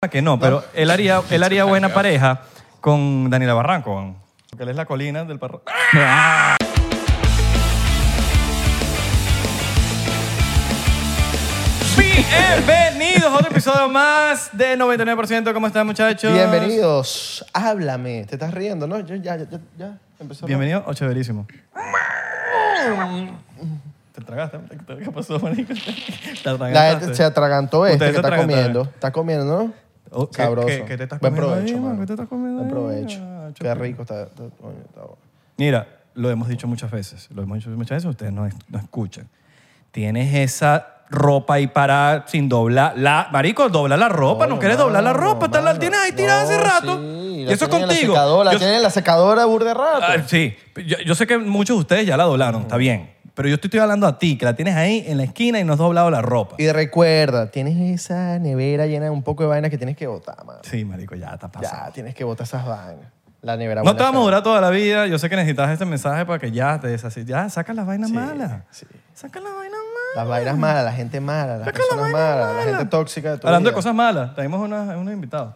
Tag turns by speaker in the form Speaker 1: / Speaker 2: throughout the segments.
Speaker 1: Ah, que no, pero él haría, él haría buena pareja con Daniela Barranco, weón. porque él es la colina del parro. Bienvenidos a otro episodio más de 99%. ¿Cómo están, muchachos?
Speaker 2: Bienvenidos. Háblame. Te estás riendo, ¿no? Yo, ya, ya, ya, ya. Empezó.
Speaker 1: Bienvenido o chéverísimo. ¿Te tragaste? ¿Qué pasó, marico? ¿Te tragaste?
Speaker 2: La gente se atragantó
Speaker 1: Ustedes
Speaker 2: este que
Speaker 1: se
Speaker 2: está
Speaker 1: atragantaron.
Speaker 2: comiendo. Está comiendo, ¿no?
Speaker 1: Oh, ¿qué-
Speaker 2: Sabroso.
Speaker 1: qué- qué te estás
Speaker 2: Buen
Speaker 1: comiendo
Speaker 2: provecho,
Speaker 1: ahí, man?
Speaker 2: mano.
Speaker 1: ¿Qué te estás comiendo
Speaker 2: Buen
Speaker 1: ahí, Ah,
Speaker 2: provecho.
Speaker 1: macho?
Speaker 2: Qué rico está. está, coño, está bueno.
Speaker 1: Mira, lo hemos dicho muchas veces, lo hemos dicho muchas veces, ustedes no, es- no escuchan. Tienes esa ropa ahí parada sin doblar. La, marico, dobla la ropa, no,
Speaker 2: Coño,
Speaker 1: quieres doblar la
Speaker 2: mano,
Speaker 1: ropa, está la
Speaker 2: mano.
Speaker 1: tienes ahí tirada
Speaker 2: No,
Speaker 1: hace rato.
Speaker 2: Sí,
Speaker 1: y
Speaker 2: la
Speaker 1: eso es
Speaker 2: tienen en
Speaker 1: contigo.
Speaker 2: La, secadora,
Speaker 1: Yo-
Speaker 2: tienen en la secadora burde rato.
Speaker 1: Ah, sí, yo, yo sé que muchos de ustedes ya la doblaron, está bien. Pero yo te estoy hablando a ti, que la tienes ahí en la esquina y no has doblado la ropa.
Speaker 2: Y recuerda, tienes esa nevera llena de un poco de vainas que tienes que botar, mano.
Speaker 1: Sí, marico, ya está pasando.
Speaker 2: Ya, tienes que botar esas vainas. La nevera
Speaker 1: No
Speaker 2: huele
Speaker 1: te vamos a
Speaker 2: feo.
Speaker 1: durar toda la vida. Yo sé que necesitas este mensaje para que ya te deshaces. Ya, saca las vainas
Speaker 2: Sí,
Speaker 1: malas.
Speaker 2: sí.
Speaker 1: Saca las vainas malas.
Speaker 2: Las vainas malas, la gente mala, las
Speaker 1: Saca la
Speaker 2: personas
Speaker 1: vaina
Speaker 2: malas,
Speaker 1: mala.
Speaker 2: la gente tóxica. De tu
Speaker 1: Hablando de
Speaker 2: vida.
Speaker 1: cosas malas, tenemos una- unos invitados.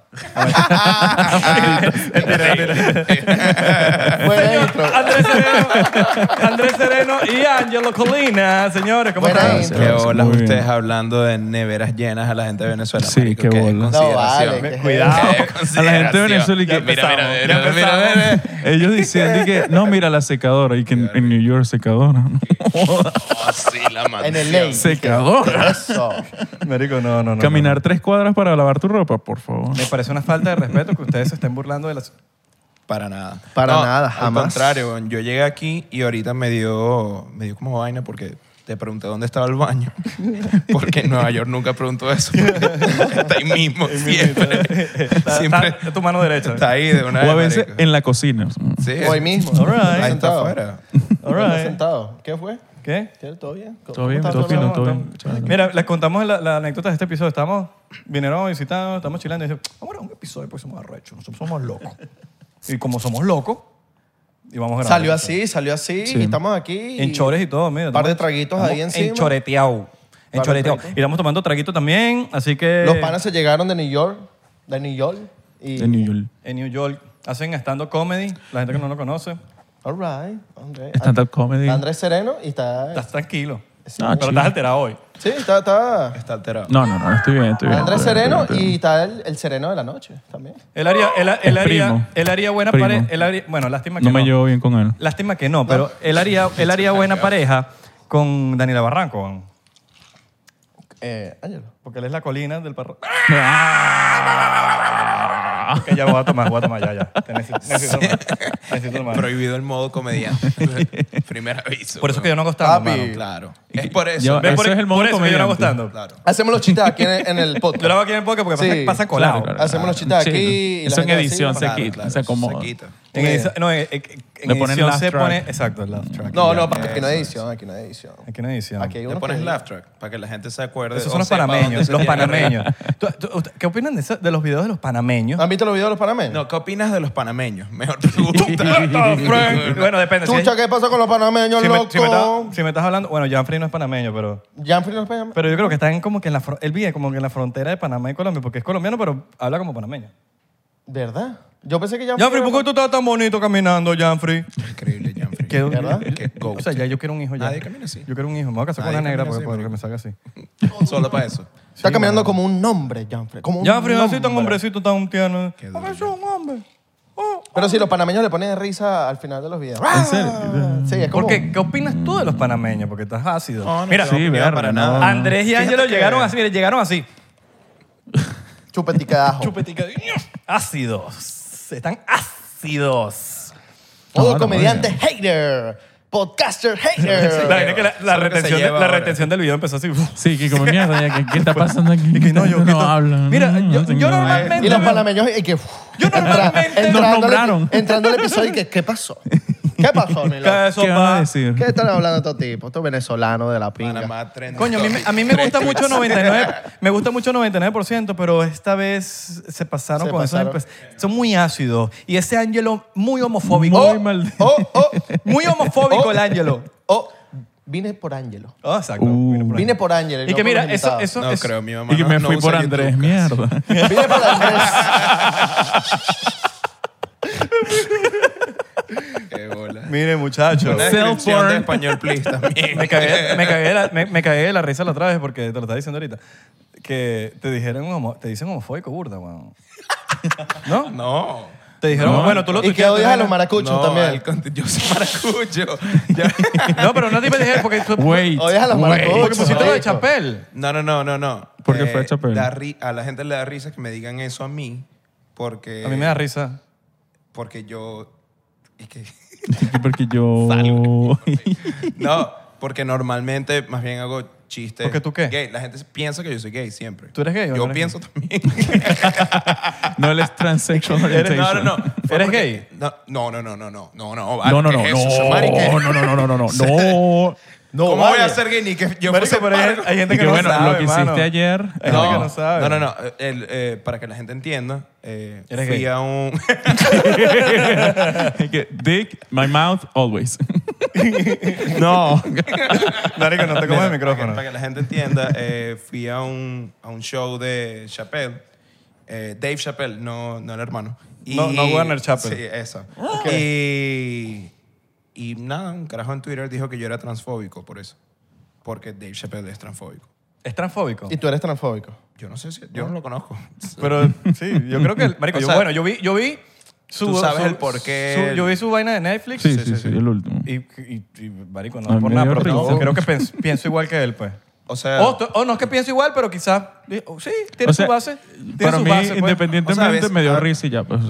Speaker 2: Buena intro.
Speaker 1: Andrés Sereno, Andrés Sereno y Angelo Colina. Señores, ¿cómo
Speaker 2: Buena
Speaker 1: están?
Speaker 2: intro.
Speaker 3: Qué bolas
Speaker 4: Muy bien.
Speaker 3: ustedes hablando de neveras llenas a la gente de Venezuela.
Speaker 4: Sí,
Speaker 3: marico,
Speaker 4: qué
Speaker 3: que es
Speaker 4: bolas.
Speaker 2: No,
Speaker 3: consideración.
Speaker 2: vale.
Speaker 1: Cuidado.
Speaker 4: A la gente de Venezuela y que-
Speaker 3: Ya, mira, mira,
Speaker 1: empezamos,
Speaker 3: mira,
Speaker 1: ya
Speaker 3: mira,
Speaker 1: empezamos.
Speaker 3: mira, mira.
Speaker 4: Ellos diciendo y que no, mira la secadora y que en, en New York secadora. ¿no? Ah,
Speaker 3: Oh, sí, la
Speaker 2: En el
Speaker 3: maldición.
Speaker 2: ley.
Speaker 4: Secadora.
Speaker 2: Eso.
Speaker 1: Marico, no, no, no.
Speaker 4: Caminar tres cuadras para lavar tu ropa, por favor.
Speaker 1: no. Me parece una falta de respeto que ustedes se estén burlando de las...
Speaker 3: Para nada.
Speaker 2: Para nada, jamás.
Speaker 3: Al contrario, weón, yo llegué aquí y ahorita me dio, me dio como vaina porque te pregunté dónde estaba el baño. Porque en Nueva York nunca pregunto eso. Está ahí mismo, siempre.
Speaker 1: Está-
Speaker 3: Siempre
Speaker 1: está- es tu mano derecha.
Speaker 3: está ahí de
Speaker 4: O
Speaker 3: una vez.
Speaker 4: a veces
Speaker 3: marico.
Speaker 4: en la cocina.
Speaker 3: Sí,
Speaker 2: Hoy mismo.
Speaker 1: All right.
Speaker 2: Estás
Speaker 3: Ahí está
Speaker 2: sentado.
Speaker 3: afuera.
Speaker 1: All
Speaker 2: Estás
Speaker 1: right.
Speaker 2: sentado. ¿Qué fue?
Speaker 1: ¿Qué?
Speaker 2: ¿Qué- ¿Todo bien? ¿Cómo-
Speaker 4: Todo bien,
Speaker 2: cómo
Speaker 4: todo
Speaker 2: estás,
Speaker 4: fino,
Speaker 2: Lola?
Speaker 4: todo bien. Chavales.
Speaker 1: Mira, les contamos la, la anécdota de este episodio. Estamos, vinieron visitando, estamos chilando y dicen, vamos a grabar un episodio porque somos arrechos, nosotros somos locos. y como somos locos, y vamos a grabar.
Speaker 2: Salió
Speaker 1: un episodio.
Speaker 2: así, salió así.
Speaker 4: Sí.
Speaker 2: y estamos aquí.
Speaker 1: En chores y todo, mira.
Speaker 2: Un par de
Speaker 1: estamos-
Speaker 2: traguitos
Speaker 1: estamos
Speaker 2: ahí encima.
Speaker 1: Enchoreteado.
Speaker 2: de
Speaker 1: Enchoreteado. Y
Speaker 2: traguitos.
Speaker 1: estamos tomando traguito también, así que...
Speaker 2: Los panas se llegaron de New York. De New York. Y...
Speaker 4: En New York.
Speaker 1: En New York hacen stand-up comedy, la gente que no lo conoce.
Speaker 2: All right. Okay.
Speaker 4: Stand-up comedy.
Speaker 2: Está Andrés Sereno y está...
Speaker 1: Estás tranquilo.
Speaker 2: Sí.
Speaker 1: pero estás alterado hoy.
Speaker 2: Sí, está... está...
Speaker 3: Está alterado.
Speaker 4: No, no, no, estoy bien, estoy bien.
Speaker 2: Andrés
Speaker 4: estoy bien,
Speaker 2: Sereno
Speaker 4: estoy bien.
Speaker 2: y está el, el Sereno de la noche también.
Speaker 1: Él haría, él, ha- él
Speaker 4: Es
Speaker 1: haría,
Speaker 4: primo.
Speaker 1: él haría buena
Speaker 4: Primo.
Speaker 1: pareja. él haría- Bueno, lástima que
Speaker 4: No
Speaker 1: no.
Speaker 4: me llevo bien con él.
Speaker 1: Lástima que no, pero él haría, él haría buena pareja con Daniela Barranco. weón.
Speaker 2: Eh, Ángelo.
Speaker 1: Porque él es la colina del perro. que ya voy a tomar, voy a tomar, ya, ya. Te necesito, necesito tomar. Necesito tomar.
Speaker 3: Prohibido el modo comediante. Primer aviso.
Speaker 1: Por eso es que yo no hago stand-up,
Speaker 2: Papi.
Speaker 1: mano.
Speaker 3: Claro. Es por
Speaker 4: Yo-
Speaker 3: eso.
Speaker 1: ¿Ves? Por,
Speaker 4: Ese es el modo
Speaker 1: por eso que yo no hago
Speaker 4: comediante.
Speaker 1: stand-up.
Speaker 3: Claro.
Speaker 2: Hacemos los chistes aquí en, en el podcast.
Speaker 1: Yo lo hago aquí en el podcast porque pasa,
Speaker 2: Sí,
Speaker 1: pasa colado.
Speaker 4: Claro, claro.
Speaker 2: Hacemos los chistes aquí y la
Speaker 4: Eso en
Speaker 2: gente así,
Speaker 4: edición
Speaker 2: ¿no?
Speaker 4: se
Speaker 3: Claro,
Speaker 4: quita,
Speaker 3: claro,
Speaker 4: se acomoda.
Speaker 3: se quita.
Speaker 1: En edición, no, en, en- en
Speaker 4: Le ponen
Speaker 1: edición
Speaker 4: laugh
Speaker 1: se
Speaker 4: track.
Speaker 1: pone... Exacto, el laugh track.
Speaker 2: No, no, papi, aquí no hay edición, aquí no hay edición.
Speaker 1: Aquí no hay edición.
Speaker 2: Aquí hay
Speaker 3: Le
Speaker 2: unos
Speaker 3: pones
Speaker 2: que-
Speaker 3: laugh track para que la gente se acuerde.
Speaker 1: Esos
Speaker 3: o
Speaker 1: son los
Speaker 3: sepa dónde
Speaker 1: panameños,
Speaker 3: se
Speaker 1: los
Speaker 3: tiene que reír.
Speaker 1: panameños. ¿Tú- tú- usted- ¿Qué opinan de, eso- de los videos de los panameños?
Speaker 2: ¿Han visto los videos de los panameños?
Speaker 3: No, ¿qué opinas de los panameños? Mejor pregunta.
Speaker 1: bueno, depende. si es-
Speaker 2: Chucha, ¿qué pasó con los panameños,
Speaker 1: si, me,
Speaker 2: loco?
Speaker 1: si me estás, si me estás hablando... Bueno, Janfrey no es panameño, pero...
Speaker 2: Janfrey no es panameño.
Speaker 1: Pero yo creo que están como que en la... fron- Él vive como que en la frontera de Panamá y Colombia, porque es colombiano, pero habla como panameño.
Speaker 2: ¿Verdad? Yo pensé que Janfrey...
Speaker 1: Janfrey, ¿por qué tú estás tan bonito caminando, Janfrey?
Speaker 3: Increíble, Janfrey.
Speaker 1: Qué-
Speaker 2: ¿Verdad?
Speaker 3: Qué goat.
Speaker 1: O sea, ya yo quiero un hijo ya.
Speaker 3: Nadie camina así.
Speaker 1: Yo quiero un hijo. Me voy a casar con
Speaker 3: Nadie
Speaker 1: una negra
Speaker 3: camina
Speaker 1: porque,
Speaker 3: así,
Speaker 1: porque me salga así.
Speaker 3: Solo para eso.
Speaker 2: Está caminando como un hombre, Janfrey. Como un
Speaker 1: Janfrey, así
Speaker 2: nombre.
Speaker 1: tan hombrecito, tan tierno.
Speaker 3: Qué
Speaker 1: Porque es
Speaker 3: duro.
Speaker 1: un hombre. Oh.
Speaker 2: Pero sí, los panameños le ponen risa al final de los videos. ¡Ah!
Speaker 4: ¿En serio?
Speaker 2: Sí, es como...
Speaker 1: ¿Por qué? ¿Qué opinas tú de los panameños? Porque estás ácido.
Speaker 3: No, no
Speaker 1: Mira,
Speaker 3: tengo
Speaker 4: sí,
Speaker 3: opinión
Speaker 4: verga,
Speaker 3: para
Speaker 4: no.
Speaker 3: nada.
Speaker 1: Andrés y
Speaker 3: Fíjate
Speaker 1: Ángelo
Speaker 3: que-
Speaker 1: llegaron así, mire, llegaron así.
Speaker 2: Chupeticajo.
Speaker 1: Chupetica. Ácidos. Están ácidos.
Speaker 2: Todo
Speaker 4: No, no,
Speaker 2: comediante hater. Podcaster hater.
Speaker 1: La, verdad que la, la
Speaker 3: Son los que se
Speaker 1: retención, de-
Speaker 3: lleva
Speaker 1: la
Speaker 3: ahora.
Speaker 1: retención del video empezó así.
Speaker 4: Sí, que como mierda, ya, ¿qué, qué está pasando aquí?
Speaker 1: Y que no, yo
Speaker 4: no
Speaker 1: que no.
Speaker 4: habla. no,
Speaker 1: Mira,
Speaker 4: no,
Speaker 1: yo-
Speaker 4: no,
Speaker 1: yo
Speaker 4: no.
Speaker 1: normalmente-
Speaker 2: Y los panameños y que...
Speaker 1: Yo normalmente-
Speaker 2: Entra-
Speaker 4: Nos
Speaker 2: entrando al-
Speaker 4: nombraron.
Speaker 2: Entrando al episodio y que... ¿Qué pasó? ¿Qué pasó, mi loco?
Speaker 1: Eso
Speaker 4: ¿Qué van
Speaker 1: va.
Speaker 4: a decir?
Speaker 2: ¿Qué están hablando estos tipos? Estos venezolanos de la pinga.
Speaker 3: Panamá trending
Speaker 1: Coño, a mí, me- a mí me
Speaker 3: topic.
Speaker 1: gusta mucho 99, me gusta mucho 99%, pero esta vez se pasaron
Speaker 2: Se
Speaker 1: con
Speaker 2: pasaron.
Speaker 1: esos empe- son muy ácidos y ese Ángelo muy homofóbico.
Speaker 4: Muy
Speaker 1: Oh,
Speaker 4: mal.
Speaker 1: oh, oh, muy homofóbico el Ángelo.
Speaker 2: Oh, Vine por Ángelo.
Speaker 1: Ah, exacto.
Speaker 4: Uh.
Speaker 1: Vine por ahí.
Speaker 2: Vine por Ángelo.
Speaker 1: Y
Speaker 2: no
Speaker 1: que
Speaker 2: por
Speaker 1: mira,
Speaker 2: los
Speaker 1: eso,
Speaker 2: invitados.
Speaker 1: eso,
Speaker 3: No
Speaker 1: eso-
Speaker 3: creo, mi mamá.
Speaker 4: Y que
Speaker 3: no-
Speaker 4: me
Speaker 3: no
Speaker 4: fui
Speaker 3: usa
Speaker 4: por
Speaker 3: YouTube
Speaker 4: Andrés,
Speaker 3: Cats.
Speaker 4: mierda.
Speaker 2: Vine por Andrés.
Speaker 3: Qué bola.
Speaker 1: Mire, muchachos.
Speaker 3: Una
Speaker 4: Self
Speaker 3: descripción de
Speaker 4: porn.
Speaker 3: español, please, también.
Speaker 1: me cagué, me, cagué de la, me, me cagué de la risa la otra vez porque te lo estaba diciendo ahorita. Que te dijeron homo- te dicen homofóbico, burda, weón. ¿No?
Speaker 3: No.
Speaker 1: Te dijeron,
Speaker 4: No.
Speaker 1: bueno, tú lo
Speaker 2: Y que
Speaker 1: tuiteaste,
Speaker 2: odias a
Speaker 1: ¿no?
Speaker 2: los maracuchos
Speaker 3: No, al
Speaker 2: también.
Speaker 3: cont- yo soy maracucho. Ya-
Speaker 1: No, pero no te dijeron porque tú-
Speaker 4: Wait.
Speaker 2: Odias a los
Speaker 4: wait.
Speaker 2: maracuchos.
Speaker 1: Porque pusiste lo de
Speaker 2: marico.
Speaker 1: Chapel.
Speaker 3: No, no, no, no, no. Eh,
Speaker 4: Porque fue Chapel.
Speaker 3: da ri- A la gente le da risa que me digan eso a mí porque...
Speaker 1: A mí me da risa.
Speaker 3: Porque yo... Es que...
Speaker 4: Porque yo... Salgo.
Speaker 3: No, porque normalmente más bien hago chistes.
Speaker 1: ¿Porque tú qué?
Speaker 3: Gay. La gente piensa que yo soy gay siempre.
Speaker 1: ¿Tú eres gay o
Speaker 3: Yo
Speaker 1: no eres
Speaker 3: pienso también.
Speaker 4: no, él es transsexual
Speaker 1: Eres-
Speaker 4: orientation.
Speaker 3: No, no, no. Fue
Speaker 1: ¿Eres
Speaker 3: porque-
Speaker 1: gay?
Speaker 3: No, no, no, no, no, no, no, no, vale,
Speaker 4: No, no,
Speaker 3: ¿qué
Speaker 4: no,
Speaker 3: es eso? Soy marica.
Speaker 4: no, no, no, no, no, no, no, no.
Speaker 1: No,
Speaker 3: ¿Cómo voy a
Speaker 1: vale.
Speaker 3: ser gay ni que yo
Speaker 1: Marico,
Speaker 3: fuese
Speaker 1: pero hay,
Speaker 3: pargo?
Speaker 1: hay gente
Speaker 4: Y
Speaker 1: que
Speaker 4: que
Speaker 1: no
Speaker 4: bueno,
Speaker 1: sabe,
Speaker 4: lo que
Speaker 1: mano.
Speaker 4: hiciste ayer.
Speaker 1: Hay gente que no sabe.
Speaker 3: no, no, no. El, eh, para que la gente entienda, eh,
Speaker 1: ¿Eres
Speaker 3: fui
Speaker 1: gay?
Speaker 3: a un...
Speaker 4: Que Dick, my mouth, always. no.
Speaker 1: Marico, no te comas
Speaker 3: Mira,
Speaker 1: el micrófono.
Speaker 3: Para que, para que la gente entienda, eh, fui a un, a un show de Chappelle, eh, Dave Chappelle, no, no el hermano.
Speaker 1: No- no Warner Chappelle. Ah.
Speaker 3: Sí, eso. Y, y nada, un carajo en Twitter dijo que yo era transfóbico por eso. Porque Dave Chappelle es transfóbico.
Speaker 1: Es transfóbico.
Speaker 2: Y tú eres transfóbico.
Speaker 3: Yo no sé si, yo no lo conozco.
Speaker 1: Pero sí, yo creo que... el- Marico,
Speaker 3: O
Speaker 1: yo,
Speaker 3: sea,
Speaker 1: bueno, yo vi, yo vi su...
Speaker 3: tú sabes
Speaker 1: su-
Speaker 3: el porqué.
Speaker 1: su- yo vi su vaina de Netflix.
Speaker 4: Sí, sí, sí, el último.
Speaker 1: Y, y, y, marico,
Speaker 4: A
Speaker 1: no
Speaker 4: mí
Speaker 1: por
Speaker 4: me
Speaker 1: nada,
Speaker 4: dio
Speaker 1: pero
Speaker 4: risa.
Speaker 1: tampoco creo que pens- pienso igual que él, pues.
Speaker 3: O sea,
Speaker 1: O, to- o no es que pienso igual, pero quizás... di- oh, Sí, tiene
Speaker 4: O sea,
Speaker 1: su base. Tiene
Speaker 4: Para
Speaker 1: su
Speaker 4: mí,
Speaker 1: base, pues.
Speaker 4: independientemente,
Speaker 3: O sea, ves,
Speaker 4: me
Speaker 3: a
Speaker 4: dio
Speaker 3: ver,
Speaker 4: risa y ya. Pues,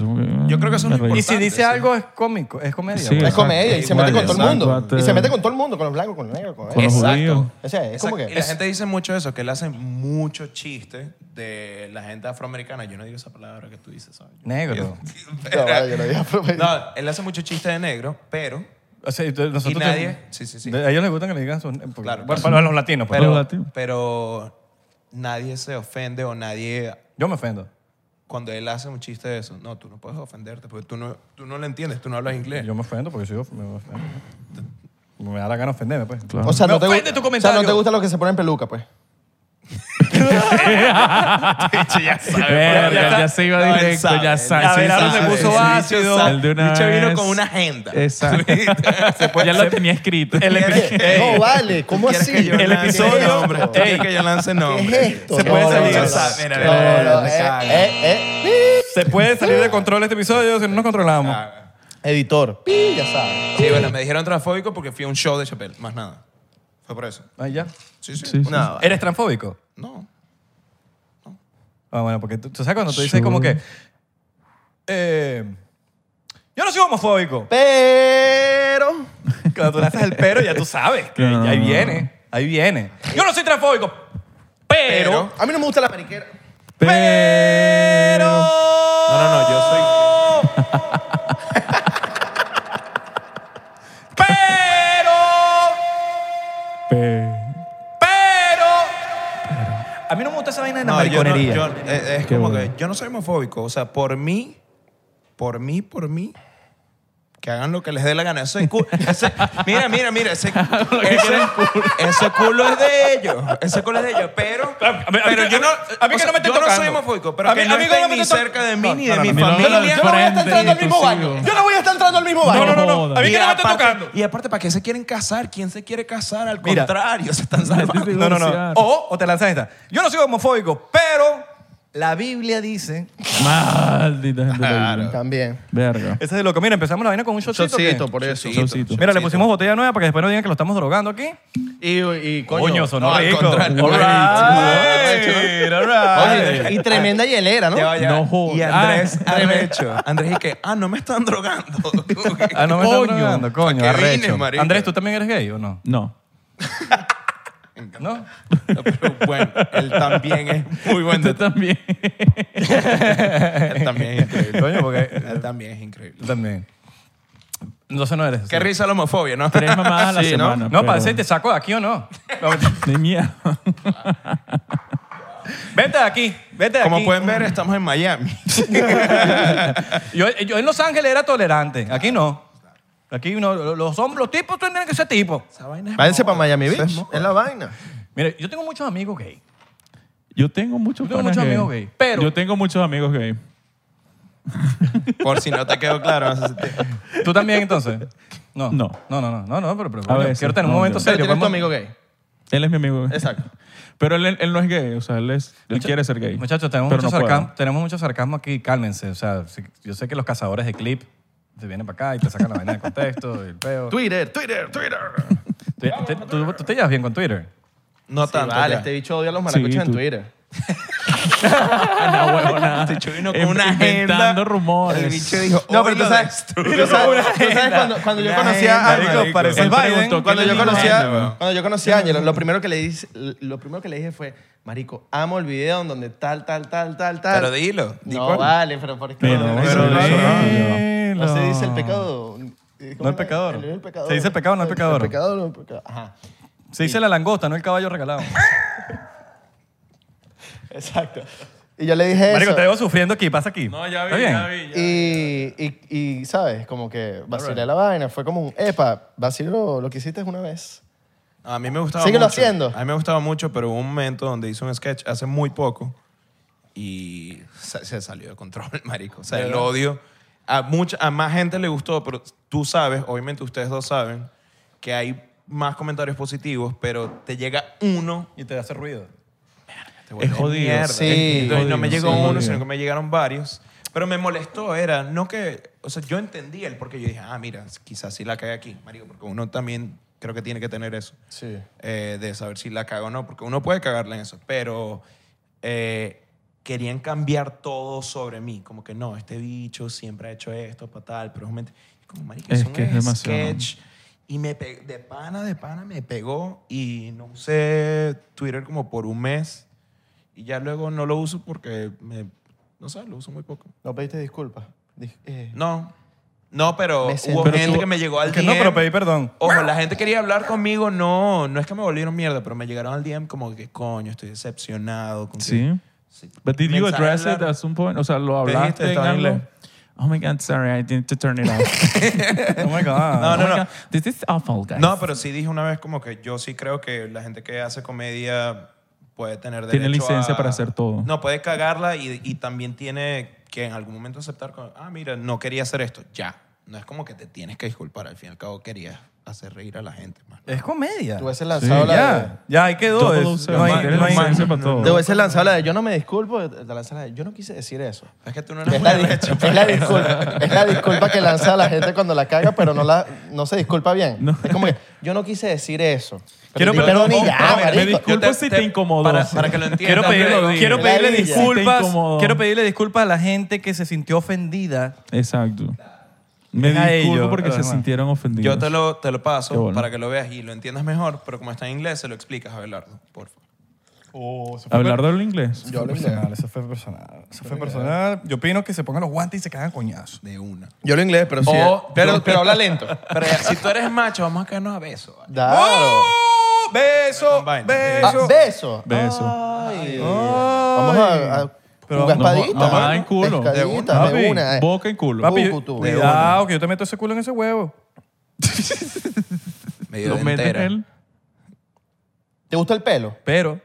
Speaker 3: yo creo que eso es lo
Speaker 4: me reí.
Speaker 1: Y
Speaker 3: importante.
Speaker 1: si dice
Speaker 3: sí.
Speaker 1: algo es cómico, es comedia.
Speaker 4: Sí,
Speaker 1: pues.
Speaker 4: Exacto,
Speaker 2: Es comedia y se mete con todo el
Speaker 4: exacto,
Speaker 2: mundo.
Speaker 4: exacto.
Speaker 2: Y
Speaker 1: este-
Speaker 2: se mete con todo el mundo, con los blancos, con los negros, con
Speaker 4: Con los
Speaker 3: Exacto.
Speaker 4: judíos.
Speaker 2: O sea, es como
Speaker 3: Exacto. Y
Speaker 2: que...
Speaker 3: la gente dice mucho eso, que él hace mucho chiste de la gente afroamericana. Yo no digo esa palabra que tú dices, ¿sabes? Yo-
Speaker 1: Negro.
Speaker 2: No, vale, yo lo dije a propósito.
Speaker 3: No, él hace mucho chiste de negro, pero.
Speaker 1: O sea, y tú- nosotros
Speaker 3: Y nadie- sí, sí, sí.
Speaker 1: de- A ellos les gustan que le digan sus... porque-
Speaker 3: Claro,
Speaker 1: bueno,
Speaker 3: claro.
Speaker 1: bueno, a los latinos, pues.
Speaker 4: Pero-
Speaker 3: Pero,
Speaker 4: latino.
Speaker 3: pero nadie se ofende o nadie.
Speaker 1: Yo me ofendo.
Speaker 3: Cuando él hace un chiste de eso, no, tú no puedes ofenderte porque tú no, tú no lo entiendes, tú no hablas inglés.
Speaker 1: Yo me ofendo porque soy yo me ofendo. Me da la gana ofenderme, pues.
Speaker 4: Claro.
Speaker 2: O sea,
Speaker 1: Me
Speaker 2: no te,
Speaker 1: ofende
Speaker 2: gu-
Speaker 1: tu
Speaker 2: o sea,
Speaker 1: comentario.
Speaker 2: no te gustan los que se ponen peluca, pues.
Speaker 3: ya
Speaker 4: Verga,
Speaker 1: Ya está.
Speaker 4: ya se iba directo, ya sabe. sí,
Speaker 1: Abelardo
Speaker 4: sí,
Speaker 1: se
Speaker 4: sí,
Speaker 1: puso
Speaker 4: sí.
Speaker 1: ácido.
Speaker 4: El de una
Speaker 3: Mucho vino
Speaker 4: vez.
Speaker 3: con una pues. agenda.
Speaker 4: Exacto. ya lo tenía escrito.
Speaker 3: ¿Quieres que-
Speaker 2: No, vale, ¿cómo
Speaker 3: ¿Quieres
Speaker 2: así?
Speaker 3: que yo
Speaker 1: El
Speaker 3: lance
Speaker 1: episodio-
Speaker 3: nombre? ¿Tú quieres que yo lance nombre?
Speaker 2: ¿Qué es esto?
Speaker 1: Se puede salir.
Speaker 3: Mira,
Speaker 2: no,
Speaker 3: mira, mira,
Speaker 2: no,
Speaker 3: me
Speaker 2: eh,
Speaker 3: cago.
Speaker 2: eh, eh,
Speaker 1: Se puede salir de control este episodio si no nos controlamos.
Speaker 2: pi. Editor, pi, ya sabes.
Speaker 3: Sí, bueno, me dijeron transfóbico porque fui a un show de Chappelle, más nada. Fue por eso.
Speaker 1: Ahí ya.
Speaker 3: Sí, sí.
Speaker 4: Sí, sí.
Speaker 3: Nada.
Speaker 1: ¿Eres transfóbico?
Speaker 3: No.
Speaker 1: Ah, bueno, porque tú, tú sabes cuando tú dices como que... eh, yo no soy homofóbico.
Speaker 2: Pero...
Speaker 1: Cuando tú lanzas el pero ya tú sabes que
Speaker 4: No, no,
Speaker 1: ahí
Speaker 4: no,
Speaker 1: viene. Ahí viene. Yo no soy transfóbico, pero...
Speaker 2: A mí no me gusta la mariquera.
Speaker 1: Pero...
Speaker 3: No, no, no, yo soy.
Speaker 1: Pero...
Speaker 4: Pe-
Speaker 1: Pero... A mí no me gusta esa vaina de la
Speaker 3: No, yo no-
Speaker 1: mariconería.
Speaker 3: yo- eh, es
Speaker 4: Qué
Speaker 3: como
Speaker 4: bueno.
Speaker 3: que yo no soy homofóbico. O sea, por mí, por mí, por mí, que hagan lo que les dé la gana. Eso es cu- ese- mira, mira, mira. Ese, ese, ese culo es de ellos. Ese culo es de ellos. Pero,
Speaker 1: A mí- a mí
Speaker 3: pero
Speaker 1: que-
Speaker 3: yo no.
Speaker 1: a mí que
Speaker 3: o sea,
Speaker 1: no me esté
Speaker 3: yo no soy
Speaker 1: tocando.
Speaker 3: homofóbico, pero
Speaker 1: A
Speaker 3: que
Speaker 1: mí-
Speaker 3: no
Speaker 1: a mí que
Speaker 3: estén
Speaker 1: no me
Speaker 3: ni
Speaker 1: esté to-
Speaker 3: cerca de mí
Speaker 1: No,
Speaker 3: ni
Speaker 1: no,
Speaker 3: de
Speaker 1: no,
Speaker 3: mi
Speaker 1: no,
Speaker 4: no, no,
Speaker 3: familia.
Speaker 4: no,
Speaker 2: Yo no voy a estar entrando al mismo
Speaker 4: Frente,
Speaker 2: baño.
Speaker 4: inclusive.
Speaker 2: Yo no voy a estar entrando al mismo
Speaker 1: No,
Speaker 2: baño.
Speaker 1: no, no, no.
Speaker 4: jodas.
Speaker 1: A mí
Speaker 3: Y
Speaker 1: que no me estén
Speaker 3: aparte-
Speaker 1: tocando.
Speaker 3: Y aparte, ¿para qué se quieren casar? ¿Quién se quiere casar? Al
Speaker 1: Mira.
Speaker 3: contrario, se están salvando.
Speaker 1: No, no, no.
Speaker 4: Divorciar.
Speaker 1: O, o te lanzas esta. Yo no soy homofóbico, pero la Biblia dice.
Speaker 4: Maldita gente. Claro.
Speaker 2: También.
Speaker 4: Verga.
Speaker 1: Ese es loco. Mira, empezamos la vaina con un shotcito.
Speaker 2: Chocito,
Speaker 1: ¿qué?
Speaker 4: pues.
Speaker 2: por eso.
Speaker 3: Chocito,
Speaker 4: Chocito.
Speaker 1: Mira, le
Speaker 3: chocito.
Speaker 1: pusimos botella nueva para que después no digan que lo estamos drogando aquí.
Speaker 2: Y, y coño.
Speaker 1: sonó
Speaker 3: no, al
Speaker 1: rico.
Speaker 3: contrario.
Speaker 1: All right, all right.
Speaker 2: Oye, y tremenda hielera, ¿no?
Speaker 3: Ya va, ya
Speaker 4: No
Speaker 3: va.
Speaker 4: jodas.
Speaker 3: Y Andrés,
Speaker 4: Ah.
Speaker 3: arrecho. Andrés, y que, ah, no me están drogando. Como que-
Speaker 1: Ah, no me
Speaker 4: Coño.
Speaker 1: están drogando, coño,
Speaker 3: ¿A qué vine,
Speaker 1: arrecho.
Speaker 3: marico?
Speaker 1: Andrés, ¿tú también eres gay o no?
Speaker 4: No.
Speaker 1: ¿No?
Speaker 3: No, pero bueno, él también es muy buen
Speaker 4: Tú
Speaker 3: detalle.
Speaker 4: también.
Speaker 3: Él también es increíble.
Speaker 1: Coño, porque
Speaker 3: Él también es increíble.
Speaker 1: tú también. Entonces no eres.
Speaker 3: Qué
Speaker 1: así.
Speaker 3: risa la homofobia, ¿no?
Speaker 4: Tres mamadas a la
Speaker 3: Sí, ¿no?
Speaker 4: semana.
Speaker 1: No,
Speaker 4: pero-
Speaker 1: para decir, te saco de aquí o no.
Speaker 4: De mierda.
Speaker 1: Vente de aquí, vete de
Speaker 3: Como
Speaker 1: aquí.
Speaker 3: pueden ver, estamos en Miami.
Speaker 1: Yo, yo en Los Ángeles era tolerante, aquí no. Aquí no, lo- los hombres, los tipos tienen que ser tipos.
Speaker 3: Esa vaina es
Speaker 2: Váyanse
Speaker 3: moda.
Speaker 2: para Miami
Speaker 3: Eso es
Speaker 2: Beach.
Speaker 3: moda.
Speaker 2: Es la vaina.
Speaker 1: Mire, yo tengo muchos amigos gay.
Speaker 4: Yo tengo muchos,
Speaker 1: Yo tengo
Speaker 4: panas
Speaker 1: muchos amigos gay, pero-
Speaker 4: Yo tengo muchos amigos gay.
Speaker 3: Por si no te quedó claro. no sé si te-
Speaker 1: ¿Tú también entonces? No.
Speaker 4: No.
Speaker 1: No, no, no, no, no, pero, pero
Speaker 4: A
Speaker 1: coño,
Speaker 4: veces,
Speaker 1: quiero tener un
Speaker 4: no,
Speaker 1: momento
Speaker 4: yo-
Speaker 2: Pero
Speaker 1: serio.
Speaker 2: tienes tu
Speaker 1: podemos-
Speaker 2: amigo gay.
Speaker 4: Él es mi amigo. gay.
Speaker 2: Exacto.
Speaker 4: Pero él, él no es gay, o sea, él, es, él
Speaker 1: Mucha-
Speaker 4: quiere ser gay.
Speaker 1: Muchachos, tenemos,
Speaker 4: pero
Speaker 1: mucho
Speaker 4: no puede.
Speaker 1: sarcasmo, tenemos mucho sarcasmo aquí, cálmense. O sea, si- yo sé que los cazadores de clip se vienen para acá y te sacan la vaina de contexto, y el peo. ¿Tú,
Speaker 2: Twitter, Twitter, Twitter.
Speaker 1: te- tú- tú te llevas bien con Twitter?
Speaker 3: No
Speaker 2: Sí,
Speaker 3: tanto.
Speaker 2: vale,
Speaker 3: ya.
Speaker 2: este bicho odia a los maracuchos
Speaker 4: Sí,
Speaker 2: en
Speaker 4: tú-
Speaker 2: Twitter.
Speaker 4: No, huevona.
Speaker 3: Este chino
Speaker 4: Em-
Speaker 3: con una agenda.
Speaker 4: Ah, Inventando rumores.
Speaker 3: El bicho dijo,
Speaker 2: No,
Speaker 3: "Hoy
Speaker 2: pero tú
Speaker 3: lo
Speaker 2: sabes, tú
Speaker 3: destruyo".
Speaker 2: sabes, tú sabes cuando, cuando yo
Speaker 3: Una
Speaker 2: conocía a
Speaker 3: agenda,
Speaker 2: Ángelo,
Speaker 3: marico.
Speaker 2: parece
Speaker 4: Él
Speaker 2: el Biden,
Speaker 4: preguntó, ¿qué
Speaker 2: cuando
Speaker 4: le
Speaker 2: yo
Speaker 4: dijo
Speaker 2: conocía,
Speaker 4: Ángelo, weón?
Speaker 2: cuando yo conocía a Ángelo, lo primero que le dice, lo primero que le dije fue, marico, amo el video en donde tal, tal, tal, tal, tal.
Speaker 3: Pero dilo. di
Speaker 2: No,
Speaker 3: cuál.
Speaker 2: vale, pero por qué
Speaker 4: Pero,
Speaker 2: no,
Speaker 4: pero
Speaker 2: no,
Speaker 4: dilo.
Speaker 2: no se dice el pecado. ¿Cómo
Speaker 1: el
Speaker 2: era?
Speaker 1: pecador.
Speaker 2: El, el pecador.
Speaker 1: Se dice el pecado, no el pecador.
Speaker 2: El pecado, no el pecado. Ajá.
Speaker 1: Se dice la langosta, no el caballo regalado.
Speaker 2: Exacto. Y yo le dije
Speaker 1: Marico,
Speaker 2: eso.
Speaker 1: te veo sufriendo aquí, pasa aquí.
Speaker 4: No, ya vi,
Speaker 1: ¿Está bien?
Speaker 4: ya vi. ya.
Speaker 2: Y, y, y, ¿sabes? Como que vacilé la vaina. Fue como un, epa, vacilo lo que hiciste una vez.
Speaker 3: A mí me gustaba
Speaker 2: Síguelo
Speaker 3: mucho.
Speaker 2: haciendo.
Speaker 3: A mí me gustaba mucho, pero hubo un momento donde hice un sketch hace muy poco y se, se salió de control, marico. O sea, el odio. A, mucha, a más gente le gustó, pero tú sabes, obviamente ustedes dos saben, que hay más comentarios positivos, pero te llega uno.
Speaker 1: Y te hace ruido.
Speaker 3: te vuelve
Speaker 4: Es jodido.
Speaker 3: mierda.
Speaker 2: Sí,
Speaker 3: Entonces, no me
Speaker 4: jodido,
Speaker 3: llegó
Speaker 4: sí,
Speaker 3: uno,
Speaker 4: jodido.
Speaker 3: sino que me llegaron varios. Pero me molestó, era, no que, o sea, yo entendía el porque yo dije, ah, mira, quizás sí la cae aquí, marico, porque uno también creo que tiene que tener eso
Speaker 2: Sí.
Speaker 3: eh, de saber si la caga o no, porque uno puede cagarla en eso, pero eh, querían cambiar todo sobre mí, como que no, este bicho siempre ha hecho esto, para tal, pero es un ment- como marica,
Speaker 4: Es
Speaker 3: es, un
Speaker 4: que es demasiado.
Speaker 3: sketch y me pe- de pana de pana me pegó y no usé Twitter como por un mes y ya luego no lo uso porque me no sé, lo uso muy poco.
Speaker 2: No pediste disculpas. Dij- eh,
Speaker 3: No. No, pero
Speaker 2: Me
Speaker 3: hubo
Speaker 2: sentí-
Speaker 4: Pero
Speaker 3: gente
Speaker 4: tú-
Speaker 3: que me llegó al
Speaker 1: Que no,
Speaker 3: DM.
Speaker 1: pero pedí perdón.
Speaker 3: Ojo, la gente quería hablar conmigo, no, no es que me volvieron mierda, pero me llegaron al DM como que coño, estoy decepcionado. Con que-
Speaker 4: Sí.
Speaker 3: Sí.
Speaker 4: But did you
Speaker 3: Mensaje
Speaker 4: address it
Speaker 3: largo.
Speaker 4: at some point? O sea, ¿lo
Speaker 3: Te dijiste,
Speaker 4: hablaste en
Speaker 3: estaba en
Speaker 4: algo?
Speaker 3: inglés.
Speaker 4: Oh my God, sorry, I didn't turn it off.
Speaker 1: Oh my God.
Speaker 3: No,
Speaker 4: oh
Speaker 3: no,
Speaker 4: my
Speaker 3: no.
Speaker 4: God, This is awful, guys.
Speaker 3: No, pero sí dije una vez como que yo sí creo que la gente que hace comedia puede tener derecho
Speaker 4: Tiene licencia
Speaker 3: a-
Speaker 4: para hacer todo.
Speaker 3: No, puede cagarla y, y también tiene que en algún momento aceptar como, ah, mira, no quería hacer esto, ya. No es como que te tienes que disculpar, al fin y al cabo querías hacer reír a la gente. Man.
Speaker 1: Es comedia.
Speaker 2: Tú hubieses lanzado la de...
Speaker 1: Ya, ya, ahí quedó.
Speaker 4: Double
Speaker 1: Es-
Speaker 4: O,
Speaker 1: no hay-
Speaker 4: man, tienes
Speaker 1: no hay-
Speaker 4: licencia para todo.
Speaker 2: Te hubieses lanzado la de yo no me disculpo, te lanzas la de yo no quise decir eso.
Speaker 3: Es que tú no eres
Speaker 2: Es
Speaker 3: muy
Speaker 2: la, di-
Speaker 3: arrecho,
Speaker 2: es la disculpa, es la disculpa que lanza la gente cuando la caga, pero no, la, no se disculpa bien. Es como que yo no quise decir eso.
Speaker 1: Quiero
Speaker 2: di
Speaker 1: perdón,
Speaker 2: perdón y
Speaker 1: no,
Speaker 2: ya,
Speaker 1: no, mira, me
Speaker 2: marico.
Speaker 4: disculpo. Disculpa si te incomodó.
Speaker 3: Para, para que lo
Speaker 1: Quiero
Speaker 3: entiendas.
Speaker 1: pedirle,
Speaker 3: pero-
Speaker 1: quiero
Speaker 2: La
Speaker 1: pedirle
Speaker 2: ladilla.
Speaker 1: disculpas.
Speaker 4: Te incomodó.
Speaker 1: Quiero pedirle disculpas a la gente que se sintió ofendida.
Speaker 4: Exacto. Me
Speaker 1: Es a
Speaker 4: disculpo
Speaker 1: ellos,
Speaker 4: porque se
Speaker 1: además.
Speaker 4: sintieron ofendidos.
Speaker 3: Yo te lo, te lo
Speaker 4: Qué
Speaker 3: paso
Speaker 4: bueno.
Speaker 3: para que lo veas y lo entiendas mejor, pero como está en inglés, se lo explicas a Abelardo, por favor.
Speaker 4: ¿Hablar del inglés?
Speaker 2: Yo hablo inglés.
Speaker 1: eso fue personal. Eso fue personal. Yo opino que se pongan los guantes y se cagan coñazos.
Speaker 3: De una.
Speaker 2: Yo hablo inglés, pero sí.
Speaker 3: O-
Speaker 2: pero, pero habla lento.
Speaker 3: Pero ya, si tú eres macho, vamos a quedarnos a besos. ¿vale?
Speaker 2: Claro.
Speaker 1: ¡Oh! Beso,
Speaker 3: Con vaina.
Speaker 2: Ah,
Speaker 1: beso.
Speaker 2: beso.
Speaker 4: Beso.
Speaker 2: Ah, Ay.
Speaker 1: Vamos
Speaker 2: Vamos a, a
Speaker 1: Pero
Speaker 2: una
Speaker 4: no,
Speaker 2: espadita.
Speaker 4: no, mamá en culo.
Speaker 2: Espadita,
Speaker 4: De
Speaker 2: una,
Speaker 4: Papi,
Speaker 2: de una. eh.
Speaker 4: Boca y culo.
Speaker 1: Papi,
Speaker 2: Bucu, tú.
Speaker 1: cuidado, que yo te meto ese culo en ese huevo.
Speaker 3: Medio
Speaker 4: Lo
Speaker 3: de
Speaker 4: meten
Speaker 3: entera.
Speaker 4: él.
Speaker 2: ¿Te gusta el pelo?
Speaker 1: Pero,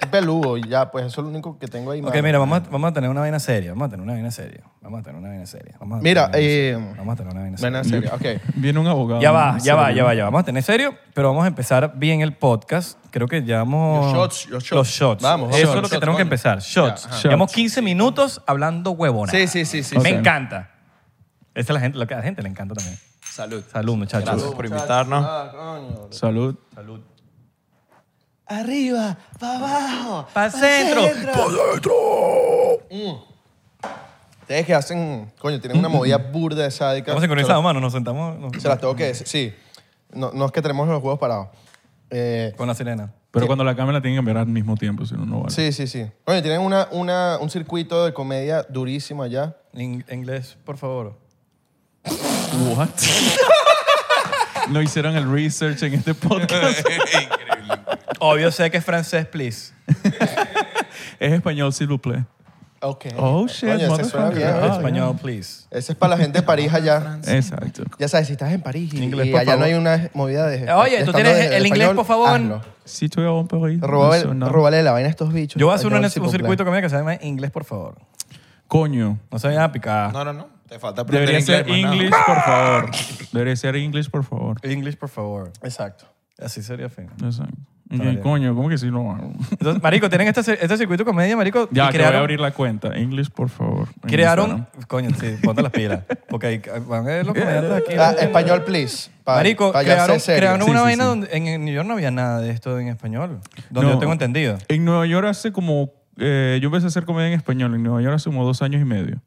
Speaker 2: Es peludo y ya, pues eso es lo único que tengo ahí.
Speaker 1: ok,
Speaker 2: mano.
Speaker 1: mira, vamos a, vamos a tener una vaina seria. Vamos a tener una vaina seria. Vamos a tener una vaina seria. Vamos a
Speaker 2: Mira,
Speaker 1: tener una vaina seria.
Speaker 2: eh,
Speaker 1: vamos a tener una vaina seria.
Speaker 2: Bueno, en serio, ok.
Speaker 4: Viene un abogado.
Speaker 1: Ya va, ya va,
Speaker 4: serio.
Speaker 1: ya va, ya va. Vamos a tener serio, pero vamos a empezar bien el podcast. Creo que llevamos...
Speaker 2: Los shots, los shots.
Speaker 1: Los shots.
Speaker 2: Vamos,
Speaker 1: Eso
Speaker 2: vamos.
Speaker 1: es lo que
Speaker 2: Shots,
Speaker 1: tenemos que
Speaker 2: coño.
Speaker 1: empezar. Shots.
Speaker 4: ajá.
Speaker 1: Llevamos
Speaker 4: Shots.
Speaker 1: 15 minutos hablando huevona.
Speaker 2: Sí, sí, sí, sí.
Speaker 1: Me
Speaker 4: Ok.
Speaker 1: encanta. Esa es la gente, lo que a la gente le encanta también.
Speaker 3: Salud.
Speaker 1: Salud, muchachos.
Speaker 3: Gracias por invitarnos.
Speaker 2: Ah, coño.
Speaker 4: Salud.
Speaker 2: Arriba, para abajo.
Speaker 1: Para centro.
Speaker 2: Mm. Ustedes que hacen, coño, tienen una movida burda de sádica.
Speaker 1: Estamos sincronizados, mano. Nos sentamos nos-
Speaker 2: Se las- Se las tengo que decir, sí. No, no es que tenemos los huevos parados. Eh,
Speaker 1: con la sirena.
Speaker 4: Pero cuando la cámara tiene que mirar al mismo tiempo, si no, no vale.
Speaker 2: sí, sí, sí. Coño, tienen una, una, un circuito de comedia durísimo allá.
Speaker 1: En inglés, por favor.
Speaker 4: What? no hicieron el research en este podcast.
Speaker 3: Increíble.
Speaker 1: Obvio sé que es francés, please.
Speaker 4: es español, s'il vous plaît.
Speaker 2: Ok.
Speaker 4: Oh, shit,
Speaker 2: Coño, ese suena
Speaker 4: motherfucker.
Speaker 2: bien.
Speaker 4: Ah,
Speaker 2: ¿eh?
Speaker 1: Español, please.
Speaker 2: Ese es para la gente de París allá.
Speaker 4: Exacto.
Speaker 2: Ya sabes, si estás en París y,
Speaker 1: Inglés,
Speaker 2: y
Speaker 1: por
Speaker 2: allá no
Speaker 1: favor.
Speaker 2: hay una movida de...
Speaker 5: Oye, tú
Speaker 2: de
Speaker 5: tienes
Speaker 2: español,
Speaker 5: el
Speaker 2: de
Speaker 5: inglés, por favor.
Speaker 2: hazlo.
Speaker 4: Si tu en París.
Speaker 2: Róbale-
Speaker 4: eso no.
Speaker 2: róbale la vaina a estos bichos.
Speaker 1: Yo voy a hacer una-
Speaker 2: Español,
Speaker 1: un
Speaker 2: sí,
Speaker 1: circuito de
Speaker 2: por
Speaker 1: comida que se llama Inglés, por favor.
Speaker 4: Coño.
Speaker 1: No se vayan a picar.
Speaker 3: No, no, no. Te falta aprender
Speaker 4: Debería ser
Speaker 3: más nada.
Speaker 4: English, por favor. Debería ser English, por favor.
Speaker 1: English, por favor.
Speaker 2: plan. Exacto.
Speaker 1: Así sería fino.
Speaker 4: Exacto.
Speaker 1: Está
Speaker 4: Ok,
Speaker 1: bien.
Speaker 4: Coño, ¿cómo que si no?
Speaker 1: Entonces, marico, tienen este, este circuito de comedia, marico, y
Speaker 4: Ya, que voy a
Speaker 1: crearon,
Speaker 4: abrir la cuenta. English, por favor. en
Speaker 1: crearon,
Speaker 4: Instagram.
Speaker 1: coño, sí, ponte las pilas, porque ahí van a ver los comediantes aquí.
Speaker 2: Ah, español, please. Pa-
Speaker 1: marico,
Speaker 2: pa' ya
Speaker 1: crearon,
Speaker 2: ser serio.
Speaker 1: crearon
Speaker 4: Sí,
Speaker 1: una
Speaker 4: sí,
Speaker 1: vaina
Speaker 4: sí.
Speaker 1: donde en, en New York no había nada de esto en español, donde
Speaker 4: No.
Speaker 1: yo tengo entendido.
Speaker 4: En Nueva York hace como... eh, yo empecé a hacer comedia en español. En Nueva York hace como dos años y medio.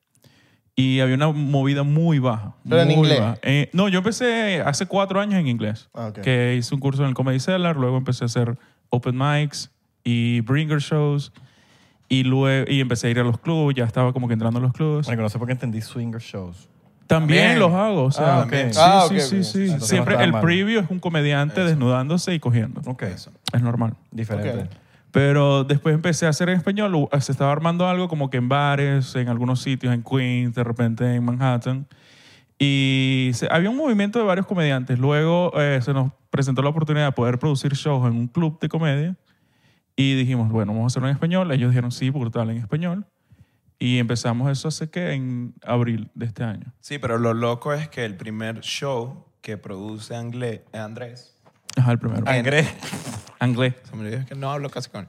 Speaker 4: Y había una movida muy baja.
Speaker 2: Pero en
Speaker 4: muy
Speaker 2: inglés.
Speaker 4: baja. Eh, no, yo empecé hace cuatro años en inglés.
Speaker 2: Ah, ok.
Speaker 4: Que hice un curso en el Comedy Cellar. Luego empecé a hacer open mics y bringer shows. Y luego y empecé a ir a los clubes. Ya estaba como que entrando a los clubes.
Speaker 1: Marico, no sé por qué entendí swinger shows.
Speaker 3: También.
Speaker 4: También los hago, o sea,
Speaker 1: Ah, ok.
Speaker 4: sí,
Speaker 2: Ah,
Speaker 4: sí,
Speaker 2: ok,
Speaker 4: sí,
Speaker 2: bien.
Speaker 4: sí.
Speaker 1: Entonces no
Speaker 4: Siempre
Speaker 1: estaba
Speaker 4: el
Speaker 1: mal.
Speaker 4: preview es un comediante desnudándose y cogiendo.
Speaker 1: Ok,
Speaker 4: Es normal.
Speaker 1: diferente.
Speaker 4: Pero después empecé a hacer en español, u- se estaba armando algo como que en bares, en algunos sitios, en Queens, de repente en Manhattan. Y se- había un movimiento de varios comediantes. Luego eh, se nos presentó la oportunidad de poder producir shows en un club de comedia. Y dijimos, bueno, vamos a hacerlo en español. Ellos dijeron, sí, brutal, en español. Y empezamos eso hace que en abril de este año.
Speaker 3: Sí, pero lo loco es que el primer show que produce Angle- Andrés.
Speaker 4: Ajá, el primero.
Speaker 3: Andrés.
Speaker 4: Anglés.
Speaker 3: Se me olvidó que no hablo casi con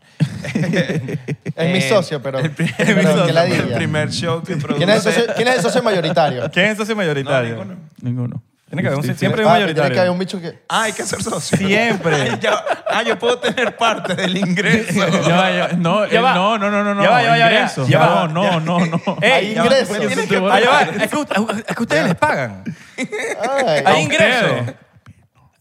Speaker 3: él.
Speaker 2: Es mi
Speaker 3: Eh,
Speaker 2: socio, pero...
Speaker 3: El, pri-
Speaker 2: pero
Speaker 3: mi
Speaker 2: qué
Speaker 3: socio,
Speaker 2: ladilla.
Speaker 3: el primer show que produce.
Speaker 2: ¿Quién es el socio- quién es el socio mayoritario?
Speaker 1: ¿Quién es socio
Speaker 3: No,
Speaker 1: mayoritario?
Speaker 3: ninguno.
Speaker 4: Ninguno.
Speaker 1: Tiene que haber un,
Speaker 4: Sí, sí.
Speaker 1: siempre hay
Speaker 2: Ah,
Speaker 1: un
Speaker 2: que Tiene que haber
Speaker 1: mayoritario.
Speaker 2: un bicho que...
Speaker 3: Ah, hay que ser socio.
Speaker 1: Siempre.
Speaker 3: Ay, ya- ah, yo puedo tener parte del ingreso.
Speaker 4: Ya va, ya- no,
Speaker 1: Ya
Speaker 4: eh,
Speaker 1: va.
Speaker 4: no, no, no, no, no.
Speaker 1: Ya va, ya va, ya va,
Speaker 4: ingresos.
Speaker 1: ya va.
Speaker 4: No, no, no, no.
Speaker 2: Hay
Speaker 1: ya va.
Speaker 2: ingresos.
Speaker 1: Tienes que-
Speaker 4: Eso te
Speaker 1: Ah, ya va.
Speaker 4: va.
Speaker 1: Es que u- es que ustedes les pagan.
Speaker 2: Ay,
Speaker 1: Hay ingresos.
Speaker 4: ustedes.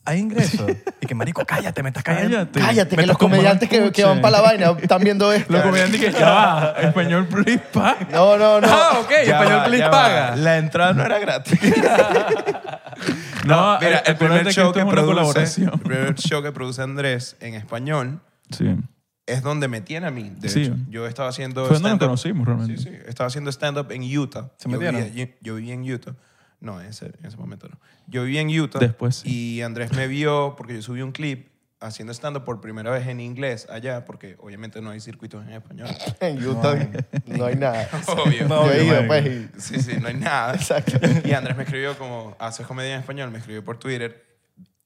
Speaker 1: Hay ingresos. Y que, marico, cállate, me estás cayendo.
Speaker 4: Cállate.
Speaker 2: Cállate,
Speaker 1: Me
Speaker 2: que los
Speaker 1: tocó,
Speaker 2: comediantes
Speaker 4: no
Speaker 2: que, que van
Speaker 4: escuchen.
Speaker 2: para la vaina están viendo esto.
Speaker 4: Lo comediante que ya va. Español, please, pa.
Speaker 2: No, no, no.
Speaker 1: Ah, ok.
Speaker 3: Ya
Speaker 1: Español
Speaker 3: va,
Speaker 1: Please
Speaker 3: ya
Speaker 1: paga.
Speaker 3: va. La entrada no era gratis.
Speaker 4: No,
Speaker 3: Mira,
Speaker 4: eh,
Speaker 3: el
Speaker 4: acuérdate
Speaker 3: primer
Speaker 4: que
Speaker 3: show
Speaker 4: esto
Speaker 3: que,
Speaker 4: es una
Speaker 3: produce, el
Speaker 4: colaboración.
Speaker 3: primer show que produce Andrés en español
Speaker 4: Sí.
Speaker 3: es donde me tiene a mí. De
Speaker 4: Sí.
Speaker 3: hecho, yo estaba haciendo
Speaker 4: Fue donde nos
Speaker 3: stand-up.
Speaker 4: conocimos realmente.
Speaker 3: Sí, sí. Estaba haciendo stand-up en Utah.
Speaker 1: ¿Se
Speaker 3: yo
Speaker 1: metieron?
Speaker 3: vivía- yo- yo vivía en Utah. No, en ese, en ese momento no. Yo vivía en Utah.
Speaker 4: Después, sí.
Speaker 3: Y Andrés me vio porque yo subí un clip haciendo stand-up por primera vez en inglés allá, porque obviamente no hay circuitos en español.
Speaker 2: En Utah no hay nada.
Speaker 3: Obvio.
Speaker 1: No,
Speaker 2: Yo he ido,
Speaker 1: marico.
Speaker 2: pues, y-
Speaker 3: Sí, sí, no hay nada.
Speaker 2: Exacto.
Speaker 3: Y Andrés me escribió como, haces comedia en español, me escribió por Twitter.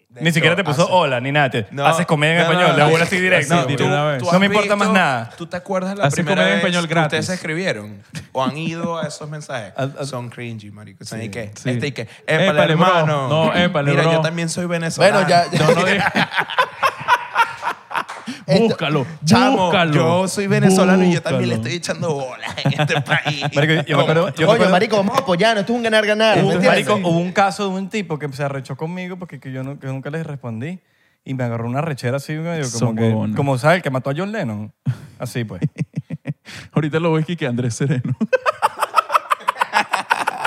Speaker 3: De
Speaker 1: Ni
Speaker 3: hecho,
Speaker 1: siquiera te puso
Speaker 3: hace-
Speaker 1: hola, ni nada. te-
Speaker 3: No,
Speaker 1: haces comedia en
Speaker 3: no, no,
Speaker 1: español.
Speaker 3: no,
Speaker 1: la
Speaker 3: no,
Speaker 1: bola así
Speaker 3: sí,
Speaker 1: directa.
Speaker 4: no,
Speaker 1: Tú-
Speaker 4: de una vez.
Speaker 1: tú
Speaker 3: has
Speaker 1: no me importa
Speaker 3: visto-
Speaker 1: más nada.
Speaker 3: ¿Tú te acuerdas la
Speaker 4: Hace
Speaker 3: primera
Speaker 4: comedia en
Speaker 3: vez
Speaker 4: español
Speaker 3: que
Speaker 4: gratis.
Speaker 3: ustedes se escribieron? ¿O han ido a esos mensajes?
Speaker 1: Al- al-
Speaker 3: Son cringy, marico. ¿Saben qué?
Speaker 4: sí.
Speaker 3: Este y qué.
Speaker 4: Épale,
Speaker 3: Épale,
Speaker 4: bro.
Speaker 3: hermano.
Speaker 4: No, épale,
Speaker 3: Mira,
Speaker 4: bro.
Speaker 3: yo también soy venezolano.
Speaker 2: Bueno, ya. ya-
Speaker 4: No, no digas.
Speaker 2: Esto-
Speaker 4: Búscalo.
Speaker 3: Chamo,
Speaker 4: búscalo.
Speaker 3: yo soy venezolano y yo también le
Speaker 4: Búscalo.
Speaker 3: estoy echando bolas en este país.
Speaker 1: Marico, yo- yo me acuerdo- yo me
Speaker 2: Oye,
Speaker 1: acuerdo-
Speaker 2: marico, vamos a apoyarnos. Esto es un ganar-ganar. ¿me
Speaker 1: Hubo,
Speaker 2: entiendes?
Speaker 1: marico, hubo un caso de un tipo que se arrechó conmigo porque que yo, no- que nunca les respondí. Y me agarró una rechera así, medio como
Speaker 4: Son
Speaker 1: que,
Speaker 4: huevones.
Speaker 1: como sabes, el que mató a John Lennon. Así pues.
Speaker 4: Ahorita lo ves que Andrés Sereno.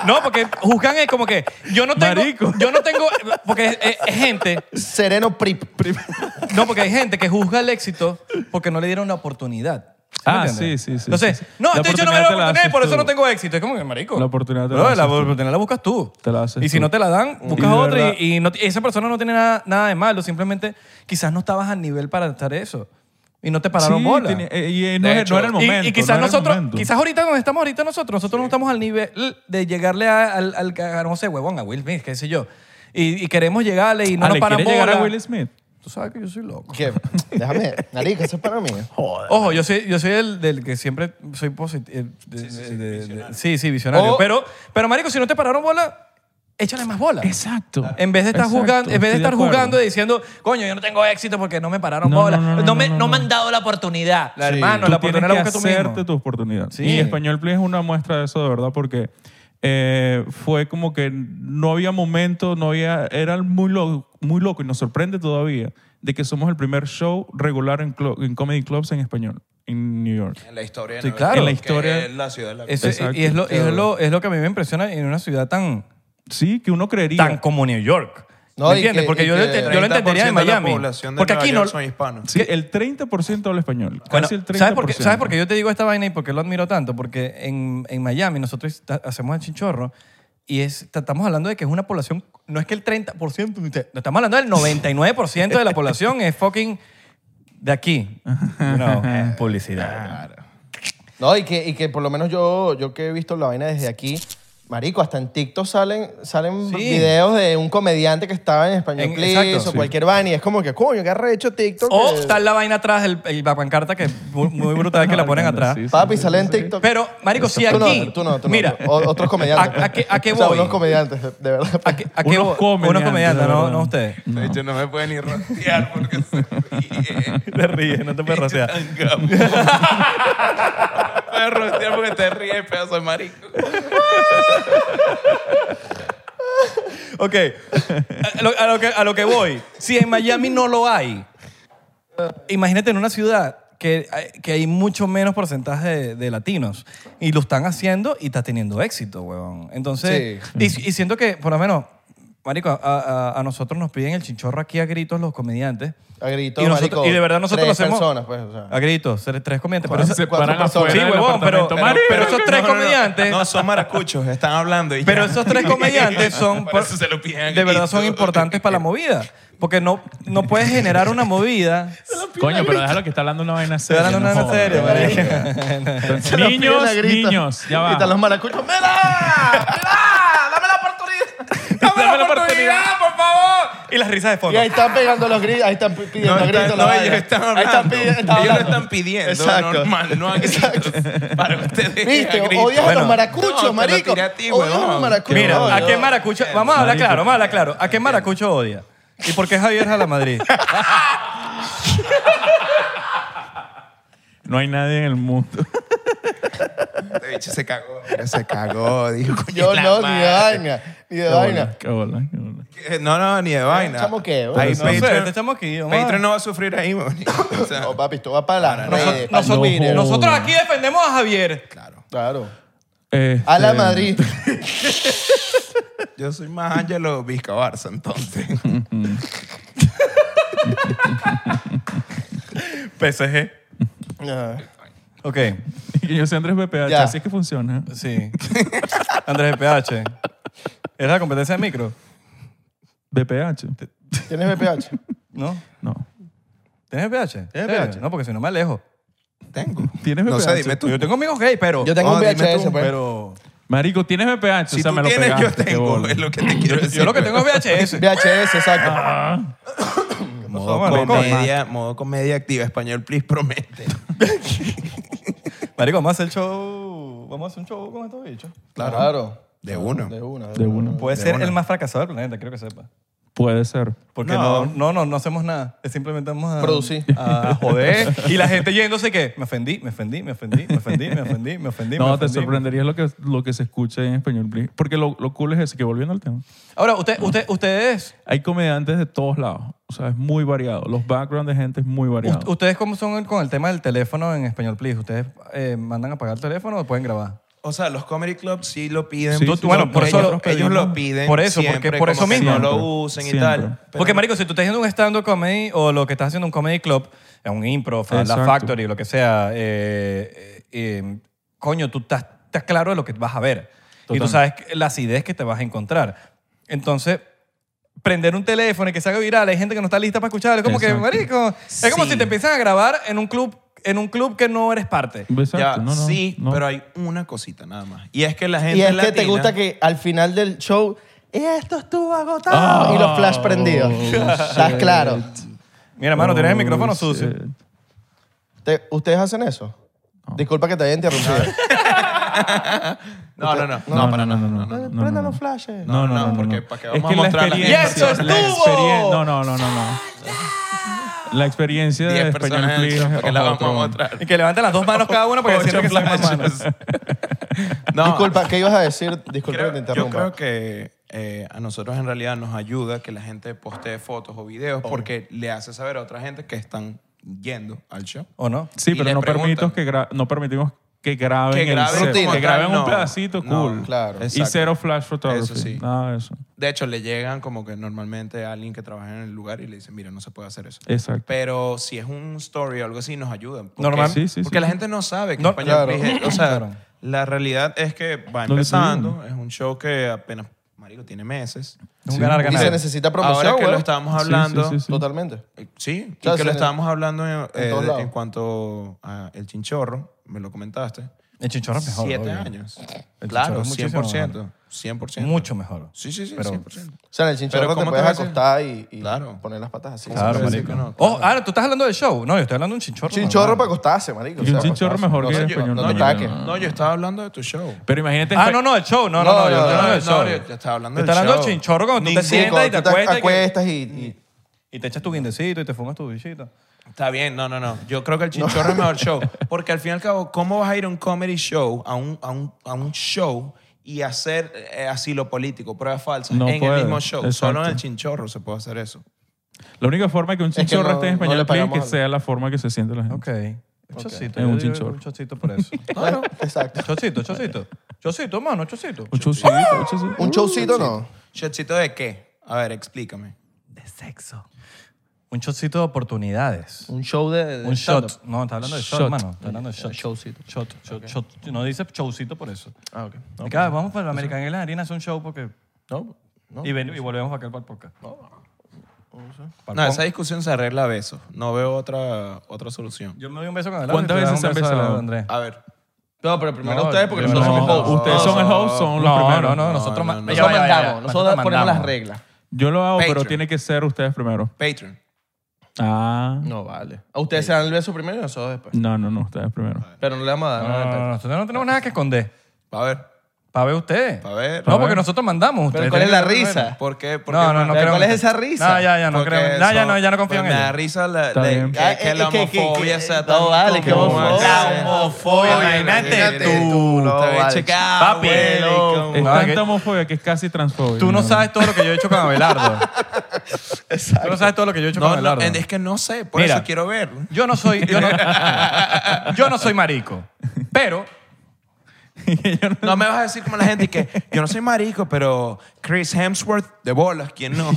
Speaker 1: No, porque juzgan es como que yo no tengo.
Speaker 4: Marico.
Speaker 1: Yo no tengo. Porque es- es- es gente
Speaker 2: Sereno Prip.
Speaker 1: No, porque hay gente que juzga el éxito porque no le dieron la oportunidad. ¿Sí me
Speaker 4: Ah,
Speaker 1: entiendes?
Speaker 4: sí, sí, sí,
Speaker 1: Entonces,
Speaker 4: sí, sí.
Speaker 1: no,
Speaker 4: La
Speaker 1: este hecho no me da la
Speaker 4: oportunidad te la
Speaker 1: oportunidad y
Speaker 4: haces
Speaker 1: por eso
Speaker 4: tú.
Speaker 1: no tengo éxito. Es como que, marico.
Speaker 4: La oportunidad te la
Speaker 1: Bro,
Speaker 4: haces
Speaker 1: la
Speaker 4: tú.
Speaker 1: oportunidad la buscas tú.
Speaker 4: Te la haces
Speaker 1: Y si
Speaker 4: tú.
Speaker 1: no te la dan,
Speaker 4: Y
Speaker 1: buscas
Speaker 4: de
Speaker 1: otra
Speaker 4: verdad-
Speaker 1: y, y no- y esa persona no tiene nada, nada de malo. Simplemente quizás no estabas al nivel para estar eso. Y no te pararon
Speaker 4: Sí,
Speaker 1: bola.
Speaker 4: tenía- eh, y eh, no,
Speaker 3: De
Speaker 4: era-
Speaker 3: hecho,
Speaker 4: no era el
Speaker 1: Y-
Speaker 4: momento.
Speaker 1: y, quizás
Speaker 4: no era el
Speaker 1: nosotros,
Speaker 4: momento.
Speaker 1: quizás ahorita donde estamos ahorita nosotros, nosotros no estamos al nivel de llegarle a- al, al, a- no sé, huevón, a Will Smith, qué sé yo. Y, y queremos llegarle y no
Speaker 4: Ale,
Speaker 1: nos paran
Speaker 4: Ah, ¿quiere llegar a
Speaker 1: bola.
Speaker 4: Will Smith?
Speaker 1: Tú sabes que yo soy loco.
Speaker 2: ¿Qué? Déjame. Marico, eso es para mí.
Speaker 1: Ojo, yo soy, yo soy el del que siempre soy eh, positivo. Sí, sí, visionario.
Speaker 2: O-
Speaker 1: pero, pero, marico, si no te pararon bola, échale más bola.
Speaker 4: Exacto.
Speaker 1: En vez de estar
Speaker 4: Exacto,
Speaker 1: jugando, en vez de
Speaker 4: estoy
Speaker 1: estar
Speaker 4: acuerdo.
Speaker 1: jugando y diciendo, coño, yo no tengo éxito porque no me pararon
Speaker 4: No,
Speaker 1: bola,
Speaker 4: no,
Speaker 1: no,
Speaker 4: no, no,
Speaker 1: me,
Speaker 4: no,
Speaker 1: no
Speaker 4: no.
Speaker 1: me han dado la oportunidad. La
Speaker 4: Tú
Speaker 1: hermano, la
Speaker 4: tienes
Speaker 1: oportunidad la
Speaker 4: que
Speaker 1: buscas tú mismo.
Speaker 4: hacerte tu oportunidad.
Speaker 1: Sí.
Speaker 4: Y Español Play es una muestra de eso de verdad porque eh, fue como que no había momento, no había, era muy loco, muy loco y nos sorprende todavía de que somos el primer show regular en, clo- en comedy clubs en español en New York.
Speaker 3: En la historia. de
Speaker 1: Sí,
Speaker 3: Nueva
Speaker 1: claro.
Speaker 3: York,
Speaker 1: En la
Speaker 3: que
Speaker 4: historia-
Speaker 3: es la ciudad de la
Speaker 1: Eso-
Speaker 4: Exacto.
Speaker 1: y es lo, y es, lo, es lo que a mí me impresiona en una ciudad tan,
Speaker 4: Sí, que uno creería.
Speaker 1: tan como New York.
Speaker 2: No,
Speaker 1: ¿Me
Speaker 2: y
Speaker 1: entiendes?
Speaker 2: que-
Speaker 1: Porque
Speaker 2: y
Speaker 1: yo,
Speaker 2: que
Speaker 1: lo ent- yo lo
Speaker 3: 30%
Speaker 1: entendería en
Speaker 3: de la
Speaker 1: Miami.
Speaker 3: población de
Speaker 1: Porque
Speaker 3: Nueva
Speaker 1: aquí
Speaker 3: York
Speaker 1: no.
Speaker 3: son hispanos.
Speaker 4: Sí, el 30% habla español.
Speaker 1: Bueno,
Speaker 4: casi el 30%.
Speaker 1: ¿sabes por, qué, ¿Sabes por qué yo te digo esta vaina y por qué lo admiro tanto? Porque en, en Miami nosotros ta- hacemos el chinchorro y es, ta- estamos hablando de que es una población, no es que el 30%, ni te- no, estamos hablando del 99% de la población es fucking de aquí. No, publicidad.
Speaker 2: No, y que, y que por lo menos yo, yo que he visto la vaina desde aquí, marico, hasta en TikTok salen, salen
Speaker 1: Sí.
Speaker 2: videos de un comediante que estaba en español
Speaker 1: En-
Speaker 2: Please
Speaker 1: exacto,
Speaker 2: o
Speaker 1: sí.
Speaker 2: cualquier vaina y es como que, coño, qué arrecho TikTok.
Speaker 1: O
Speaker 2: que-
Speaker 1: está la vaina atrás, el, el- la pancarta que es muy, muy brutal que la ponen atrás.
Speaker 4: Sí, sí,
Speaker 2: Papi,
Speaker 4: sí,
Speaker 2: sale en
Speaker 4: sí, sí.
Speaker 2: TikTok.
Speaker 1: Pero, marico, si
Speaker 2: tú
Speaker 1: aquí...
Speaker 2: No, tú no, tú no.
Speaker 1: mira,
Speaker 2: O- otros comediantes.
Speaker 1: ¿A- a qué- a qué
Speaker 2: O sea,
Speaker 1: voy?
Speaker 2: unos comediantes, de verdad.
Speaker 1: ¿a qué, a qué
Speaker 4: Unos
Speaker 1: voy?
Speaker 4: comediantes,
Speaker 1: Unos comediantes,
Speaker 4: de
Speaker 1: no,
Speaker 4: verdad.
Speaker 1: no ustedes.
Speaker 3: De hecho, no me pueden ni rostear porque se ríe.
Speaker 1: Te ríes, no te puedes rocear.
Speaker 3: No me pueden rostear porque te ríes, pedazo de marico.
Speaker 1: Ok, a lo, a lo que, a lo que voy, si en Miami no lo hay, imagínate en una ciudad que, hay- que hay mucho menos porcentaje de, de latinos y lo están haciendo y está teniendo éxito, huevón. Entonces, y, y siento que, por lo menos, marico, a, a- a nosotros nos piden el chinchorro aquí a gritos los comediantes.
Speaker 2: A gritos,
Speaker 1: y, nosotros-
Speaker 2: marico,
Speaker 1: y de verdad nosotros lo
Speaker 2: tres
Speaker 1: hacemos
Speaker 2: personas, pues, o sea.
Speaker 1: a gritos, ser tres comediantes. Pero,
Speaker 4: Cuando
Speaker 1: eso-
Speaker 4: se paran
Speaker 2: personas.
Speaker 4: afuera
Speaker 1: Sí,
Speaker 4: del
Speaker 1: huevón, pero-
Speaker 4: apartamento,
Speaker 1: pero-
Speaker 4: "Marico,
Speaker 1: pero esos tres comediantes-
Speaker 3: No, son maracuchos, están hablando y ya.
Speaker 1: Pero esos tres comediantes son,
Speaker 3: Por eso se lo piden a
Speaker 1: de verdad
Speaker 3: gritos.
Speaker 1: son importantes para la movida, porque no, no puedes generar una movida.
Speaker 4: Coño, pero déjalo que está hablando una vaina
Speaker 1: Estoy
Speaker 4: seria.
Speaker 1: hablando
Speaker 4: no
Speaker 1: una en
Speaker 4: jodas.
Speaker 1: serio, marica.
Speaker 4: Entonces,
Speaker 2: Se lo piden a
Speaker 4: Niños,
Speaker 2: gritos.
Speaker 4: niños, ya
Speaker 2: Y están
Speaker 4: va.
Speaker 2: los maracuchos, ¡Mira!
Speaker 3: ¡Dame la oportunidad! ¡Dame, la oportunidad, por favor!
Speaker 1: Y las risas de
Speaker 2: Y
Speaker 1: fondo.
Speaker 2: ahí están pegando los gritos, ahí están pidiendo
Speaker 3: No,
Speaker 2: gritos.
Speaker 3: están-
Speaker 2: la
Speaker 3: no,
Speaker 2: vaina.
Speaker 3: ellos están
Speaker 2: Ahí están
Speaker 3: hablando.
Speaker 2: pidiendo,
Speaker 3: Ellos lo
Speaker 2: hablando.
Speaker 3: están pidiendo,
Speaker 2: Exacto.
Speaker 3: normal, no a gritos. Para ustedes
Speaker 2: Viste,
Speaker 3: a gritos.
Speaker 2: odias a
Speaker 1: Bueno.
Speaker 2: los maracuchos,
Speaker 3: No, te lo
Speaker 2: marico.
Speaker 3: tiré a ti,
Speaker 2: odias a los
Speaker 3: huevón.
Speaker 2: maracuchos.
Speaker 1: Mira,
Speaker 2: No,
Speaker 1: ¿a
Speaker 2: yo-
Speaker 1: qué maracucho? Vamos a hablar
Speaker 4: Marico.
Speaker 1: claro, vamos a hablar claro. ¿A qué maracucho odia? ¿Y por qué Javier Jalamadrid?
Speaker 4: No hay nadie en el mundo.
Speaker 3: Este bicho se cagó. Se cagó, dijo. coño,
Speaker 2: Yo
Speaker 3: la
Speaker 2: no, ni de
Speaker 3: madre.
Speaker 2: vaina, ni de vaina.
Speaker 4: Qué bola, qué bola.
Speaker 3: Eh, No, no, ni de vaina.
Speaker 2: chamo qué, bro?
Speaker 3: Ahí
Speaker 2: No
Speaker 1: sé,
Speaker 3: Patreon-
Speaker 1: este chamo aquí, vamos a-
Speaker 3: Patreon no va a sufrir ahí, man. O sea,
Speaker 2: No, papi, esto va para las redes,
Speaker 1: Nosotros,
Speaker 2: para
Speaker 1: nosotros-
Speaker 2: Twitter.
Speaker 1: nosotros aquí defendemos a Javier.
Speaker 3: claro.
Speaker 2: Claro.
Speaker 4: Este,
Speaker 2: A la Madrid.
Speaker 3: Yo soy más Ángelo Vizca Barça, entonces.
Speaker 1: PSG.
Speaker 2: Ajá.
Speaker 1: Ok,
Speaker 4: Y yo soy Andrés BPH,
Speaker 2: Ya.
Speaker 4: así es que funciona.
Speaker 1: sí. Andrés PH. ¿Es la competencia de micro?
Speaker 4: BPH.
Speaker 2: ¿Tienes BPH?
Speaker 1: ¿No?
Speaker 4: No.
Speaker 1: ¿Tienes PH?
Speaker 2: ¿Tienes
Speaker 1: ¿Serio?
Speaker 2: VPH?
Speaker 1: No, porque si no me alejo.
Speaker 3: Tengo.
Speaker 4: ¿Tienes
Speaker 3: No sé,
Speaker 4: VPH?
Speaker 3: dime tú.
Speaker 1: Yo tengo amigos gay, pero...
Speaker 2: Yo tengo
Speaker 3: Oh,
Speaker 2: un
Speaker 3: dime
Speaker 2: VHS,
Speaker 3: tú,
Speaker 2: pues.
Speaker 1: Pero...
Speaker 4: Marico, ¿tienes BPH?
Speaker 3: Si
Speaker 4: o sea,
Speaker 3: tú
Speaker 4: me lo
Speaker 3: tienes,
Speaker 4: pegaste,
Speaker 3: yo
Speaker 4: qué
Speaker 3: tengo.
Speaker 4: bola.
Speaker 3: Es lo que te quiero decir.
Speaker 1: Yo lo que tengo es VHS.
Speaker 2: VHS,
Speaker 3: Ah,
Speaker 2: exacto.
Speaker 4: Ah,
Speaker 1: Modo
Speaker 3: Modo comedia, modo comedia activa. Español, please, promete.
Speaker 1: Marico, vamos a hacer el show. Vamos a hacer un show con estos bichos.
Speaker 2: Claro.
Speaker 3: De uno.
Speaker 2: De una.
Speaker 4: De una.
Speaker 1: Puede ser el más fracasado del planeta, quiero que sepa.
Speaker 4: Puede ser.
Speaker 1: Porque
Speaker 3: No.
Speaker 1: no, no, no, no hacemos nada. Es Simplemente vamos a.
Speaker 2: Producir.
Speaker 1: A joder. y la gente yéndose que me ofendí, me ofendí, me ofendí, me ofendí, me ofendí, me ofendí. me
Speaker 4: No, te
Speaker 1: ofendí.
Speaker 4: sorprendería lo que, lo que se escucha en español. please. Porque lo, lo cool es ese, que volviendo al tema,
Speaker 1: Ahora, usted, usted, ustedes.
Speaker 4: hay comediantes de todos lados. O sea, es muy variado. Los backgrounds de gente es muy variado.
Speaker 1: ust- ¿Ustedes cómo son con el tema del teléfono en español, please? ¿Ustedes eh, mandan a pagar el teléfono o pueden grabar?
Speaker 3: O sea, los comedy clubs sí lo piden.
Speaker 4: Sí, Tú- sí, bueno,
Speaker 1: por eso
Speaker 3: ellos,
Speaker 1: lo-
Speaker 3: ellos lo piden.
Speaker 1: por eso, porque-
Speaker 3: siempre,
Speaker 1: por eso
Speaker 3: como que
Speaker 1: mismo.
Speaker 3: No lo
Speaker 4: Siempre.
Speaker 3: usen y
Speaker 4: Siempre.
Speaker 3: tal. Pero-
Speaker 1: Porque, marico, si tú estás haciendo un stand-up comedy o lo que estás haciendo en un comedy club, en un impro, la
Speaker 4: Exacto.
Speaker 1: factory, lo que sea, eh, eh, eh, coño, tú estás, estás claro de lo que vas a ver. Y tú
Speaker 4: Total.
Speaker 1: sabes que- las ideas que te vas a encontrar. Entonces, prender un teléfono y que se haga viral, hay gente que no está lista para escuchar. Es como que,
Speaker 4: Exacto.
Speaker 1: marico, es como
Speaker 3: Sí.
Speaker 1: si te empiezan a grabar en un club, en un club que no eres parte.
Speaker 4: Exacto,
Speaker 3: Ya,
Speaker 4: no, no,
Speaker 3: sí,
Speaker 4: no.
Speaker 3: pero hay una cosita nada más. Y es que la gente
Speaker 2: Y es que
Speaker 3: latina-
Speaker 2: te gusta que al final del show, esto estuvo agotado.
Speaker 4: Ah.
Speaker 2: y los flash prendidos.
Speaker 3: Oh,
Speaker 2: Estás claro.
Speaker 1: Mira, hermano, tienes el
Speaker 4: Oh,
Speaker 1: micrófono
Speaker 4: shit.
Speaker 1: sucio.
Speaker 2: Te- ¿Ustedes hacen eso? Disculpa que te haya interrumpido.
Speaker 3: No, no, no.
Speaker 4: No, no, no, no, no, no, no,
Speaker 2: Prendan
Speaker 4: no.
Speaker 2: los flashes.
Speaker 4: No, no,
Speaker 3: no,
Speaker 4: no, no,
Speaker 3: porque
Speaker 4: no.
Speaker 3: para que
Speaker 4: Es
Speaker 3: vamos a
Speaker 4: la
Speaker 3: mostrarla.
Speaker 4: experiencia-
Speaker 1: ¡Y eso
Speaker 4: la
Speaker 1: estuvo!
Speaker 4: experien- No, no, no, no, no. La experiencia
Speaker 3: Diez
Speaker 4: de español
Speaker 3: personas en el
Speaker 4: please,
Speaker 3: show,
Speaker 4: es
Speaker 3: porque la vamos
Speaker 4: otro.
Speaker 3: a mostrar.
Speaker 1: Y que levanten las dos manos cada uno para decirlo que son más manos.
Speaker 3: machos. No,
Speaker 2: Disculpa, ¿qué ibas a decir? Disculpa
Speaker 3: creo-
Speaker 2: que te
Speaker 3: yo
Speaker 2: interrumpa.
Speaker 3: creo que eh, a nosotros en realidad nos ayuda que la gente postee fotos o videos porque le hace saber a otra gente que están yendo al show.
Speaker 1: ¿O no?
Speaker 4: Sí,
Speaker 3: Y
Speaker 4: pero
Speaker 3: le
Speaker 4: no,
Speaker 3: preguntan.
Speaker 4: permitos que gra- no permitimos que graben
Speaker 3: Que
Speaker 4: el
Speaker 3: graben
Speaker 4: set,
Speaker 2: rutina.
Speaker 4: que graben
Speaker 3: No,
Speaker 4: un pedacito
Speaker 3: no,
Speaker 4: cool.
Speaker 2: claro.
Speaker 4: Y
Speaker 3: Exacto.
Speaker 4: cero flash photography.
Speaker 3: Eso sí.
Speaker 4: Nada de eso.
Speaker 3: De hecho, le llegan como que normalmente a alguien que trabaja en el lugar y le dicen, mira, no se puede hacer eso.
Speaker 4: Exacto.
Speaker 3: Pero si es un story o algo así, nos ayudan. Porque,
Speaker 1: Normal.
Speaker 4: Sí, sí,
Speaker 3: porque
Speaker 4: sí.
Speaker 3: la gente no sabe que
Speaker 1: No,
Speaker 3: en España
Speaker 2: claro.
Speaker 3: rige- O sea,
Speaker 1: Claro.
Speaker 3: la realidad es que va
Speaker 4: No le
Speaker 3: empezando.
Speaker 4: pudieron.
Speaker 3: Es un show que apenas, marico, tiene meses.
Speaker 1: Es un ganar,
Speaker 2: Y se
Speaker 1: ganar.
Speaker 2: necesita promoción,
Speaker 3: Ahora que
Speaker 2: güey.
Speaker 3: lo estábamos
Speaker 4: Sí,
Speaker 3: hablando,
Speaker 4: sí, sí, sí.
Speaker 2: Totalmente.
Speaker 3: eh, Sí, y
Speaker 2: Claro,
Speaker 3: que
Speaker 2: sí,
Speaker 3: lo
Speaker 2: en-
Speaker 3: estábamos hablando en, eh,
Speaker 2: todos
Speaker 3: de-
Speaker 2: lados.
Speaker 3: en cuanto a el chinchorro, me lo comentaste.
Speaker 1: El chinchorro es mejor.
Speaker 3: Siete
Speaker 1: obvio.
Speaker 3: años.
Speaker 1: El chinchorro
Speaker 3: Claro,
Speaker 1: es muchísimo
Speaker 3: 100%. 100%.
Speaker 1: Mucho mejor.
Speaker 3: Sí, sí, sí,
Speaker 1: Pero-
Speaker 3: 100%.
Speaker 2: O sea, en el chinchorro te
Speaker 3: ¿cómo te
Speaker 2: puedes
Speaker 3: vas a hacer?
Speaker 2: acostar y, y
Speaker 3: Claro.
Speaker 2: poner las patas así.
Speaker 1: Claro,
Speaker 3: Sí, sí,
Speaker 1: marico.
Speaker 3: que no,
Speaker 1: Oh, ah, tú estás hablando del show. No, yo estoy hablando de un chinchorro.
Speaker 2: Chinchorro para
Speaker 1: normal.
Speaker 2: acostarse, marico.
Speaker 4: Y un chinchorro mejor
Speaker 3: No,
Speaker 4: que
Speaker 3: yo-
Speaker 4: el español.
Speaker 3: no,
Speaker 2: te
Speaker 3: yo-
Speaker 2: ataques.
Speaker 3: no, yo estaba hablando de tu show.
Speaker 4: Pero imagínate.
Speaker 1: Ah, no, no, el show. No, no,
Speaker 2: No,
Speaker 1: no. Yo
Speaker 2: no,
Speaker 1: estoy hablando
Speaker 3: no,
Speaker 1: del
Speaker 3: no,
Speaker 1: show.
Speaker 3: yo- yo estaba hablando
Speaker 1: Yo
Speaker 3: del
Speaker 1: estoy hablando
Speaker 3: show.
Speaker 1: del chinchorro cuando tú te
Speaker 3: Ningún-
Speaker 2: Sí,
Speaker 1: sientas y te
Speaker 2: cuando tú te
Speaker 1: acuestas. y que-
Speaker 2: acuestas y- y...
Speaker 1: Y te echas tu guindecito y te fumas tu bichito.
Speaker 3: Está bien, no, no, no. Yo creo que el chinchorro es mejor show. Porque al fin y al cabo, ¿cómo vas a ir a un comedy show, a un, a un, a un show y hacer eh, asilo político, pruebas falsas
Speaker 4: No
Speaker 3: en el
Speaker 4: puede,
Speaker 3: mismo show? Solo en
Speaker 4: exacto.
Speaker 3: el chinchorro se puede hacer eso.
Speaker 4: La única forma que un
Speaker 2: que
Speaker 4: chinchorro
Speaker 2: no-
Speaker 4: esté en
Speaker 2: no le
Speaker 4: español es
Speaker 2: pagamos
Speaker 4: que
Speaker 2: al-
Speaker 4: sea la forma que se siente la gente.
Speaker 1: Ok. Un chocito.
Speaker 4: Es
Speaker 1: yo
Speaker 4: un
Speaker 1: digo
Speaker 4: chinchorro.
Speaker 1: Un chocito por eso.
Speaker 2: Claro. Exacto.
Speaker 1: chocito, chocito. Chocito, mano, chocito.
Speaker 4: Un chocito, un chocito.
Speaker 2: Un showcito no.
Speaker 3: ¿Shotcito de qué? A ver, explícame.
Speaker 1: De sexo. Un chocito de oportunidades.
Speaker 2: Uh, Un show de...
Speaker 1: Un shot. No, está hablando de shot,
Speaker 4: Shot.
Speaker 1: mano. Está hablando de shot.
Speaker 2: showcito.
Speaker 1: Shot, shot, shot. No dice showcito por eso.
Speaker 2: Ah, ok.
Speaker 1: Y cada vez vamos para el American Airlines Arena, es un show porque...
Speaker 2: No, no.
Speaker 1: Y, ven- y volvemos acá para el podcast. Para el
Speaker 3: No,
Speaker 1: podcast.
Speaker 3: esa discusión se arregla a besos. No veo otra, otra solución.
Speaker 1: Yo me doy un beso con el
Speaker 4: ¿Cuántas veces se han besado?
Speaker 1: Andrés?
Speaker 3: A ver.
Speaker 2: No, pero primero
Speaker 1: No,
Speaker 2: ustedes porque
Speaker 1: yo
Speaker 2: nosotros
Speaker 1: no.
Speaker 2: somos hosts.
Speaker 4: Ustedes son el host, son los
Speaker 1: No,
Speaker 4: primeros.
Speaker 1: no, no, nosotros
Speaker 3: no,
Speaker 1: ma-
Speaker 3: no.
Speaker 1: ya va, ya va, ya va.
Speaker 2: Nosotros ponemos las
Speaker 1: mandamos.
Speaker 2: reglas.
Speaker 4: Yo lo hago, pero
Speaker 3: Patreon.
Speaker 4: tiene que ser ustedes primero.
Speaker 3: Patreon.
Speaker 4: Ah.
Speaker 2: No vale. A ustedes se dan el beso primero y nosotros después.
Speaker 4: No, no, no, ustedes primero.
Speaker 2: Pero no le vamos a dar
Speaker 1: No,
Speaker 2: nada de
Speaker 1: no, no,
Speaker 2: detalle.
Speaker 1: nosotros no tenemos nada que esconder.
Speaker 3: A ver.
Speaker 1: Para ver ustedes.
Speaker 3: Pa' ver.
Speaker 1: No,
Speaker 3: Pa'
Speaker 1: porque
Speaker 4: ver.
Speaker 1: nosotros mandamos. ustedes
Speaker 2: Pero ¿cuál es la
Speaker 1: tienen que ver.
Speaker 2: risa?
Speaker 3: ¿Por qué? ¿Por
Speaker 1: No,
Speaker 3: qué
Speaker 1: no, no
Speaker 2: ¿Pero
Speaker 1: creo.
Speaker 2: cuál es esa risa?
Speaker 1: No, ya, ya, no
Speaker 3: Porque
Speaker 1: creo. No, ya, no, ya no confío en
Speaker 3: pues, Me da
Speaker 1: ellos.
Speaker 3: risa la,
Speaker 4: Está
Speaker 3: la-
Speaker 4: bien.
Speaker 3: que, que la
Speaker 2: Que- que- que-
Speaker 3: homofobia sea
Speaker 2: no
Speaker 3: tan...
Speaker 2: vale, que
Speaker 3: como-
Speaker 2: homofobia.
Speaker 3: La
Speaker 1: homofobia, imagínate tú.
Speaker 2: No
Speaker 3: Te ve
Speaker 2: vale.
Speaker 3: checado,
Speaker 1: Papi.
Speaker 3: güey, como-
Speaker 4: Es
Speaker 1: No,
Speaker 4: tanta
Speaker 1: que-
Speaker 4: homofobia que es casi transfobia.
Speaker 1: Tú no sabes todo lo que yo he hecho con Abelardo. Tú no sabes todo lo que yo he hecho con
Speaker 3: No, no,
Speaker 1: Abelardo.
Speaker 3: es que no sé, por
Speaker 1: Mira.
Speaker 3: eso quiero verlo.
Speaker 1: Yo no soy... Yo no, yo no soy marico. Pero...
Speaker 3: No me vas a decir como la gente que yo no soy marico, pero Chris Hemsworth de bolas, ¿quién no?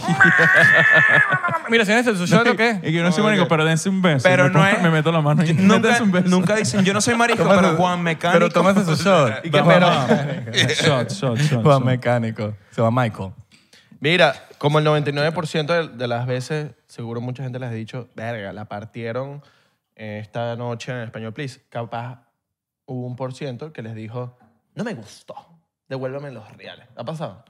Speaker 1: Mira, si en este show
Speaker 4: No,
Speaker 1: o qué?
Speaker 4: Y que yo no soy marico, pero dense un beso.
Speaker 3: Pero
Speaker 4: Me
Speaker 3: no
Speaker 4: pongo-
Speaker 3: es.
Speaker 4: Me meto la mano y
Speaker 3: nunca,
Speaker 4: dense un beso.
Speaker 3: nunca dicen yo no soy marico, pero Juan Mecánico.
Speaker 1: Pero tómate su shot.
Speaker 4: que
Speaker 1: Vamos,
Speaker 4: pero-
Speaker 1: vamos.
Speaker 4: Shot, shot, shot.
Speaker 1: Juan
Speaker 4: shot.
Speaker 1: Mecánico. Se va Michael.
Speaker 2: Mira, como el 99% de, de las veces, seguro mucha gente les ha dicho, verga, la partieron eh, esta noche en el español, please. Capaz hubo un por ciento que les dijo, no me gustó, devuélveme los reales. ¿Ha pasado?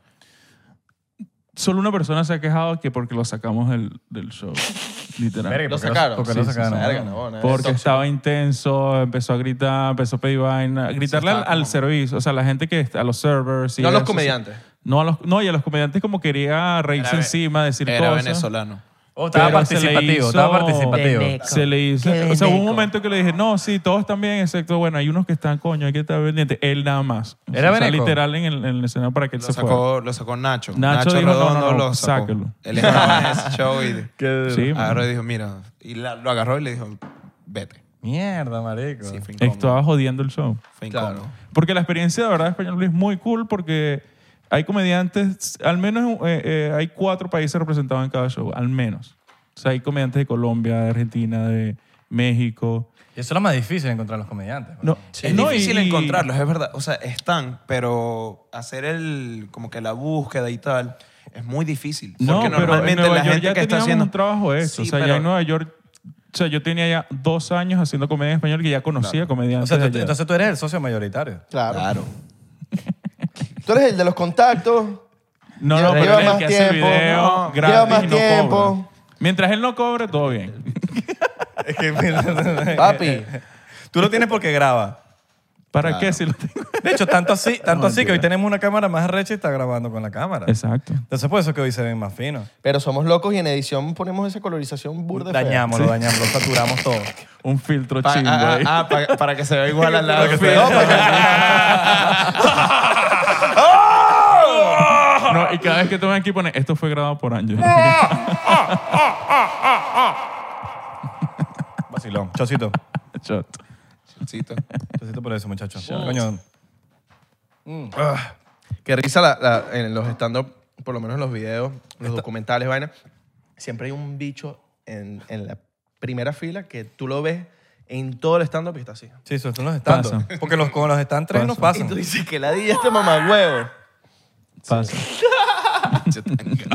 Speaker 4: Solo una persona se ha quejado que porque lo sacamos del, del show. Literal.
Speaker 2: Lo
Speaker 1: porque lo-
Speaker 2: sacaron.
Speaker 1: porque lo sacaron.
Speaker 2: Verga, no, nada,
Speaker 4: Porque
Speaker 2: tóxico.
Speaker 4: estaba intenso, empezó a gritar, empezó a pedir vaina. Gritarle al,
Speaker 3: estaba
Speaker 4: al
Speaker 3: como-
Speaker 4: servicio, o sea, a la gente que está, a los servers. y
Speaker 2: No a los
Speaker 4: eso,
Speaker 2: comediantes.
Speaker 4: sí. No, a los, no, y a los comediantes como quería reírse
Speaker 3: ve-
Speaker 4: encima, decir
Speaker 3: Era
Speaker 4: cosas.
Speaker 3: venezolano.
Speaker 1: Oh, estaba
Speaker 4: Pero se le
Speaker 1: participativo.
Speaker 4: hizo-
Speaker 1: Estaba participativo.
Speaker 4: Se le hizo. O sea, hubo un momento que le dije, no, sí, todos están bien, excepto, bueno, hay unos que están, coño, hay que estar pendiente. Él nada más. O
Speaker 1: ¿Era
Speaker 4: sea,
Speaker 1: veneco?
Speaker 4: literal en el, en el escenario para que él
Speaker 3: Lo
Speaker 4: se fuera.
Speaker 3: sacó, lo sacó Nacho.
Speaker 4: Nacho dijo, no,
Speaker 3: Redondo
Speaker 4: no, no,
Speaker 3: lo sacó.
Speaker 4: sáquelo.
Speaker 3: Él estaba en ese show y
Speaker 4: Sí, man.
Speaker 3: agarró y dijo, mira. Y la- lo agarró y le dijo, vete.
Speaker 1: Mierda, marico.
Speaker 3: Sí, fue incómodo.
Speaker 4: estaba jodiendo el show.
Speaker 3: Fue incómodo.
Speaker 4: Porque la experiencia de verdad de español es muy cool porque hay comediantes, al menos eh, eh, hay cuatro países representados en cada show, al menos. O sea, hay comediantes de Colombia, de Argentina, de México.
Speaker 1: Y eso es lo más difícil encontrar los comediantes.
Speaker 4: No,
Speaker 3: Es
Speaker 4: no,
Speaker 3: difícil
Speaker 4: y-
Speaker 3: encontrarlos, es verdad. O sea, están, pero hacer el como que la búsqueda y tal es muy difícil.
Speaker 4: No,
Speaker 3: porque
Speaker 4: pero en
Speaker 3: normalmente
Speaker 4: Nueva
Speaker 3: la
Speaker 4: York
Speaker 3: gente
Speaker 4: ya
Speaker 3: que está
Speaker 4: teníamos
Speaker 3: haciendo
Speaker 4: un trabajo hecho.
Speaker 3: Sí,
Speaker 4: o sea, ya
Speaker 3: pero-
Speaker 4: en Nueva York, o sea, yo tenía ya dos años haciendo comedia en español que ya conocía
Speaker 1: O
Speaker 4: comediantes.
Speaker 1: sea,
Speaker 4: de
Speaker 1: tú-
Speaker 4: allá.
Speaker 1: entonces tú eres el socio mayoritario.
Speaker 2: Claro.
Speaker 3: Claro.
Speaker 2: Tú eres el de los contactos.
Speaker 4: no,
Speaker 2: lleva-
Speaker 4: no, pero
Speaker 2: lleva
Speaker 4: él es el
Speaker 2: más
Speaker 4: que hace
Speaker 2: tiempo,
Speaker 4: video
Speaker 2: no,
Speaker 4: gratis
Speaker 2: lleva más
Speaker 4: y no
Speaker 2: tiempo.
Speaker 4: cobra. Mientras él no cobre, todo bien.
Speaker 1: Es que-
Speaker 2: Papi.
Speaker 1: Tú lo tienes porque graba.
Speaker 4: ¿Para qué si lo tengo?
Speaker 1: De hecho, tanto así, tanto así que hoy tenemos una cámara más recha y está grabando con la cámara.
Speaker 4: Exacto.
Speaker 1: Entonces, por eso que hoy se ven más finos.
Speaker 2: Pero somos locos y en edición ponemos esa colorización burda. fea.
Speaker 1: Dañamos, lo dañamos, lo saturamos todo.
Speaker 4: Un filtro
Speaker 3: Pa-
Speaker 4: chingo
Speaker 3: ah,
Speaker 4: ahí.
Speaker 3: ah, ah, para, para que se vea igual al lado.
Speaker 2: No, porque-
Speaker 4: No, y cada vez que toman aquí pone, esto fue grabado por Ángel.
Speaker 3: Eh.
Speaker 1: Vacilón. Chocito.
Speaker 4: Shot.
Speaker 3: Chocito.
Speaker 1: Chocito por eso, muchachos. Coño.
Speaker 2: Qué risa la- la- en los stand-up por lo menos los videos, los documentales, vaina, siempre hay un bicho en, en la primera fila que tú lo ves en todo el stand-up y está así.
Speaker 1: Sí, son son los stand
Speaker 4: Pasa.
Speaker 1: Porque los, con los stand tres no
Speaker 4: Pasa.
Speaker 1: pasan.
Speaker 2: Y tú dices que la di este mamagüevo.
Speaker 4: Pasa.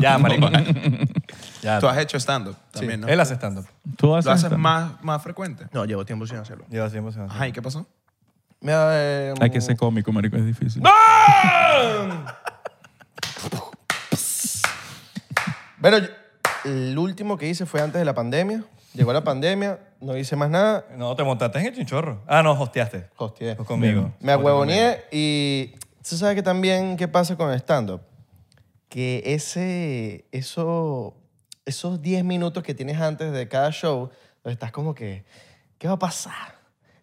Speaker 1: Ya, marico. ya.
Speaker 3: Tú has hecho stand-up también, ¿no?
Speaker 1: Él hace stand-up.
Speaker 4: Tú
Speaker 3: ¿Lo haces
Speaker 4: stand-up?
Speaker 3: más, más frecuente?
Speaker 2: No, llevo tiempo sin hacerlo.
Speaker 1: Lleva siempre haciendo
Speaker 3: Ajá, ¿y qué pasó?
Speaker 2: Mira, eh,
Speaker 4: Hay que ser cómico, marico, es difícil.
Speaker 2: Bueno, yo- el último que hice fue antes de la pandemia. Llegó la pandemia, no hice más nada.
Speaker 1: stand-up. No, te montaste en el chinchorro. Ah, no, hosteaste.
Speaker 2: Hostié.
Speaker 1: Fue conmigo.
Speaker 2: Me ahuevoneé y tú sabes que también qué pasa con el stand-up. Que ese, eso, esos 10 minutos que tienes antes de cada show, donde estás como que, ¿qué va a pasar?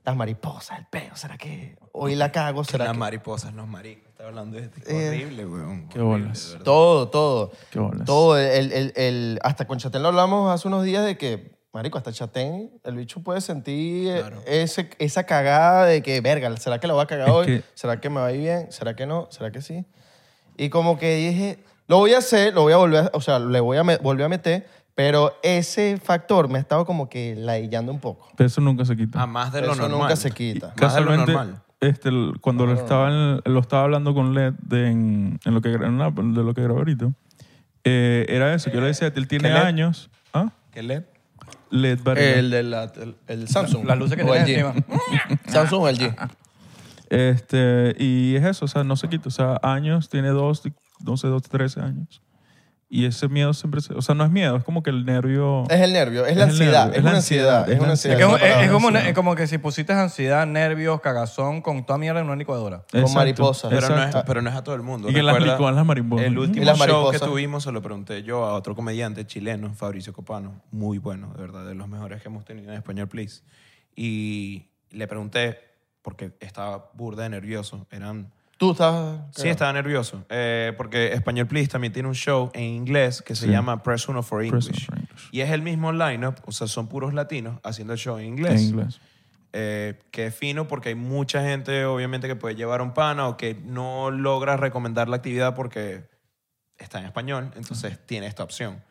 Speaker 2: Las mariposas, el peo, ¿será que hoy la cago? ¿Será
Speaker 3: Las
Speaker 2: que...?
Speaker 3: mariposas, los maricos. Estaba hablando de este.
Speaker 2: Eh,
Speaker 3: horrible, weón.
Speaker 4: qué
Speaker 3: horrible,
Speaker 4: bolas.
Speaker 3: de verdad.
Speaker 2: Todo, todo.
Speaker 4: Qué bolas.
Speaker 2: Todo. El, el- el- hasta con Chatén lo hablamos hace unos días de que, marico, hasta Chatén, el bicho puede sentir eh, ese- esa cagada de que, verga, ¿será que la voy a cagar
Speaker 4: Es
Speaker 2: hoy?
Speaker 4: que-
Speaker 2: ¿Será que me va a ir bien? ¿Será que no? ¿Será que sí? Y como que dije, lo voy a hacer, lo voy a volver, a- o sea, le voy a me- volver a meter, pero ese factor me ha estado como que ladillando un poco.
Speaker 4: Pero eso nunca se quita.
Speaker 3: Ah, más de lo
Speaker 2: Eso
Speaker 3: normal.
Speaker 2: nunca se quita.
Speaker 3: Más de lo
Speaker 4: Casualmente,
Speaker 3: normal. Ah.
Speaker 4: este, el- cuando lo, estaba en- lo estaba hablando con Led de, en, en lo que, gra- en una- de lo que grabé ahorita, eh, era eso. que Yo le decía, él tiene
Speaker 3: ¿Qué Led?
Speaker 4: años. ¿Ah?
Speaker 3: ¿Qué LED?
Speaker 4: Led Varela.
Speaker 2: El, de la- el, el Samsung.
Speaker 1: Las luces que
Speaker 2: o el
Speaker 1: tenía
Speaker 2: G.
Speaker 1: encima.
Speaker 2: Samsung o el G.
Speaker 4: Este, y es eso, o sea, no se quita. O sea, años, tiene dos, 12, 12, 13 años. Y ese miedo siempre se- O sea, no es miedo, es como que el nervio.
Speaker 2: Es el nervio, es,
Speaker 4: Es
Speaker 2: la
Speaker 4: el
Speaker 2: ansiedad,
Speaker 4: nervio,
Speaker 2: es, una ansiedad, es una
Speaker 1: Es,
Speaker 2: ansiedad.
Speaker 1: que es-
Speaker 2: una
Speaker 1: es- es
Speaker 2: palabra.
Speaker 1: como, una- es como que si pusiste ansiedad, nervios, cagazón, con toda mierda en una licuadora.
Speaker 2: con mariposas.
Speaker 3: Pero no, es,
Speaker 4: exacto.
Speaker 3: pero no es a todo el mundo.
Speaker 4: Y que las
Speaker 3: Recuerda,
Speaker 4: licuan las mariposas.
Speaker 3: El
Speaker 4: ¿no?
Speaker 3: último
Speaker 2: Y las
Speaker 3: show que
Speaker 2: mariposas.
Speaker 3: tuvimos se lo pregunté yo a otro comediante chileno, Fabricio Copano, muy bueno, de verdad, de los mejores que hemos tenido en Español Please. Y le pregunté, porque estaba burda de nervioso, eran...
Speaker 2: Tú estás...
Speaker 3: Sí, estaba nervioso, eh, porque Español Please también tiene un show en inglés que se llama Press Uno for
Speaker 4: Press
Speaker 3: English.
Speaker 4: Uno for English.
Speaker 3: Y es el mismo lineup, o sea, son puros latinos haciendo el show en
Speaker 4: En
Speaker 3: inglés.
Speaker 4: inglés.
Speaker 3: Eh, que es fino porque hay mucha gente, obviamente, que puede llevar un pana o que no logra recomendar la actividad porque está en español, entonces tiene esta opción.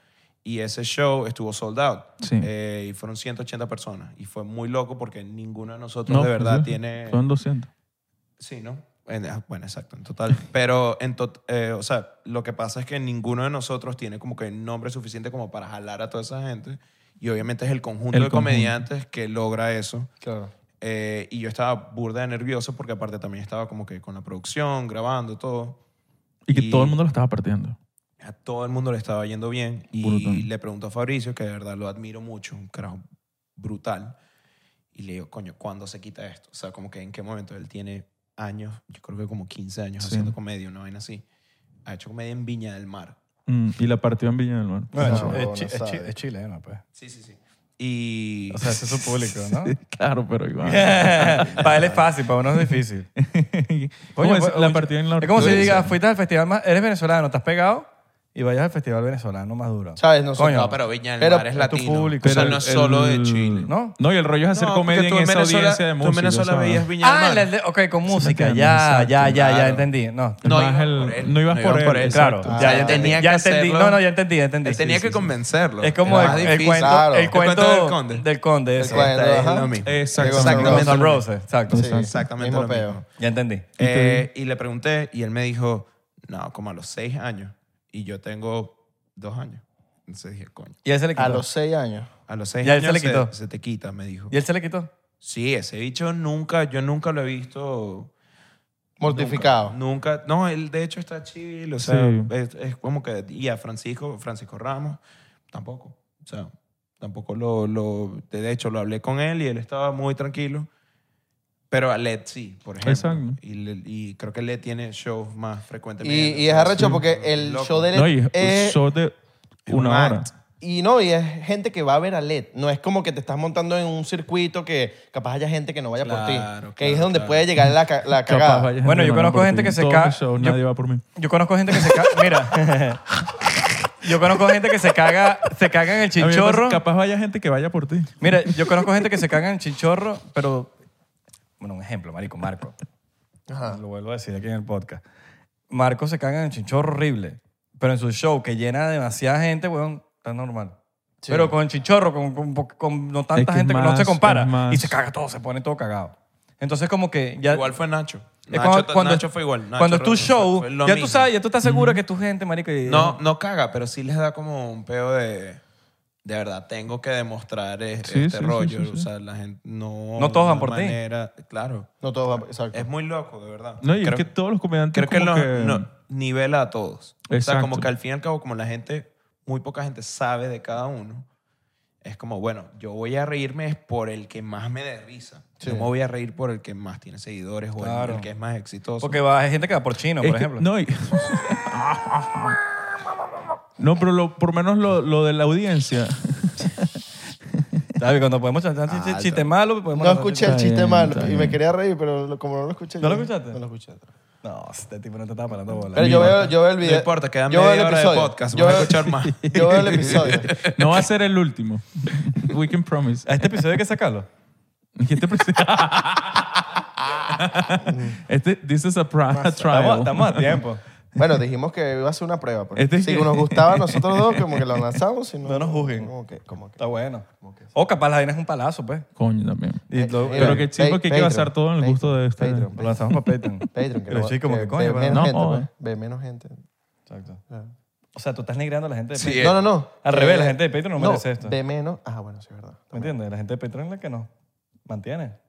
Speaker 3: Y ese show estuvo sold out.
Speaker 4: Sí.
Speaker 3: Eh, y fueron 180 personas. Y fue muy loco porque ninguno de nosotros de
Speaker 4: pues,
Speaker 3: verdad
Speaker 4: sí.
Speaker 3: tiene...
Speaker 4: Son 200.
Speaker 3: Sí, ¿no? En- ah, Bueno, exacto, en total. Pero, en tot- eh, o sea, lo que pasa es que ninguno de nosotros tiene como que nombre suficiente como para jalar a toda esa gente. Y obviamente es el conjunto
Speaker 4: El
Speaker 3: de
Speaker 4: conjunto.
Speaker 3: comediantes que logra eso.
Speaker 2: Claro.
Speaker 3: Eh, y yo estaba burda de nervioso porque aparte también estaba como que con la producción, grabando, todo.
Speaker 4: Y que
Speaker 3: Y-
Speaker 4: todo el mundo lo estaba partiendo.
Speaker 3: A todo el mundo le estaba yendo bien. Y
Speaker 4: Brutal.
Speaker 3: le pregunto a Fabricio, que de verdad lo admiro mucho, un carajo brutal. Y le digo, coño, ¿cuándo se quita esto? O sea, como que en qué momento él tiene años, yo creo que como 15 años
Speaker 4: Sí.
Speaker 3: haciendo comedia, una vaina así. Ha hecho comedia en Viña del Mar.
Speaker 4: Mm, y la partió en Viña del Mar.
Speaker 1: Bueno,
Speaker 2: No,
Speaker 1: es,
Speaker 2: no
Speaker 1: chi- es chi-
Speaker 2: sabe.
Speaker 1: es chileno, pues.
Speaker 3: Sí, sí, sí. Y...
Speaker 1: O sea, ese es su público, ¿no?
Speaker 4: Claro, pero igual.
Speaker 1: para él es fácil, para uno es difícil.
Speaker 4: ¿Cómo
Speaker 1: Coño,
Speaker 4: es?
Speaker 1: pues,
Speaker 4: la
Speaker 1: oye,
Speaker 4: partió en la
Speaker 1: Es como si
Speaker 4: orquesta.
Speaker 1: digas, fuiste al festival más, eres venezolano, estás pegado y vayas al festival venezolano más duro.
Speaker 2: ¿Sabes? No sé,
Speaker 1: Coño,
Speaker 3: no, pero Viña del
Speaker 2: pero
Speaker 3: Mar es
Speaker 1: tu
Speaker 3: latino.
Speaker 1: público.
Speaker 3: o sea,
Speaker 4: Pero
Speaker 3: no es
Speaker 4: el-
Speaker 3: solo de Chile.
Speaker 1: ¿no?
Speaker 4: No, y el rollo es hacer
Speaker 3: No, porque
Speaker 4: comedia
Speaker 3: tú
Speaker 4: en esa
Speaker 3: Venezuela-
Speaker 4: audiencia de
Speaker 3: tú
Speaker 4: música.
Speaker 3: en Venezuela
Speaker 4: o sea,
Speaker 3: veías Viña del
Speaker 1: Ah,
Speaker 3: Mar.
Speaker 1: la de- ok, con música,
Speaker 4: entiende,
Speaker 1: ya,
Speaker 4: exacto,
Speaker 1: ya, ya, ya
Speaker 3: claro.
Speaker 1: entendí. No,
Speaker 3: ibas por
Speaker 4: No, ibas
Speaker 3: él.
Speaker 4: por él. No ibas
Speaker 3: No ibas
Speaker 4: por
Speaker 3: por
Speaker 4: él.
Speaker 3: él.
Speaker 1: claro,
Speaker 4: exacto.
Speaker 1: ya,
Speaker 3: Ah,
Speaker 1: ya entendí,
Speaker 3: tenía
Speaker 1: ya
Speaker 3: que
Speaker 1: entendí.
Speaker 3: hacerlo.
Speaker 1: No, no, ya entendí, ya entendí.
Speaker 3: Él tenía que
Speaker 1: convencer.
Speaker 3: convencerlo.
Speaker 1: Es como
Speaker 3: Era
Speaker 1: el,
Speaker 3: más
Speaker 1: el
Speaker 3: difícil.
Speaker 1: cuento,
Speaker 2: claro.
Speaker 1: el cuento
Speaker 3: del conde.
Speaker 1: Del conde, ese.
Speaker 2: El cuento.
Speaker 3: Esta es
Speaker 2: Ajá.
Speaker 3: lo mismo.
Speaker 4: Exacto.
Speaker 3: Exactamente.
Speaker 1: Guns N' Roses, exacto.
Speaker 3: Sí,
Speaker 1: Sí.
Speaker 3: exactamente.
Speaker 2: Mismo
Speaker 3: lo mismo.
Speaker 2: peo.
Speaker 1: Ya entendí.
Speaker 3: Eh, y le pregunté y él me dijo, no, como a los seis años. Y yo tengo dos años. Entonces dije, coño,
Speaker 1: Y él se le quitó.
Speaker 2: A los seis años.
Speaker 3: a los seis
Speaker 1: Ya él
Speaker 3: años
Speaker 1: se le quitó.
Speaker 3: se te quita, me dijo.
Speaker 1: Y él se le quitó.
Speaker 3: Sí, ese bicho nunca, yo nunca lo he visto...
Speaker 2: Mortificado.
Speaker 3: Nunca, no, él de hecho está chill, o sea,
Speaker 4: Sí.
Speaker 3: es, es como que, y a Francisco, Francisco Ramos, tampoco, o sea, tampoco lo, lo, de hecho lo hablé con él y él estaba muy tranquilo, pero a Led sí, por ejemplo.
Speaker 4: Exacto.
Speaker 3: Y, le- y creo que Led tiene shows más frecuentemente.
Speaker 2: Y, y es arrecho porque el
Speaker 3: Loco.
Speaker 2: show de LED
Speaker 4: No, y es
Speaker 1: Eh,
Speaker 4: un
Speaker 2: es...
Speaker 4: show de
Speaker 3: es
Speaker 4: una
Speaker 3: un
Speaker 4: hora.
Speaker 3: act.
Speaker 2: Y no, y es gente que va a ver a LED. No es como que te estás montando en un circuito que capaz haya gente que no vaya por ti.
Speaker 3: Claro,
Speaker 2: que ahí es
Speaker 3: claro,
Speaker 2: donde
Speaker 3: claro.
Speaker 2: puede llegar la, ca- la
Speaker 4: Capaz
Speaker 2: cagada.
Speaker 4: vaya gente
Speaker 1: Bueno, yo
Speaker 4: que no
Speaker 1: conozco
Speaker 4: va por
Speaker 1: gente
Speaker 4: ti.
Speaker 1: que se
Speaker 4: Todos
Speaker 1: ca-
Speaker 4: mis shows,
Speaker 1: yo-
Speaker 4: Nadie va por mí.
Speaker 1: Yo conozco gente que se caga. Mira. Yo conozco gente que se caga, se caga en el
Speaker 4: A mí me
Speaker 1: chinchorro.
Speaker 4: parece- Capaz vaya gente que vaya por ti.
Speaker 1: Mira, yo conozco gente que se caga en el chinchorro, pero. Bueno, un ejemplo, Marico, Marco. Lo vuelvo a decir aquí en el podcast. Marco se caga en el chinchorro horrible. Pero en su show, que llena demasiada gente, weón, está normal. Pero con Chichorro, con, con, po- con no
Speaker 4: Es que
Speaker 1: tanta
Speaker 4: es
Speaker 1: gente que no
Speaker 4: más,
Speaker 1: se compara.
Speaker 4: es más.
Speaker 1: Y se caga todo, se pone todo cagado. Entonces, como que ya.
Speaker 3: Igual fue Nacho.
Speaker 1: es
Speaker 3: Nacho,
Speaker 1: cuando,
Speaker 3: ta-
Speaker 1: cuando-
Speaker 3: Nacho fue igual. Nacho
Speaker 1: cuando es tu
Speaker 3: Rodríguez
Speaker 1: show,
Speaker 3: fue
Speaker 1: ya
Speaker 3: lo
Speaker 1: tú
Speaker 3: mismo.
Speaker 1: sabes, ya tú estás seguro que tu gente, marico. y-
Speaker 3: No, no caga, pero sí les da como un peo de. De verdad, tengo que demostrar es-
Speaker 4: Sí,
Speaker 3: este
Speaker 4: sí, sí,
Speaker 3: rollo.
Speaker 4: sí, sí.
Speaker 3: O sea, la gente no.
Speaker 1: No todos van por ti.
Speaker 3: ti. Claro.
Speaker 2: No todo va. Exacto.
Speaker 3: Es muy loco, de verdad.
Speaker 4: No, y
Speaker 3: Creo-
Speaker 4: es que todos los comediantes
Speaker 3: Creo que,
Speaker 4: como
Speaker 3: lo-
Speaker 4: que-
Speaker 3: no, nivela a todos. O sea,
Speaker 4: Exacto.
Speaker 3: como que al fin y al cabo, como la gente, muy poca gente sabe de cada uno, es como, bueno, yo voy a reírme es por el que más me dé risa. Yo me voy a reír por el que más tiene seguidores o el-
Speaker 1: Claro.
Speaker 3: el que es más exitoso.
Speaker 1: Porque va, hay gente que va por chino,
Speaker 4: Es
Speaker 1: por
Speaker 4: que-
Speaker 1: ejemplo.
Speaker 4: no, y- No, pero lo- por lo menos lo, lo de la audiencia.
Speaker 1: ¿Sabes? Cuando podemos chantar
Speaker 3: Ah,
Speaker 1: chiste,
Speaker 3: está
Speaker 1: chiste malo, podemos.
Speaker 2: No escuché el
Speaker 4: Está
Speaker 2: chiste
Speaker 4: bien,
Speaker 2: malo
Speaker 4: está
Speaker 2: y me
Speaker 4: bien.
Speaker 2: quería reír, pero lo- como no lo escuché.
Speaker 1: ¿No lo
Speaker 2: yo-
Speaker 1: escuchaste?
Speaker 2: No lo escuché.
Speaker 1: No, este tipo no te estaba parando bola.
Speaker 2: Pero yo veo, yo veo el
Speaker 3: no
Speaker 2: video.
Speaker 3: importa, quedan
Speaker 2: yo veo
Speaker 3: media
Speaker 2: el
Speaker 3: hora de
Speaker 2: episodio.
Speaker 3: podcast,
Speaker 2: Yo
Speaker 3: vas a
Speaker 2: veo-
Speaker 3: escuchar más.
Speaker 2: Yo veo el episodio.
Speaker 4: No va a ser el último. We can promise.
Speaker 1: ¿A este episodio hay que sacarlo?
Speaker 4: Y Este, presi- este this is a, pri- a
Speaker 1: Estamos,
Speaker 4: trial.
Speaker 1: estamos a tiempo.
Speaker 2: Bueno, dijimos que iba a ser una prueba. pues.
Speaker 4: Este es
Speaker 2: si
Speaker 4: que-
Speaker 2: nos gustaba a nosotros dos, como que lo lanzamos. Si no,
Speaker 1: No nos juzguen.
Speaker 2: Como que, como que. Eh,
Speaker 1: Está bueno. O capaz la vaina es un palazo, pues.
Speaker 4: Coño, también.
Speaker 1: Y lo,
Speaker 2: Mira,
Speaker 4: Pero que chico
Speaker 2: Pa-
Speaker 4: que hay que
Speaker 2: Patreon,
Speaker 4: basar todo en el gusto de este.
Speaker 2: Patreon,
Speaker 1: lo lanzamos para Patreon.
Speaker 2: Patreon, que
Speaker 1: Pero
Speaker 2: lo-
Speaker 1: sí, como que coño,
Speaker 2: ve
Speaker 1: ¿verdad?
Speaker 2: menos
Speaker 4: No,
Speaker 2: gente,
Speaker 4: oh,
Speaker 2: pues.
Speaker 4: eh.
Speaker 2: ve menos gente.
Speaker 1: Exacto.
Speaker 2: Claro.
Speaker 1: O sea, tú estás negando a la gente de
Speaker 3: Sí,
Speaker 1: Patreon.
Speaker 3: eh,
Speaker 2: No, no, no.
Speaker 1: Al revés, la gente de Patreon no merece esto.
Speaker 2: Ve menos. Ah, bueno, sí, es verdad.
Speaker 1: ¿Me entiendes? La gente de Patreon es la que nos mantiene.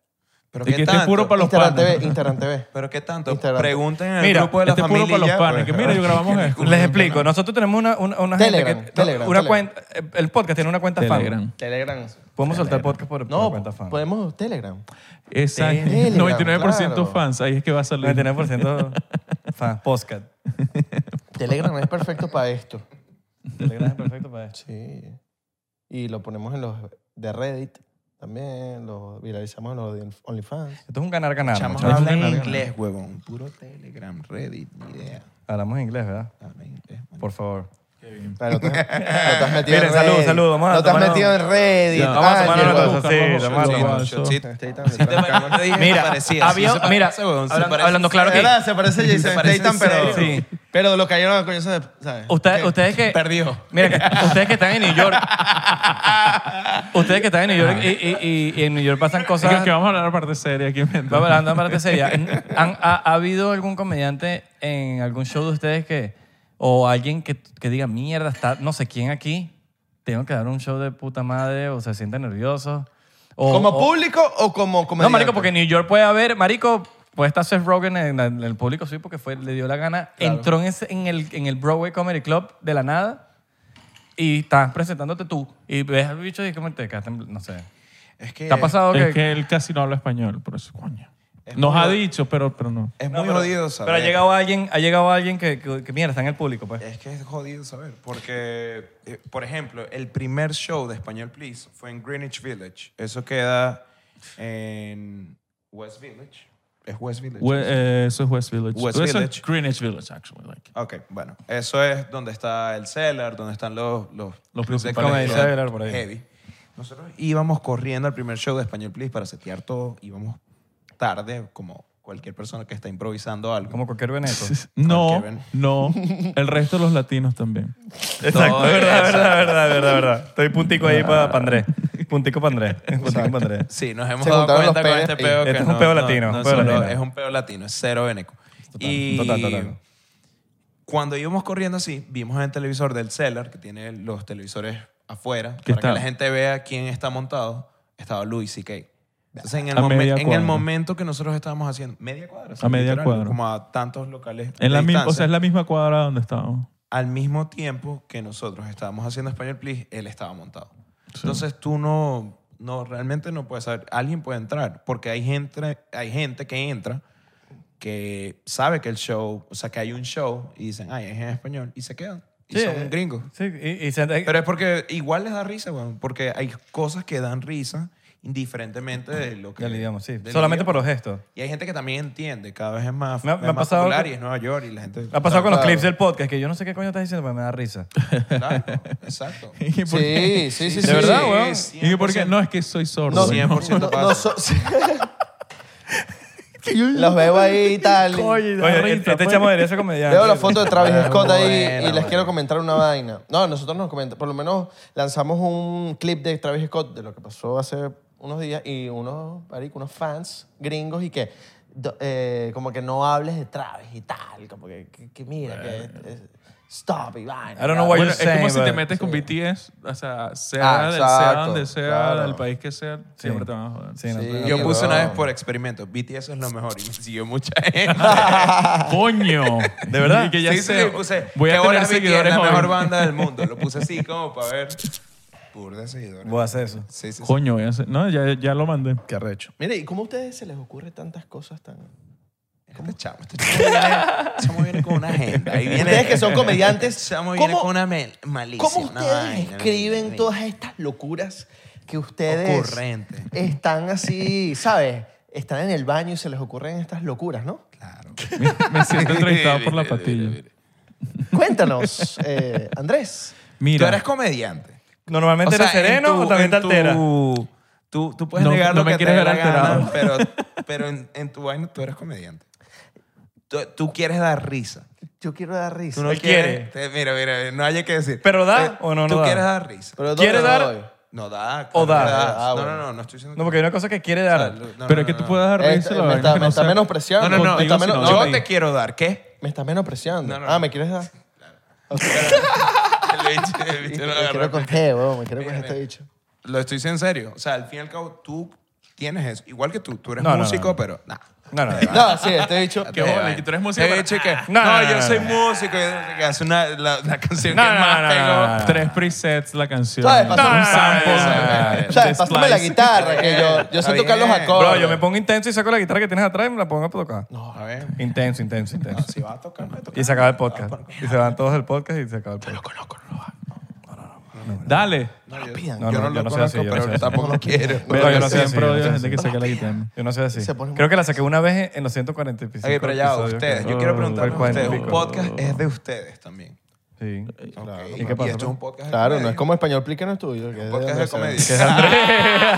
Speaker 3: Pero
Speaker 4: Y
Speaker 3: ¿qué
Speaker 4: que este
Speaker 3: tanto?
Speaker 4: es puro para los
Speaker 2: Instagram
Speaker 4: panes.
Speaker 2: TV, Instagram TV.
Speaker 3: Pero ¿qué tanto?
Speaker 2: Instagram.
Speaker 3: Pregunten en el
Speaker 1: Mira,
Speaker 3: grupo de la
Speaker 4: Este es
Speaker 3: familia.
Speaker 4: puro para los
Speaker 3: ya,
Speaker 4: panes. Que
Speaker 3: pues,
Speaker 4: mira, yo grabamos esto.
Speaker 1: Les explico. Nosotros tenemos una, una, una gente
Speaker 2: Telegram,
Speaker 1: que-
Speaker 2: Telegram,
Speaker 1: una
Speaker 2: Telegram.
Speaker 1: cuenta. eh, El podcast tiene una cuenta fan.
Speaker 4: Telegram.
Speaker 2: Telegram.
Speaker 1: Podemos soltar el podcast por, por
Speaker 2: No,
Speaker 1: cuenta fan.
Speaker 2: podemos Telegram.
Speaker 4: Exacto.
Speaker 2: Telegram,
Speaker 4: 99%
Speaker 2: claro.
Speaker 4: fans. Ahí es que va a salir.
Speaker 1: 99% fan. Podcast.
Speaker 2: Telegram es perfecto para esto.
Speaker 1: Telegram es perfecto para esto.
Speaker 2: Sí. Y lo ponemos en los de Reddit también, lo viralizamos en los de OnlyFans.
Speaker 1: Esto es un ganar-ganar.
Speaker 3: Chamos,
Speaker 1: muchachos.
Speaker 3: habla en
Speaker 4: Telegram.
Speaker 3: inglés, huevón. Puro Telegram, Reddit, ni idea.
Speaker 1: Hablamos en inglés, ¿verdad?
Speaker 3: Habla en inglés, man.
Speaker 1: Por favor.
Speaker 2: Claro, no te, no te has metido
Speaker 1: Mire,
Speaker 2: en
Speaker 1: salud,
Speaker 2: Reddit.
Speaker 1: salud, vamos a
Speaker 2: No te has
Speaker 1: tomarnos-
Speaker 2: metido en Reddit. Ah,
Speaker 4: Ya,
Speaker 1: vamos a tomarnos una
Speaker 2: Ángel, huevón.
Speaker 1: cosa. sí,
Speaker 4: Vamos a
Speaker 1: lo
Speaker 4: buscar
Speaker 1: mando.
Speaker 4: los
Speaker 3: Sí,
Speaker 4: vasos.
Speaker 3: sí,
Speaker 2: Statham.
Speaker 1: Mira, había- mira, hablando- hablando claro que-
Speaker 2: ¿Verdad? Se parece a Jason
Speaker 3: Se parece
Speaker 2: Statham,
Speaker 3: en
Speaker 2: pero,
Speaker 1: serio. Sí.
Speaker 2: pero lo cayeron a coñazo de... ¿sabes?
Speaker 1: Ustedes, ustedes que...
Speaker 3: Perdió.
Speaker 1: Mira, que- ustedes que están en New York. ustedes que están en New York y, y- y- y en New York pasan
Speaker 4: Es que-
Speaker 1: cosas.
Speaker 4: que vamos a hablar la parte seria aquí.
Speaker 1: Va hablando en parte seria. ¿Han- ha, ha habido algún comediante en algún show de ustedes que. O alguien que, que diga, mierda, está no sé quién aquí. Tengo que dar un show de puta madre o se siente nervioso. O,
Speaker 2: ¿Como
Speaker 1: o-
Speaker 2: público o como
Speaker 1: No,
Speaker 2: comediante?
Speaker 1: marico, porque en New York puede haber. Marico, puede estar Seth Rogen en, la- en el público, sí, porque fue, le dio la gana. Entró en, ese- en el, en el Broadway Comedy Club de la nada y estás presentándote tú. Y ves al bicho y como te quedaste en- No sé.
Speaker 3: Es que
Speaker 1: ¿Te ha pasado que.?
Speaker 4: Es que él casi no habla español, por eso, coño.
Speaker 3: Es
Speaker 4: Nos
Speaker 3: muy
Speaker 4: ha
Speaker 3: bueno.
Speaker 4: dicho, pero, pero no.
Speaker 3: es
Speaker 1: No,
Speaker 3: muy
Speaker 1: pero-
Speaker 3: jodido eh. saber.
Speaker 1: Pero ha llegado alguien, ha llegado alguien que, que, que, mierda, está en el público, pues.
Speaker 3: Es que es jodido saber. Porque, eh, por ejemplo, el primer show de Español Please fue en Greenwich Village. Eso queda en West Village. Es West Village.
Speaker 4: We- eh, eso es West Village.
Speaker 3: West
Speaker 4: eso
Speaker 3: Village.
Speaker 4: es Greenwich Village, actually. like.
Speaker 3: Ok, bueno, eso es donde está el cellar, donde están los... Los,
Speaker 4: Los
Speaker 3: clubs de comedia
Speaker 4: principales.
Speaker 1: Comedy Cellar, por ahí.
Speaker 3: Heavy. Nosotros íbamos corriendo al primer show de Español Please para setear todo. Íbamos tarde, como cualquier persona que está improvisando algo.
Speaker 1: Como cualquier veneto.
Speaker 4: No,
Speaker 3: Kevin.
Speaker 4: no. El resto de los latinos también.
Speaker 1: Exacto, verdad, verdad, verdad, verdad, verdad. Estoy puntico ahí para Andrés. Puntico para Andrés. Puntico para Andrés.
Speaker 3: Sí, nos hemos
Speaker 2: Se
Speaker 3: dado
Speaker 2: juntaron
Speaker 3: cuenta
Speaker 2: los
Speaker 3: con
Speaker 2: peos
Speaker 3: este
Speaker 2: y-
Speaker 3: peo.
Speaker 1: Este
Speaker 3: que
Speaker 1: es un
Speaker 3: no-
Speaker 1: peo
Speaker 3: no-
Speaker 1: latino,
Speaker 3: no
Speaker 1: un peo
Speaker 3: solo-
Speaker 1: latino.
Speaker 3: Es un peo latino, es cero veneco. y
Speaker 1: total, total.
Speaker 3: cuando íbamos corriendo así, vimos en el televisor del Cellar, que tiene los televisores afuera,
Speaker 4: ¿Qué
Speaker 3: para que
Speaker 4: tal?
Speaker 3: la gente vea quién está montado, estaba Louis C.K. Entonces, en el,
Speaker 4: A
Speaker 3: momen-
Speaker 4: media
Speaker 3: en el
Speaker 4: cuadra.
Speaker 3: momento que nosotros estábamos haciendo, media cuadra, o sea,
Speaker 4: A media
Speaker 3: literal,
Speaker 4: cuadra.
Speaker 3: como a tantos locales. de
Speaker 4: En la misma, o
Speaker 3: distancia,
Speaker 4: sea, es la misma cuadra donde estábamos.
Speaker 3: al mismo tiempo que nosotros estábamos haciendo Español Please, él estaba montado. Entonces tú no, no, realmente no puedes saber. Alguien puede entrar, porque hay gente, hay gente que entra que sabe que el show, o sea, que hay un show y dicen, ay, es en español, y se quedan. Y
Speaker 1: Sí, eh.
Speaker 3: son gringos.
Speaker 1: Sí, y, y se-
Speaker 3: Pero es porque igual les da risa, weón, porque hay cosas que dan risa indiferentemente de lo que...
Speaker 1: del idioma, sí.
Speaker 3: del
Speaker 1: Solamente
Speaker 3: idioma.
Speaker 1: por los gestos.
Speaker 3: Y hay gente que también entiende, cada vez es más,
Speaker 1: Me ha-
Speaker 3: es
Speaker 1: me ha
Speaker 3: más
Speaker 1: pasado
Speaker 3: popular
Speaker 1: que-
Speaker 3: y es Nueva York y la gente...
Speaker 1: Me ha pasado con los
Speaker 2: Claro.
Speaker 1: clips del podcast que yo no sé qué coño estás diciendo, pero me da risa.
Speaker 3: Claro, exacto.
Speaker 4: ¿Y por qué?
Speaker 2: Sí, sí,
Speaker 1: ¿De
Speaker 2: sí. sí.
Speaker 1: verdad, weón?
Speaker 4: ¿Y por qué? No, es que soy sordo.
Speaker 2: No,
Speaker 4: güey.
Speaker 2: no,
Speaker 3: 100%
Speaker 2: no,
Speaker 3: pasa.
Speaker 2: so-
Speaker 4: que yo-
Speaker 3: Los veo ahí y tal.
Speaker 4: Oye, da
Speaker 1: Oye,
Speaker 4: risa,
Speaker 1: este
Speaker 4: pues.
Speaker 1: chamo debería ser comediante.
Speaker 2: Veo la foto de Travis Scott ahí y
Speaker 6: bueno.
Speaker 2: les quiero comentar una vaina. No, nosotros nos comentamos, por lo menos lanzamos un clip de Travis Scott de lo que pasó hace unos días y unos, marico, unos fans gringos y que do- eh, como que no hables de Travis y tal, como que, que- que mira, que es- stop y vaina.
Speaker 1: I don't know why
Speaker 4: Bueno,
Speaker 1: you're
Speaker 4: es
Speaker 1: saying,
Speaker 4: como si te
Speaker 1: but-
Speaker 4: metes con BTS, o sea,
Speaker 2: Ah,
Speaker 4: sea, del- sea
Speaker 2: exacto,
Speaker 4: donde sea,
Speaker 2: claro.
Speaker 4: del país que sea, siempre te van a joder.
Speaker 1: Sí, no,
Speaker 2: Sí.
Speaker 1: pero-
Speaker 3: Yo
Speaker 2: Qué
Speaker 3: puse una
Speaker 2: huevón.
Speaker 3: vez por experimento, BTS es lo mejor y me siguió mucha gente.
Speaker 4: ¡Coño!
Speaker 1: ¿De verdad?
Speaker 4: Y que ya
Speaker 3: sí,
Speaker 4: sé,
Speaker 3: sí, puse,
Speaker 4: voy
Speaker 3: "Qué
Speaker 4: a
Speaker 3: bola
Speaker 4: tener
Speaker 3: BTS,
Speaker 4: seguidores
Speaker 3: la
Speaker 4: hoy".
Speaker 3: mejor banda del mundo. Lo puse así como para ver. Pur de seguidores.
Speaker 1: Voy a hacer eso.
Speaker 3: Sí, sí, sí.
Speaker 4: Coño, ya sé. No, ya, ya lo mandé.
Speaker 6: Qué arrecho.
Speaker 2: Mire, ¿y cómo a ustedes se les ocurre tantas cosas tan...?
Speaker 3: Este chamo, este chamo viene, este chamo viene con una agenda. Ahí viene, Este
Speaker 2: Ustedes que son comediantes,
Speaker 3: Chamo viene
Speaker 2: ¿cómo-
Speaker 3: con una mel- malicia.
Speaker 2: ¿Cómo
Speaker 3: una
Speaker 2: ustedes
Speaker 3: vaina,
Speaker 2: escriben
Speaker 3: mira,
Speaker 2: todas estas locuras que ustedes
Speaker 3: Ocurrente.
Speaker 2: están así, ¿sabes? Están en el baño y se les ocurren estas locuras, ¿no?
Speaker 3: Claro.
Speaker 4: Me siento entrevistado por la
Speaker 3: Mira, mira,
Speaker 4: patilla.
Speaker 3: mira.
Speaker 2: Cuéntanos, eh, Andrés.
Speaker 3: Tú eres
Speaker 4: Mira,
Speaker 3: comediante.
Speaker 1: ¿Normalmente eres
Speaker 3: en
Speaker 1: sereno
Speaker 3: tu-
Speaker 1: o también te
Speaker 3: en tu-
Speaker 1: altera?
Speaker 3: Tú, tú puedes
Speaker 4: No-
Speaker 3: negar
Speaker 4: no
Speaker 3: lo
Speaker 4: me
Speaker 3: que te
Speaker 4: quieres
Speaker 3: dé
Speaker 4: ver
Speaker 3: la gana,
Speaker 4: alterado.
Speaker 3: pero, pero en, en tu vaina tú eres comediante. Tú, tú quieres dar risa.
Speaker 2: Yo quiero dar risa.
Speaker 3: Tú no
Speaker 1: Él
Speaker 3: quieres. te- mira, mira, no hay que decir.
Speaker 1: ¿Pero da
Speaker 3: Eh,
Speaker 1: o no, no
Speaker 3: Tú
Speaker 1: da?
Speaker 3: quieres dar risa.
Speaker 2: Pero ¿dónde
Speaker 1: ¿Quieres
Speaker 2: lo
Speaker 1: dar?
Speaker 2: doy?
Speaker 3: No da.
Speaker 1: ¿O da?
Speaker 3: claro,
Speaker 2: Ah,
Speaker 3: no,
Speaker 2: bueno.
Speaker 3: no, no, no estoy diciendo
Speaker 1: No, porque hay una cosa que quiere
Speaker 3: o sea,
Speaker 1: dar.
Speaker 3: no, no,
Speaker 4: pero
Speaker 3: no,
Speaker 4: es que
Speaker 3: no,
Speaker 4: tú
Speaker 3: no.
Speaker 4: puedas dar
Speaker 2: Eh,
Speaker 4: risa. la
Speaker 2: me
Speaker 4: vaina
Speaker 2: está-
Speaker 4: que
Speaker 2: me
Speaker 4: no
Speaker 2: está
Speaker 4: sea-
Speaker 2: menospreciando.
Speaker 3: No, no, no.
Speaker 4: Contigo,
Speaker 3: Yo,
Speaker 4: si no,
Speaker 3: yo
Speaker 4: yo-
Speaker 3: te quiero dar. ¿Qué?
Speaker 2: Me estás menospreciando.
Speaker 3: No, no,
Speaker 2: ah,
Speaker 3: no.
Speaker 2: ¿me quieres dar?
Speaker 3: El bicho- el bicho no
Speaker 2: Me
Speaker 3: agarró.
Speaker 2: quiero con este, weón. Me quiero con
Speaker 3: Mira,
Speaker 2: este
Speaker 3: mira.
Speaker 2: bicho.
Speaker 3: Lo estoy diciendo en serio. O sea, al fin y al cabo, tú tienes eso. Igual que tú. Tú eres
Speaker 1: No, no, no,
Speaker 3: músico,
Speaker 1: no.
Speaker 3: pero... nah.
Speaker 1: No, no, no.
Speaker 2: No, sí, este bicho.
Speaker 4: Qué bola, que tú eres músico,
Speaker 3: Te
Speaker 4: pero-
Speaker 3: dicho que,
Speaker 1: Eh, No,
Speaker 3: Ah. no,
Speaker 1: no, no,
Speaker 3: yo
Speaker 1: no,
Speaker 3: soy
Speaker 1: no.
Speaker 3: músico. y Que hace una, la, la canción
Speaker 1: No,
Speaker 3: que
Speaker 1: no,
Speaker 3: más
Speaker 1: no,
Speaker 3: pegó.
Speaker 1: no, no, no.
Speaker 4: Tres presets la canción.
Speaker 2: ¿Sabes? Pasó
Speaker 1: un
Speaker 4: un
Speaker 1: sample.
Speaker 4: sample.
Speaker 2: ¿Sabes? Pásame la
Speaker 4: Splice.
Speaker 2: guitarra, que yo, yo sé
Speaker 3: Está
Speaker 2: tocar los
Speaker 3: bien.
Speaker 2: acordes.
Speaker 1: Bro, yo me pongo intenso y saco la guitarra que tienes atrás y me la pongo a tocar.
Speaker 3: No, a ver.
Speaker 1: Intenso, intenso, intenso.
Speaker 3: Si vas a tocar, me toca.
Speaker 1: Y se acaba el podcast. Y se van todos del podcast y se acaba el podcast.
Speaker 4: Dale.
Speaker 3: No, yo,
Speaker 2: pidan.
Speaker 3: yo
Speaker 1: Ah, No,
Speaker 3: no,
Speaker 1: no, yo
Speaker 3: lo
Speaker 1: no soy así,
Speaker 3: conozco,
Speaker 1: yo no
Speaker 3: pero
Speaker 1: soy así.
Speaker 3: tampoco lo quiero.
Speaker 1: Pero yo no sé
Speaker 4: siempre
Speaker 1: así, yo
Speaker 4: odio
Speaker 1: no
Speaker 4: a la
Speaker 1: sé
Speaker 4: gente que saca la guitarra.
Speaker 1: Yo no sé así.
Speaker 2: Se pone
Speaker 1: Creo que la saqué una vez en los 140 y pico.
Speaker 3: Ok, pero ya,
Speaker 1: episodios,
Speaker 3: ustedes.
Speaker 1: creo.
Speaker 3: Yo quiero preguntarles a
Speaker 1: 40 y
Speaker 3: ustedes. Un
Speaker 1: pico.
Speaker 3: podcast es de ustedes también.
Speaker 1: Sí.
Speaker 3: Claro.
Speaker 1: ¿Y qué pasa?
Speaker 3: esto es un podcast de
Speaker 2: Claro, no
Speaker 3: comedia.
Speaker 2: es como español plique, no es tuyo. que es
Speaker 3: Un
Speaker 2: Pues, de
Speaker 3: podcast de
Speaker 2: Andrés.
Speaker 3: comedia.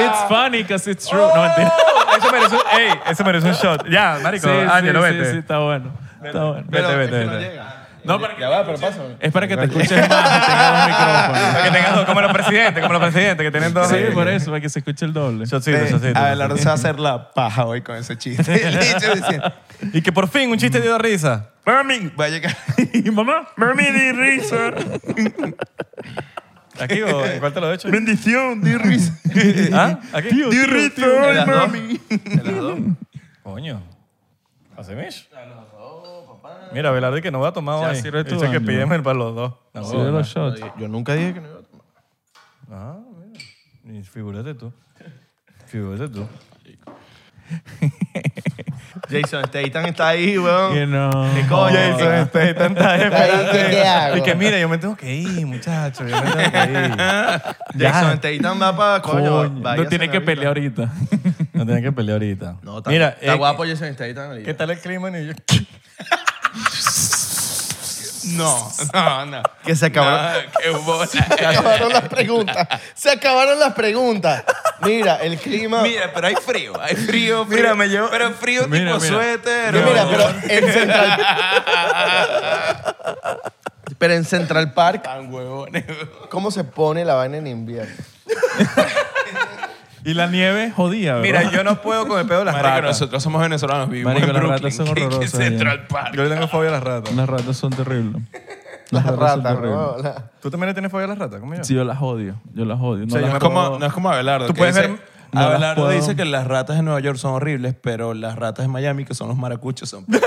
Speaker 4: It's funny because it's true. No mentira.
Speaker 1: Eso merece un, ey, eso merece un shot. Ya, marico,
Speaker 4: Sí, sí,
Speaker 1: Ángelo,
Speaker 4: sí,
Speaker 1: vete.
Speaker 4: sí, está bueno. Está bueno.
Speaker 1: Vete,
Speaker 3: Pero es
Speaker 1: vete,
Speaker 3: que no
Speaker 1: vete.
Speaker 3: llega.
Speaker 4: No, para que,
Speaker 2: Ya va, pero pásame.
Speaker 4: es para que te escuches más,
Speaker 1: Para que
Speaker 4: que tengas un micrófono.
Speaker 1: tengan dos, como los presidentes, como los presidentes, que tienen dos.
Speaker 4: Sí, por eso, para que se escuche el doble.
Speaker 1: Shotcito, shotcito.
Speaker 3: Abelardo se va a hacer la paja hoy con ese chiste. El bicho diciendo,
Speaker 1: Y que por fin un chiste dio risa.
Speaker 3: Mami, va a llegar.
Speaker 4: Y mamá,
Speaker 3: Mami, di risa.
Speaker 1: ¿Aquí o en cuál te lo he hecho?
Speaker 3: Bendición, di risa.
Speaker 1: ¿Ah? ¿Aquí?
Speaker 3: Di risa, ay, mami.
Speaker 1: Coño. ¿Hace mish? Mira, Velarde que no voy a tomar
Speaker 4: Ya
Speaker 1: hoy.
Speaker 4: sirve tú,
Speaker 1: Dice que
Speaker 4: Ángelo.
Speaker 1: pídeme para los dos. No,
Speaker 4: sí, de los shots.
Speaker 2: Yo nunca dije que no iba a tomar.
Speaker 1: Ah, mira. Y Figúrate tú. Figúrate tú.
Speaker 2: Jason Statham está ahí, weón.
Speaker 4: Que no.
Speaker 1: Jason Statham está ahí
Speaker 2: Ahí, ¿qué te hago?
Speaker 1: Y que mira, yo me tengo que ir, muchacho. Yo me tengo que ir.
Speaker 2: Jason Statham va para
Speaker 4: Coño,
Speaker 2: coño. váyase
Speaker 4: no tiene
Speaker 2: a
Speaker 4: que
Speaker 2: la
Speaker 4: pelear ahorita.
Speaker 1: No tienen que pelear ahorita.
Speaker 2: vida. No, está,
Speaker 1: mira,
Speaker 2: está
Speaker 1: eh,
Speaker 2: guapo Jason Statham. ahorita.
Speaker 1: ¿Qué tal el clima en New York?
Speaker 3: No, no, no.
Speaker 2: Que se acabaron,
Speaker 3: Ah, qué bola.
Speaker 2: se acabaron las preguntas. Se acabaron las preguntas. Mira, el clima. Mira,
Speaker 3: Mira, pero hay frío, hay frío, frío.
Speaker 1: Mira, me llevo-
Speaker 3: Pero frío
Speaker 4: Mira,
Speaker 3: tipo
Speaker 4: mira.
Speaker 3: suéter.
Speaker 2: pero,
Speaker 3: o-
Speaker 2: en Central. pero en Central Park,
Speaker 3: Tan huevones. weón.
Speaker 2: ¿cómo se pone la vaina en invierno?
Speaker 4: Y la nieve jodía, ¿verdad?
Speaker 1: Mira, yo no puedo con el pedo de las
Speaker 3: Marico,
Speaker 1: ratas.
Speaker 3: nosotros somos venezolanos, vivimos
Speaker 4: Marico,
Speaker 3: en
Speaker 4: las
Speaker 3: Brooklyn.
Speaker 4: ratas son
Speaker 3: ¿Qué- qué
Speaker 4: horrorosas allá.
Speaker 3: Central Park.
Speaker 1: Yo le tengo fobia a las ratas.
Speaker 4: Las ratas son terribles.
Speaker 2: Las
Speaker 4: son
Speaker 2: ratas,
Speaker 4: terribles.
Speaker 2: ¿no? La-
Speaker 1: ¿Tú también le tienes fobia a las ratas? ¿Cómo yo?
Speaker 4: Sí, yo las odio. Yo las odio. No
Speaker 1: sea, yo
Speaker 4: las
Speaker 1: me
Speaker 4: puedo-
Speaker 3: Como- no es como Abelardo.
Speaker 1: Tú
Speaker 3: que
Speaker 1: puedes
Speaker 3: dice-
Speaker 1: ver-
Speaker 4: no las
Speaker 3: Abelardo
Speaker 4: puedo-
Speaker 3: dice que las ratas de Nueva York son horribles, pero las ratas de Miami, que son los maracuchos, son. Me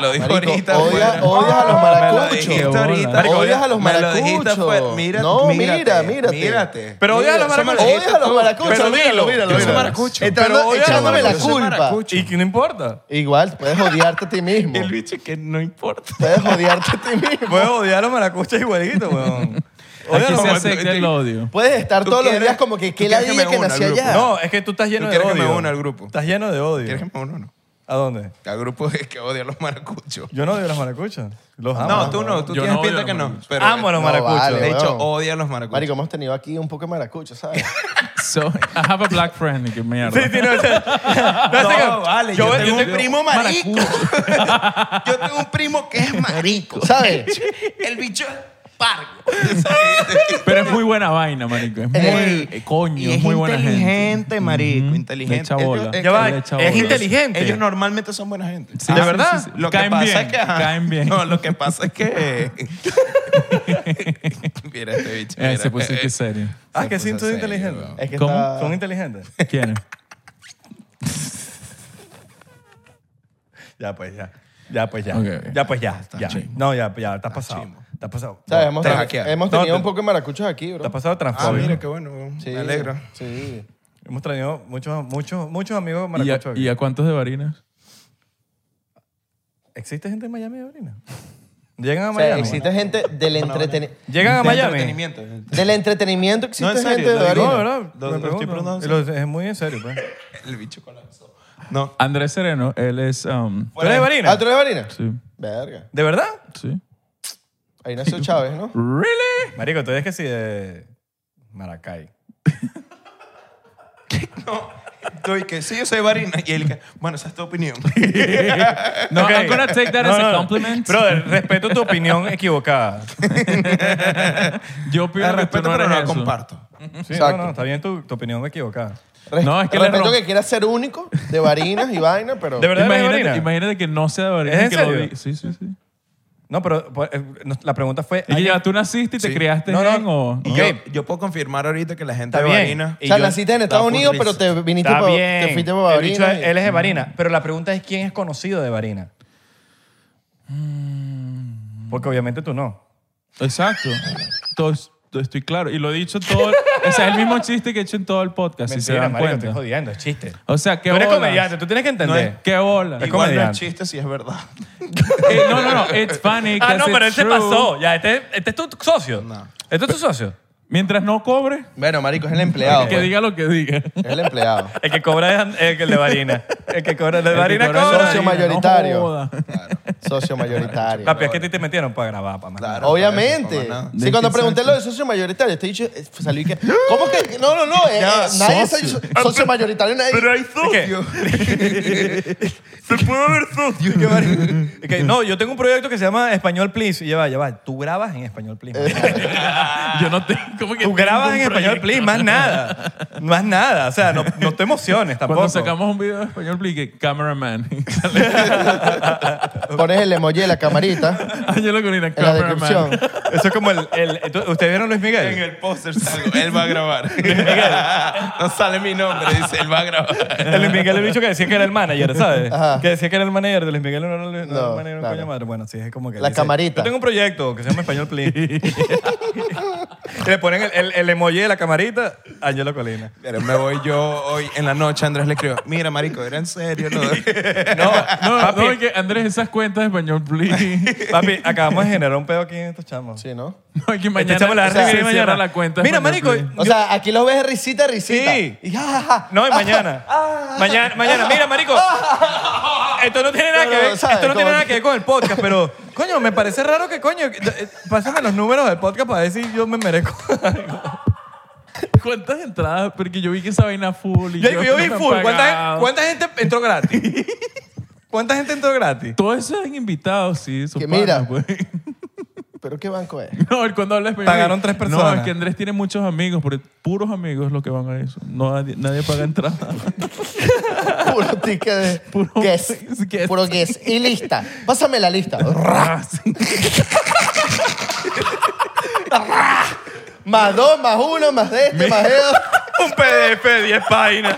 Speaker 3: lo dijo
Speaker 2: Marico,
Speaker 3: ahorita.
Speaker 2: odia-
Speaker 3: afuera.
Speaker 2: odias a los
Speaker 3: Me lo
Speaker 2: maracuchos.
Speaker 3: dijiste
Speaker 4: Qué
Speaker 3: ahorita.
Speaker 4: bola.
Speaker 2: Marico,
Speaker 3: Me
Speaker 2: odias a los
Speaker 3: me lo dijiste
Speaker 2: maracuchos.
Speaker 3: afuera. Mira,
Speaker 2: No, mira,
Speaker 3: mírate.
Speaker 2: mírate.
Speaker 3: Mírate.
Speaker 1: Pero odia a los
Speaker 3: Mira, son
Speaker 1: maracuchos.
Speaker 2: Odias a los maracuchos.
Speaker 1: Pero
Speaker 2: míralo,
Speaker 1: dilo.
Speaker 2: míralo,
Speaker 3: Yo soy
Speaker 2: míralo.
Speaker 3: maracucho.
Speaker 2: Entrando-
Speaker 1: Pero odia a los
Speaker 2: echándome la
Speaker 3: maracuchos. Yo soy
Speaker 2: culpa.
Speaker 3: maracucho.
Speaker 1: ¿Y qué no importa?
Speaker 2: Igual, puedes odiarte a ti mismo.
Speaker 3: El bicho que no importa.
Speaker 2: Puedes odiarte a ti mismo.
Speaker 1: Puedes odiar a los maracuchos igualito, weón. Odia a
Speaker 4: Aquí
Speaker 1: los
Speaker 4: se
Speaker 1: maracuchos.
Speaker 4: acepta el odio.
Speaker 2: Puedes estar
Speaker 3: ¿Tú
Speaker 2: todos los
Speaker 3: quieres-
Speaker 2: días como que
Speaker 3: tú
Speaker 2: qué
Speaker 3: quieres que
Speaker 2: ladilla
Speaker 3: me
Speaker 2: que
Speaker 3: una al
Speaker 2: nací
Speaker 3: grupo?
Speaker 2: allá.
Speaker 1: No, es que tú estás lleno
Speaker 3: ¿Tú
Speaker 1: de odio.
Speaker 3: quieres que me una al grupo?
Speaker 1: Estás lleno de
Speaker 3: ¿Quieres que
Speaker 1: odio.
Speaker 3: me una o no?
Speaker 1: ¿A dónde?
Speaker 3: Al grupo es que odia a los maracuchos.
Speaker 1: Yo no odio a los maracuchos. Los amo.
Speaker 3: No, tú no, tú
Speaker 4: Yo
Speaker 3: tienes
Speaker 4: no odio a
Speaker 3: pinta
Speaker 4: los
Speaker 3: que no.
Speaker 4: maracuchos.
Speaker 3: Pero
Speaker 1: Amo a los
Speaker 2: No,
Speaker 1: maracuchos.
Speaker 2: vale.
Speaker 3: De hecho,
Speaker 2: Weón.
Speaker 3: odia a los maracuchos.
Speaker 2: Marico, hemos tenido aquí un poco de maracucho, ¿sabes?
Speaker 4: So, I have a black friend. Y qué mierda.
Speaker 1: Sí, sí, no, o sea, no, es que-
Speaker 3: No, vale, yo, tengo un primo marico. yo tengo un primo que es marico, ¿sabes? El bicho es pargo.
Speaker 4: Pero es muy buena vaina, marico. Es muy,
Speaker 3: Ey,
Speaker 4: eh, coño,
Speaker 3: y
Speaker 4: es muy buena gente. Mm,
Speaker 3: inteligente, marico,
Speaker 4: Ujú.
Speaker 3: inteligente.
Speaker 4: Le echa
Speaker 3: Ellos-
Speaker 4: bola.
Speaker 3: es
Speaker 1: Ya va,
Speaker 4: Le
Speaker 1: es
Speaker 4: echa bola.
Speaker 1: inteligente.
Speaker 3: Ellos normalmente son buena gente.
Speaker 4: Sí,
Speaker 1: ¿De
Speaker 4: sí,
Speaker 1: verdad?
Speaker 4: sí, sí.
Speaker 3: Lo que
Speaker 4: caen
Speaker 3: pasa
Speaker 4: bien,
Speaker 3: es que ajá,
Speaker 4: caen bien.
Speaker 3: No, lo que pasa es que Mira este bicho.
Speaker 4: Eh,
Speaker 3: mira.
Speaker 4: se puso que serio.
Speaker 1: Ah,
Speaker 3: Se
Speaker 1: que sí, tú
Speaker 3: puso
Speaker 1: eres
Speaker 3: serio,
Speaker 1: inteligente.
Speaker 3: weón.
Speaker 1: Es que
Speaker 4: ¿Cómo?
Speaker 1: está- Son inteligentes.
Speaker 4: ¿Quién es?
Speaker 1: Ya, pues ya. Ya, pues ya.
Speaker 4: Ok, ok.
Speaker 1: Ya, pues ya. ya. No, ya, ya, estás pasado. Estás pasado.
Speaker 2: ¿Sabes? Hemos,
Speaker 3: Te
Speaker 2: tenido-
Speaker 3: hackearon.
Speaker 2: hemos
Speaker 1: No,
Speaker 2: tenido
Speaker 1: te-
Speaker 2: un poco de maracuchos aquí, bro.
Speaker 1: Estás pasado
Speaker 3: Ah,
Speaker 1: transfóbico.
Speaker 3: mira, qué bueno.
Speaker 2: Sí,
Speaker 3: Me alegro.
Speaker 2: Sí.
Speaker 1: Hemos traído muchos, muchos, muchos amigos
Speaker 4: ¿Y a,
Speaker 1: maracuchos. aquí.
Speaker 4: y a cuántos de Barinas?
Speaker 1: ¿Existe gente en Miami de orina? ¿Llegan a
Speaker 2: O sea,
Speaker 1: Miami?
Speaker 2: existe gente del, entreteni-
Speaker 1: ¿Llegan a
Speaker 3: De
Speaker 1: Miami?
Speaker 3: entretenimiento.
Speaker 2: del entretenimiento. Existe
Speaker 3: No, en serio,
Speaker 2: gente de
Speaker 3: lo digo.
Speaker 2: Barinas.
Speaker 1: No, ¿verdad?
Speaker 3: Lo-
Speaker 1: Me
Speaker 3: lo estoy
Speaker 1: pregunto.
Speaker 3: preguntando.
Speaker 1: Y lo- Es muy en serio, pues. ¿Tú
Speaker 3: El bicho colapsó. No.
Speaker 4: Andrés Sereno, él es. um,
Speaker 1: eres de Marina?
Speaker 2: ¿Ah, tú eres de Barinas?
Speaker 4: sí,
Speaker 2: Verga.
Speaker 1: ¿De verdad?
Speaker 4: sí.
Speaker 2: Ahí nació Chávez, ¿no?
Speaker 4: ¿Really?
Speaker 1: Marico, tú eres que sí de Maracay.
Speaker 3: Yo y que sí, yo soy varina. Y él que, bueno, esa es tu opinión.
Speaker 4: No,
Speaker 1: Ok.
Speaker 4: I'm gonna take that
Speaker 1: No,
Speaker 4: as
Speaker 1: no,
Speaker 4: a
Speaker 1: no.
Speaker 4: compliment.
Speaker 1: Brother, respeto tu opinión equivocada.
Speaker 4: Yo opino
Speaker 3: La
Speaker 4: que tú
Speaker 3: respeto,
Speaker 4: no
Speaker 3: pero
Speaker 4: eres
Speaker 3: no la
Speaker 4: eso.
Speaker 3: comparto.
Speaker 1: Sí, no,
Speaker 2: Exacto.
Speaker 1: no, está bien tu, tu opinión equivocada.
Speaker 4: No, es que le
Speaker 2: respeto
Speaker 4: rom-
Speaker 2: que quieras ser único de Barinas y vaina, pero
Speaker 1: ¿De verdad eres de
Speaker 4: Imagínate,
Speaker 1: Barinas?
Speaker 4: imagínate que no sea de Barinas.
Speaker 1: ¿Es en
Speaker 4: que lo
Speaker 1: serio?
Speaker 4: di- Sí, sí, sí.
Speaker 1: No, pero pues, eh, no, la pregunta fue...
Speaker 4: Y ya tú naciste y te
Speaker 3: Sí.
Speaker 4: criaste
Speaker 1: No, no.
Speaker 4: en o.
Speaker 3: Y
Speaker 1: Ok.
Speaker 3: yo, yo puedo confirmar ahorita que la gente
Speaker 1: Está
Speaker 3: de
Speaker 1: bien.
Speaker 3: varina.
Speaker 1: Y
Speaker 2: o sea,
Speaker 1: yo-
Speaker 2: naciste en Estados
Speaker 3: la
Speaker 2: Unidos, pero
Speaker 3: purriza.
Speaker 2: te viniste
Speaker 1: Está
Speaker 2: pa-
Speaker 1: bien.
Speaker 2: te fuiste para
Speaker 1: El bicho
Speaker 2: Barinas.
Speaker 1: es-
Speaker 2: y-
Speaker 1: él es de
Speaker 4: Mm.
Speaker 1: Barina. Pero la pregunta es quién es conocido de Barina.
Speaker 4: Mm.
Speaker 1: Porque obviamente tú no.
Speaker 4: Exacto. Todo es- todo estoy claro. Y lo he dicho todo. o sea, es el mismo chiste que he hecho en todo el podcast, si se
Speaker 1: Mentira,
Speaker 4: dan
Speaker 1: marico,
Speaker 4: cuenta.
Speaker 1: estoy jodiendo, es chiste.
Speaker 4: O sea, qué
Speaker 1: Tú eres
Speaker 4: bolas.
Speaker 1: comediante, tú tienes que entender.
Speaker 4: Qué bola.
Speaker 1: Es
Speaker 3: Igual no es
Speaker 1: comediante.
Speaker 3: chiste si es verdad.
Speaker 4: Eh, no, no, no. It's funny.
Speaker 1: Ah,
Speaker 4: 'cause
Speaker 1: no, pero él
Speaker 4: it's
Speaker 1: se
Speaker 4: true.
Speaker 1: pasó. Ya, este, este es tu socio. Este es tu socio.
Speaker 4: Mientras no cobre,
Speaker 2: Bueno, marico, es el
Speaker 1: Ah,
Speaker 2: empleado.
Speaker 4: que
Speaker 2: pues.
Speaker 4: diga lo que diga.
Speaker 2: Es el empleado.
Speaker 1: El que cobra es el que le varina. El que cobra, el de varina
Speaker 4: cobra es
Speaker 1: cobra.
Speaker 4: socio
Speaker 1: y-
Speaker 4: mayor.
Speaker 2: mayoritario.
Speaker 4: no joda.
Speaker 2: Socio mayoritario.
Speaker 1: Papi, es que a ti te metieron para grabar, para más.
Speaker 3: Claro, para
Speaker 2: Obviamente.
Speaker 3: eso, para nada.
Speaker 4: De
Speaker 2: Sí, cuando
Speaker 4: que
Speaker 2: pregunté
Speaker 4: exacto.
Speaker 2: lo de socio mayoritario, te he dicho, eh, salí que. ¿Cómo que? No, no, no. eh,
Speaker 3: Ya,
Speaker 2: eh, nadie
Speaker 3: socio.
Speaker 2: socio. socio mayoritario, nadie.
Speaker 3: hay
Speaker 1: Se puede ver socio. no, yo tengo un proyecto que se llama Español Please. Y lleva, lleva, tú grabas en Español Please. más nada.
Speaker 4: Yo no tengo. ¿Cómo que
Speaker 1: Tú grabas Ah. en
Speaker 4: tengo un
Speaker 1: Español Please,
Speaker 4: proyecto?
Speaker 1: más nada. Más nada. O sea, no, no te emociones tampoco.
Speaker 4: Cuando sacamos un video de español, plique, cameraman.
Speaker 2: Pones el emoji de la camarita
Speaker 4: Ángelo Corina,
Speaker 2: en la
Speaker 4: cameraman.
Speaker 2: descripción.
Speaker 1: Eso es como el... el ¿Ustedes vieron Luis Miguel?
Speaker 3: En el póster salgo, él va a grabar. no sale mi nombre, dice, él va a grabar.
Speaker 1: El Luis Miguel, el bicho que decía que era el manager, ¿sabes?
Speaker 2: Ajá.
Speaker 1: Que decía que era el manager de Luis Miguel, no era, el- no era el
Speaker 2: No,
Speaker 1: manager, un
Speaker 2: claro.
Speaker 1: coño madre. Bueno, sí, es como que.
Speaker 2: La camarita.
Speaker 1: Yo tengo un proyecto que se llama Español Please. Y le ponen el, el, el emoji de la camarita a Angelo Colina.
Speaker 3: Pero me voy yo hoy en la noche, Andrés le escribo, mira, marico, era en serio, ¿no?
Speaker 1: No,
Speaker 4: No,
Speaker 1: papi,
Speaker 4: no, es que Andrés, esas cuentas de español, please.
Speaker 1: papi, acabamos de generar un pedo aquí en estos chamos.
Speaker 2: Sí, ¿no?
Speaker 4: No, es que mañana.
Speaker 1: Este chamo le va a
Speaker 4: se
Speaker 1: revivir
Speaker 4: cierra
Speaker 1: mañana.
Speaker 4: la cuenta. de
Speaker 1: Mira,
Speaker 4: español,
Speaker 1: marico,
Speaker 4: please.
Speaker 2: O sea, aquí lo ves risita, risita.
Speaker 1: Sí.
Speaker 2: Y ja, ja, ja.
Speaker 1: No, y mañana. mañana, mañana. Mira, marico. Esto no tiene nada que
Speaker 2: Pero,
Speaker 1: ver.
Speaker 2: ¿sabes?
Speaker 1: Esto no tiene
Speaker 2: Como-
Speaker 1: nada que ver con el podcast, pero coño, me parece raro que coño, que- eh, pásame los números del podcast para ver si yo me merezco.
Speaker 4: ¿Cuántas entradas? Porque yo vi que esa vaina full. Y
Speaker 1: Yo, yo
Speaker 4: no
Speaker 1: vi
Speaker 4: me han
Speaker 1: full. ¿Cuánta,
Speaker 4: pagado.
Speaker 1: cuánta gente entró gratis? ¿Cuánta gente entró gratis?
Speaker 4: Todos esos eran invitados, sí. Sus
Speaker 2: Que
Speaker 4: panas,
Speaker 2: mira.
Speaker 4: pues.
Speaker 2: ¿Pero qué banco es?
Speaker 4: No, él cuando habla español.
Speaker 1: Pagaron tres personas.
Speaker 4: No, es que Andrés tiene muchos amigos, pero puros amigos los que van a eso. No, nadie, nadie paga entrada.
Speaker 2: Puro ticket de.
Speaker 4: Puro-
Speaker 2: guess.
Speaker 4: guess.
Speaker 2: Puro guess. Y lista. Pásame la lista.
Speaker 4: Ah, sí.
Speaker 2: más dos, más uno, más de este, más de dos.
Speaker 1: Un PDF de 10 páginas.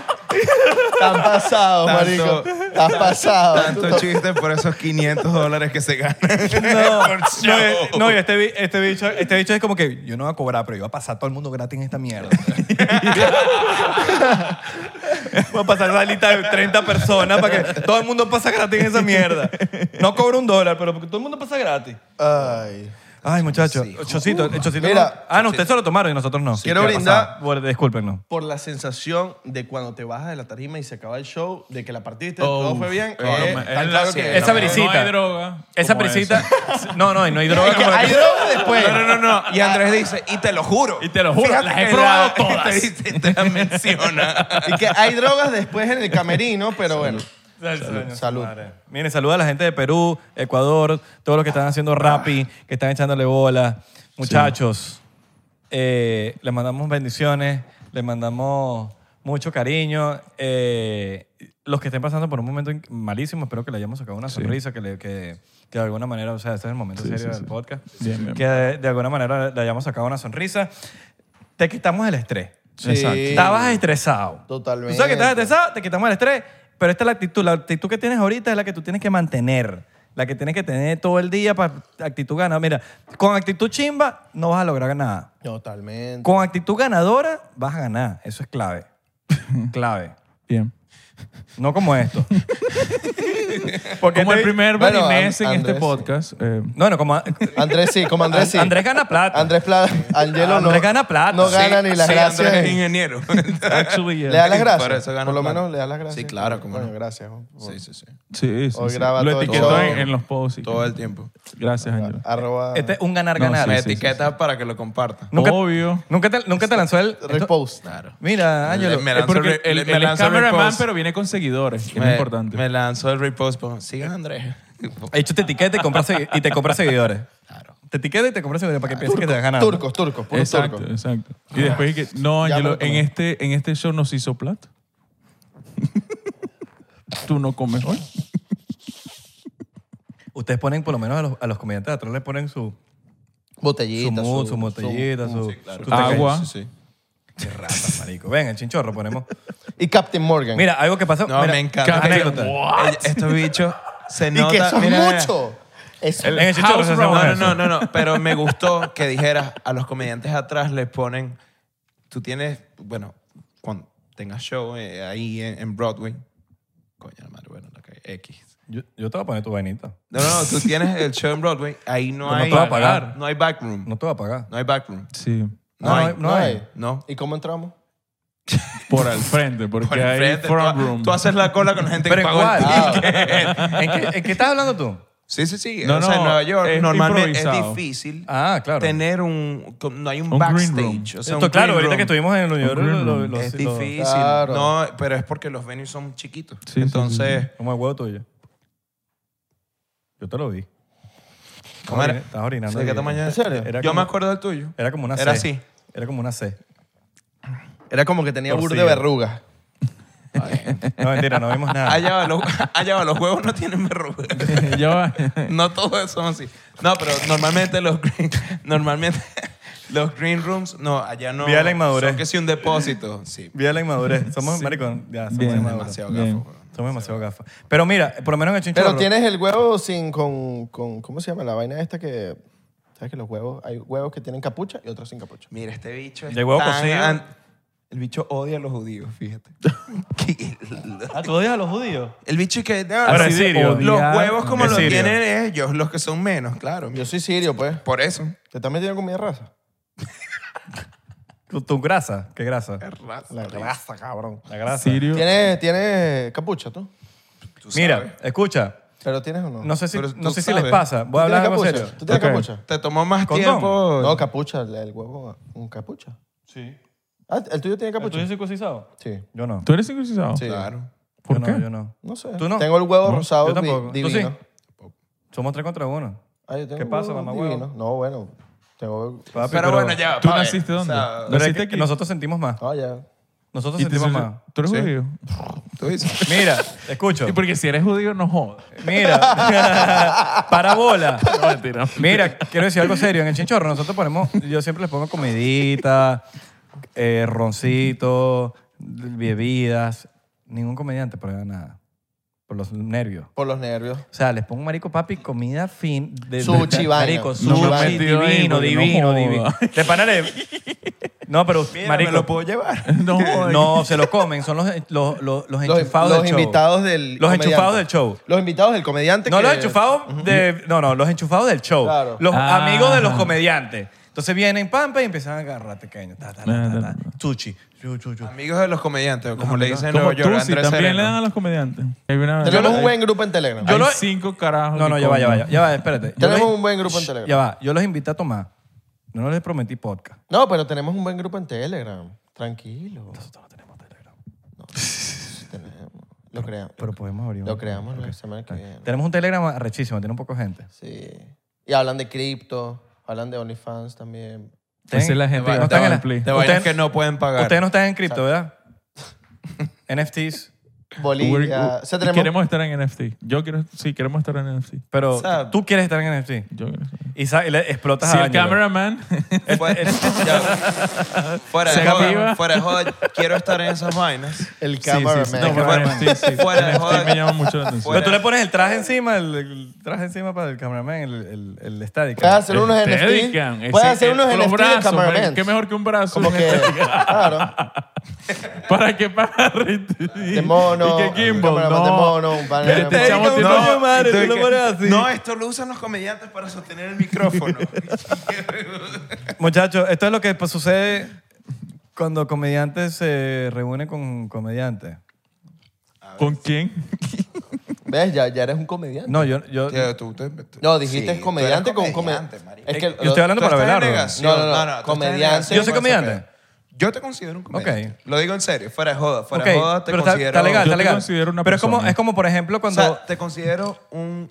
Speaker 2: Estás pasado,
Speaker 3: Tanto-
Speaker 2: marico. Estás pasado. Ah, Tú
Speaker 3: Tanto
Speaker 2: to-
Speaker 3: chiste por esos 500 dólares que se ganan.
Speaker 1: No, no, y- no, y este, bi- este, bicho, este bicho es como que yo no voy a cobrar, pero yo voy a pasar a todo el mundo gratis en esta mierda. voy a pasar la lista de 30 personas para que todo el mundo pasa gratis en esa mierda. No cobro un dólar, pero porque todo el mundo pasa gratis.
Speaker 2: Ay.
Speaker 1: Ay, muchachos. Chocito, el chocito.
Speaker 2: Mira,
Speaker 1: no- ah, no, ustedes se lo tomaron y nosotros no.
Speaker 2: Quiero
Speaker 1: ¿Qué ha
Speaker 2: brindar-
Speaker 1: pasado? Por- Discúlpenos.
Speaker 2: Por la sensación de cuando te bajas de la tarima y se acaba el show, de que la partiste, todo fue bien. eh,
Speaker 4: no,
Speaker 2: tan
Speaker 4: es
Speaker 2: claro
Speaker 4: la-
Speaker 2: que-
Speaker 1: Esa brisita.
Speaker 4: No hay droga.
Speaker 1: Esa
Speaker 4: como
Speaker 1: prisita.
Speaker 4: esa.
Speaker 1: No, no, y no hay droga. como-
Speaker 7: Hay droga después.
Speaker 3: No, no, no. Y Andrés dice, y te lo juro.
Speaker 4: Y te lo juro,
Speaker 3: Fíjate
Speaker 4: las he
Speaker 3: que
Speaker 4: probado
Speaker 3: la-
Speaker 4: todas.
Speaker 3: Te, dice- te la menciona.
Speaker 2: Y que hay drogas después en el camerino, pero bueno.
Speaker 1: Salud.
Speaker 2: Salud.
Speaker 1: Miren, saluda a la gente de Perú, Ecuador, todos los que están haciendo rapi, que están echándole bola. Muchachos, eh, les mandamos bendiciones, les mandamos mucho cariño. Eh, los que estén pasando por un momento in- malísimo, espero que le hayamos sacado una sonrisa, que, le- que- que de alguna manera, o sea, este es el momento serio del podcast,
Speaker 4: Bien, bien.
Speaker 1: que de, de alguna manera le hayamos sacado una sonrisa. Te quitamos el estrés.
Speaker 2: Exacto.
Speaker 1: Estabas estresado.
Speaker 2: Totalmente.
Speaker 1: Tú sabes que estás estresado, te quitamos el estrés, pero esta es la actitud. La actitud que tienes ahorita es la que tú tienes que mantener. La que tienes que tener todo el día para actitud ganadora. Mira, con actitud chimba no vas a lograr nada.
Speaker 2: Totalmente.
Speaker 1: Con actitud ganadora vas a ganar. Eso es clave. clave.
Speaker 4: Bien.
Speaker 1: No como esto. Porque
Speaker 4: Como el primer
Speaker 2: Bueno,
Speaker 4: balinés en
Speaker 2: An-
Speaker 4: este
Speaker 2: Andrés,
Speaker 4: podcast. eh,
Speaker 1: No, no, como... a-
Speaker 2: Andrés sí, como Andrés sí.
Speaker 1: Andrés gana plata.
Speaker 2: Andrés Plata. Angelo no.
Speaker 1: Andrés gana plata.
Speaker 2: No gana
Speaker 3: Sí,
Speaker 2: ni las
Speaker 3: sí,
Speaker 2: gracias.
Speaker 3: Andrés es ingeniero.
Speaker 4: actually, yeah.
Speaker 2: Le da las
Speaker 3: Sí,
Speaker 2: gracias.
Speaker 3: por eso gana
Speaker 2: Por lo
Speaker 3: plata.
Speaker 2: menos le da las gracias.
Speaker 3: Sí, claro, cómo
Speaker 2: Coño,
Speaker 3: no.
Speaker 2: gracias. por-
Speaker 3: sí, sí, sí.
Speaker 4: Sí, sí,
Speaker 2: Hoy
Speaker 4: sí.
Speaker 2: graba
Speaker 4: Lo
Speaker 2: todo el
Speaker 4: etiquetó
Speaker 2: show.
Speaker 4: en, en los posts. y-
Speaker 3: Todo el tiempo.
Speaker 4: Gracias, Ángel.
Speaker 2: Arroba.
Speaker 1: Este es un ganar-ganar.
Speaker 4: No,
Speaker 3: Me
Speaker 4: sí, sí,
Speaker 3: etiquetas para que lo compartan.
Speaker 1: Nunca-
Speaker 4: Obvio.
Speaker 1: Nunca te, nunca te lanzó el... esto-
Speaker 2: repost.
Speaker 1: Mira, Ángelo.
Speaker 3: Me lanzo
Speaker 4: Porque
Speaker 3: re-
Speaker 4: el,
Speaker 3: me
Speaker 4: el
Speaker 3: lanzo
Speaker 4: cameraman,
Speaker 3: repost.
Speaker 4: pero viene con seguidores, que es
Speaker 3: me,
Speaker 4: importante.
Speaker 3: Me lanzó el repost. pues, Sigan, Andrés.
Speaker 1: He hecho te etiqueta y, compras segui- y te compras seguidores. Claro. Te etiqueta y te compras seguidores para que pienses que te vas ganando.
Speaker 2: Turcos, turcos, puro
Speaker 4: exacto,
Speaker 2: turco.
Speaker 4: exacto. Y después que no,
Speaker 2: Ya me
Speaker 4: Ángelo,
Speaker 2: lo
Speaker 4: en
Speaker 2: tomé.
Speaker 4: este, en este show nos hizo plata. Tú no comes hoy.
Speaker 1: Ustedes ponen, por lo menos a los, a los comediantes de atrás, les ponen su, su
Speaker 2: Botellita.
Speaker 1: mood, su, botellita, su, su-
Speaker 4: Agua.
Speaker 3: Sí, sí.
Speaker 1: Qué rata, marico. Ven, el chinchorro ponemos.
Speaker 2: Y Captain Morgan.
Speaker 1: Mira, algo que pasa.
Speaker 3: No,
Speaker 1: mira,
Speaker 3: me encanta.
Speaker 1: Anécdota.
Speaker 3: Ell- Estos bichos se
Speaker 2: y
Speaker 3: nota.
Speaker 2: que eso es
Speaker 3: mira, mira.
Speaker 2: mucho. Es
Speaker 1: En el chinchorro se hacemos
Speaker 3: No,
Speaker 1: eso.
Speaker 3: no, no, no. Pero me gustó que dijeras a los comediantes atrás les ponen. Tú tienes, bueno, cuando tengas show eh, ahí en, en Broadway. Coño, hermano, bueno, la cagué. X.
Speaker 1: Yo, yo te voy a poner tu vainita.
Speaker 3: No, no, tú tienes el show en Broadway. Ahí no
Speaker 1: Pero no
Speaker 3: hay.
Speaker 1: te va a pagar.
Speaker 3: No hay backroom.
Speaker 1: No te voy a pagar.
Speaker 3: No hay backroom.
Speaker 4: Sí.
Speaker 3: No, hay.
Speaker 1: no hay.
Speaker 3: No.
Speaker 2: ¿Y cómo entramos?
Speaker 4: Por al frente, porque
Speaker 3: Por el
Speaker 4: hay
Speaker 3: frente,
Speaker 4: front
Speaker 3: tú,
Speaker 4: room.
Speaker 3: tú haces la cola con la gente
Speaker 1: Pero
Speaker 3: que pagó
Speaker 1: igual. Ah.
Speaker 3: el
Speaker 1: ¿En qué, en qué estás hablando tú?
Speaker 3: Sí, sí, sí.
Speaker 4: No,
Speaker 3: o sea,
Speaker 4: no,
Speaker 3: en Nueva York
Speaker 4: es
Speaker 3: normalmente es
Speaker 4: improvisado.
Speaker 3: difícil
Speaker 1: Ah, claro.
Speaker 3: tener un... No hay un,
Speaker 4: Un green
Speaker 3: backstage.
Speaker 4: room.
Speaker 3: O sea,
Speaker 1: Esto, claro,
Speaker 3: un green
Speaker 1: ahorita
Speaker 3: room.
Speaker 1: que estuvimos en New York,
Speaker 4: Un green
Speaker 1: lo- lo-
Speaker 4: room.
Speaker 1: lo-
Speaker 3: Es
Speaker 1: lo-
Speaker 3: difícil.
Speaker 2: Claro.
Speaker 3: No, pero es porque los venues son chiquitos.
Speaker 4: Sí, sí,
Speaker 3: Entonces,
Speaker 1: Como el huevo tuyo. Yo te lo vi.
Speaker 3: ¿cómo era?
Speaker 1: Estabas orinando.
Speaker 3: ¿De qué
Speaker 1: ahí.
Speaker 3: tamaño
Speaker 2: ¿En serio?
Speaker 1: Era
Speaker 3: Yo
Speaker 1: como-
Speaker 3: me acuerdo del tuyo.
Speaker 1: Era como una C.
Speaker 3: Era así.
Speaker 1: Era como una C.
Speaker 2: Era como que tenía burde de
Speaker 1: Torcida.
Speaker 2: verrugas.
Speaker 1: No, mentira, no vimos nada.
Speaker 3: Allá va, los, allá va, los huevos no tienen verruga.
Speaker 4: Ya va.
Speaker 3: No todos son así. No, pero normalmente los green, normalmente los green rooms, no, allá no.
Speaker 1: Vi a la inmadurez.
Speaker 3: Son que si un depósito. Sí,
Speaker 1: Vía la inmadurez. Somos, maricón, ya, somos
Speaker 4: Bien.
Speaker 1: inmaduros.
Speaker 3: demasiado
Speaker 4: Bien.
Speaker 3: gafo. bro.
Speaker 1: Somos demasiado gafas. Pero mira, por lo menos en el chinchorro.
Speaker 2: Pero tienes el huevo sin con, con ¿cómo se llama? La vaina esta que sabes que los huevos hay huevos que tienen capucha y otros sin capucha.
Speaker 3: Mira, este bicho es
Speaker 1: De huevo
Speaker 3: tan
Speaker 1: cocido.
Speaker 3: El bicho odia a los judíos, fíjate. Qué-
Speaker 1: Ah, ¿tú odias a los judíos?
Speaker 3: el bicho que... no,
Speaker 1: Ahora
Speaker 3: así
Speaker 1: es
Speaker 3: de-
Speaker 1: sirio.
Speaker 3: Los huevos como
Speaker 1: Es
Speaker 3: los
Speaker 1: sirio.
Speaker 3: tienen ellos, los que son menos, claro.
Speaker 2: Yo soy sirio, pues.
Speaker 3: Por eso.
Speaker 2: ¿Te estás metiendo con mi raza?
Speaker 1: ¿Tu, tu grasa? ¿Qué grasa?
Speaker 2: La raza, cabrón.
Speaker 1: La grasa.
Speaker 4: Sirio.
Speaker 2: ¿Tienes, tienes capucha tú?
Speaker 3: Tú
Speaker 1: Mira,
Speaker 3: sabes.
Speaker 1: escucha.
Speaker 2: ¿Pero tienes o no?
Speaker 1: No sé si,
Speaker 3: Pero
Speaker 1: no
Speaker 3: tú
Speaker 1: sé si les
Speaker 3: sabes.
Speaker 1: pasa. Voy a
Speaker 2: ¿Tú
Speaker 1: hablar
Speaker 2: tienes
Speaker 1: algo
Speaker 2: capucha?
Speaker 1: serio.
Speaker 2: ¿Tú tienes
Speaker 4: Ok.
Speaker 2: capucha?
Speaker 3: Te tomó más
Speaker 1: Condón.
Speaker 3: tiempo.
Speaker 2: No, capucha, el, el huevo con capucha. Sí. Ah, ¿el tuyo tiene capucha?
Speaker 1: circuncisado?
Speaker 2: Sí.
Speaker 1: Yo no.
Speaker 4: ¿Tú eres circuncisado?
Speaker 2: Sí.
Speaker 3: Claro.
Speaker 4: ¿Por
Speaker 1: yo
Speaker 4: qué?
Speaker 1: no, yo no.
Speaker 2: No sé.
Speaker 1: ¿Tú no?
Speaker 2: Tengo el huevo rosado
Speaker 1: Yo
Speaker 2: di-
Speaker 1: tampoco. ¿Tú
Speaker 2: divino.
Speaker 1: sí? Somos tres contra uno.
Speaker 2: Ah, yo tengo
Speaker 1: ¿Qué
Speaker 2: el
Speaker 1: pasa,
Speaker 2: huevo
Speaker 1: mamá huevo?
Speaker 2: divino. No, bueno. Tengo...
Speaker 1: Papi,
Speaker 3: Pero bueno, ya. va,
Speaker 4: ¿Tú
Speaker 3: pa' ver.
Speaker 4: naciste dónde?
Speaker 3: O sea,
Speaker 1: pero es
Speaker 4: ¿Naciste
Speaker 1: que
Speaker 4: aquí?
Speaker 1: nosotros sentimos más.
Speaker 2: Ah, ya.
Speaker 1: Nosotros
Speaker 4: ¿Y te-
Speaker 1: sentimos más.
Speaker 4: ¿Tú eres
Speaker 3: Sí.
Speaker 4: judío?
Speaker 3: Tú dices.
Speaker 1: Mira, escucho.
Speaker 4: Y porque si eres judío, no jodas.
Speaker 1: Mira, parabola.
Speaker 4: No, mentira.
Speaker 1: Mira, quiero decir algo serio. En el chinchorro nosotros ponemos, yo siempre les pongo comidita, eh, roncito, bebidas. Ningún comediante prueba nada. Por los nervios.
Speaker 2: Por los nervios.
Speaker 1: O sea, les pongo marico papi comida fin de
Speaker 2: Sushi, vaina.
Speaker 1: marico,
Speaker 2: No me
Speaker 1: sushi
Speaker 4: he metido ahí
Speaker 1: divino,
Speaker 4: porque no
Speaker 1: divino,
Speaker 4: joda.
Speaker 1: divino. De pana le, No, pero marico,
Speaker 5: puedo llevar.
Speaker 4: No, joder.
Speaker 1: no, se lo comen. Son los, los, los, los
Speaker 2: Los,
Speaker 1: enchufados
Speaker 2: los
Speaker 1: del show.
Speaker 2: invitados del
Speaker 1: Los enchufados
Speaker 2: comediante.
Speaker 1: del show.
Speaker 2: Los invitados del comediante.
Speaker 1: No
Speaker 2: que-
Speaker 1: los enchufados de... No, no, los enchufados del show.
Speaker 2: Claro.
Speaker 1: Los
Speaker 4: Ah.
Speaker 1: amigos de los comediantes. Entonces vienen pampa y empiezan a agarrar pequeño. Ta, ta, ta, ta, ta. Sushi. Chu, chu, chu.
Speaker 4: Ah,
Speaker 5: Amigos de los comediantes, como le dicen en
Speaker 4: Como
Speaker 5: Nueva
Speaker 4: tú,
Speaker 5: York,
Speaker 4: sí,
Speaker 5: Andrés
Speaker 4: también le dan
Speaker 5: Sereno.
Speaker 4: a los comediantes. Hay una-
Speaker 2: Tenemos un
Speaker 4: hay-
Speaker 2: buen grupo en Telegram.
Speaker 1: Yo
Speaker 4: hay
Speaker 1: lo-
Speaker 4: cinco carajos.
Speaker 1: No, no,
Speaker 4: que
Speaker 1: ya va, ya va,
Speaker 4: comen.
Speaker 1: ya va, espérate. Yo
Speaker 2: Tenemos
Speaker 1: los-
Speaker 2: un buen grupo en Telegram.
Speaker 1: Ya va, yo los invité a tomar. No les prometí podcast.
Speaker 2: No, pero tenemos un buen grupo en Telegram. Tranquilo. Nosotros no tenemos Telegram. tenemos. Lo creamos.
Speaker 1: Pero podemos abrir
Speaker 2: Lo
Speaker 1: uno.
Speaker 2: creamos la semana que viene.
Speaker 1: Tenemos un Telegram arrechísimo, tiene un poco gente.
Speaker 2: Sí. Y hablan de cripto, hablan de OnlyFans también.
Speaker 4: Esa es la gente que no está en el play.
Speaker 5: De vainas
Speaker 1: Ustedes-
Speaker 5: que no pueden pagar.
Speaker 1: Ustedes no están en cripto, ¿verdad? NFTs.
Speaker 2: Bolivia.
Speaker 4: We're-
Speaker 2: O sea, tenemos-
Speaker 4: Queremos estar en NFT. Yo quiero, sí, queremos estar en NFT.
Speaker 1: Pero
Speaker 5: O sea,
Speaker 1: tú quieres estar en NFT.
Speaker 4: Yo quiero estar.
Speaker 1: Y, sa- y le explotas
Speaker 4: Si
Speaker 1: a
Speaker 4: el
Speaker 1: Ángelo.
Speaker 4: cameraman
Speaker 5: Fuera, ya. fuera
Speaker 4: Se
Speaker 5: de
Speaker 4: activa.
Speaker 5: joda, fuera de joda, quiero estar en esas vainas.
Speaker 2: el
Speaker 1: sí,
Speaker 2: cameraman.
Speaker 1: sí,
Speaker 4: No, pero
Speaker 5: Fuera-
Speaker 4: NFT, sí.
Speaker 5: fuera de
Speaker 4: NFT
Speaker 5: joda.
Speaker 4: me llama mucho la atención.
Speaker 5: Fuera.
Speaker 1: Pero tú le pones el traje encima, el, el traje encima para el cameraman, el, el, el Steadicam.
Speaker 2: Puedes hacer unos
Speaker 4: Te
Speaker 2: NFT.
Speaker 4: dedican, ese-
Speaker 2: Puedes hacer
Speaker 4: el-
Speaker 2: unos
Speaker 4: los
Speaker 2: NFT de
Speaker 4: brazos,
Speaker 2: cameraman.
Speaker 4: marico, Qué mejor que un brazo.
Speaker 2: Como
Speaker 4: un
Speaker 2: que,
Speaker 4: NFT.
Speaker 2: claro,
Speaker 4: ¿Para qué pagar? De
Speaker 2: de mono,
Speaker 4: ¿Y qué gimbal?
Speaker 2: un cameraman
Speaker 4: No.
Speaker 2: de mono, un banner de
Speaker 4: Este
Speaker 2: mono.
Speaker 4: chamo tiene-
Speaker 1: coño de madre,
Speaker 5: Entonces,
Speaker 1: tú lo
Speaker 5: que-
Speaker 1: pones así.
Speaker 5: No, esto lo usan los comediantes para sostener el micrófono.
Speaker 1: Muchachos, esto es lo que pues, sucede cuando comediantes se reúnen con comediantes.
Speaker 4: ¿Con quién?
Speaker 2: ¿Ves? Ya, ya eres un comediante.
Speaker 1: No, yo, yo
Speaker 5: Tío, tú- tú- tú-
Speaker 2: No, dijiste
Speaker 5: Sí,
Speaker 2: comediante
Speaker 5: tú
Speaker 2: con
Speaker 5: eres
Speaker 2: un comediante.
Speaker 5: marico.
Speaker 2: Es que
Speaker 1: Yo estoy hablando
Speaker 5: Tú
Speaker 1: para
Speaker 5: estás en
Speaker 1: Abelardo.
Speaker 5: negación.
Speaker 2: No, no, no.
Speaker 5: tú estás en
Speaker 2: Comediante.
Speaker 5: negación
Speaker 1: Yo soy
Speaker 5: con ese
Speaker 1: comediante.
Speaker 5: pedo. Yo te considero un comediante.
Speaker 1: Ok.
Speaker 5: Lo digo en serio, fuera de joda. Fuera
Speaker 1: Ok,
Speaker 5: de joda te
Speaker 1: pero está-
Speaker 5: considero...
Speaker 1: está, legal,
Speaker 4: Yo
Speaker 1: está
Speaker 4: te
Speaker 1: legal.
Speaker 4: considero una
Speaker 1: pero es como,
Speaker 4: persona.
Speaker 1: es como, por ejemplo,
Speaker 5: O
Speaker 1: cuando...
Speaker 5: sea, te considero un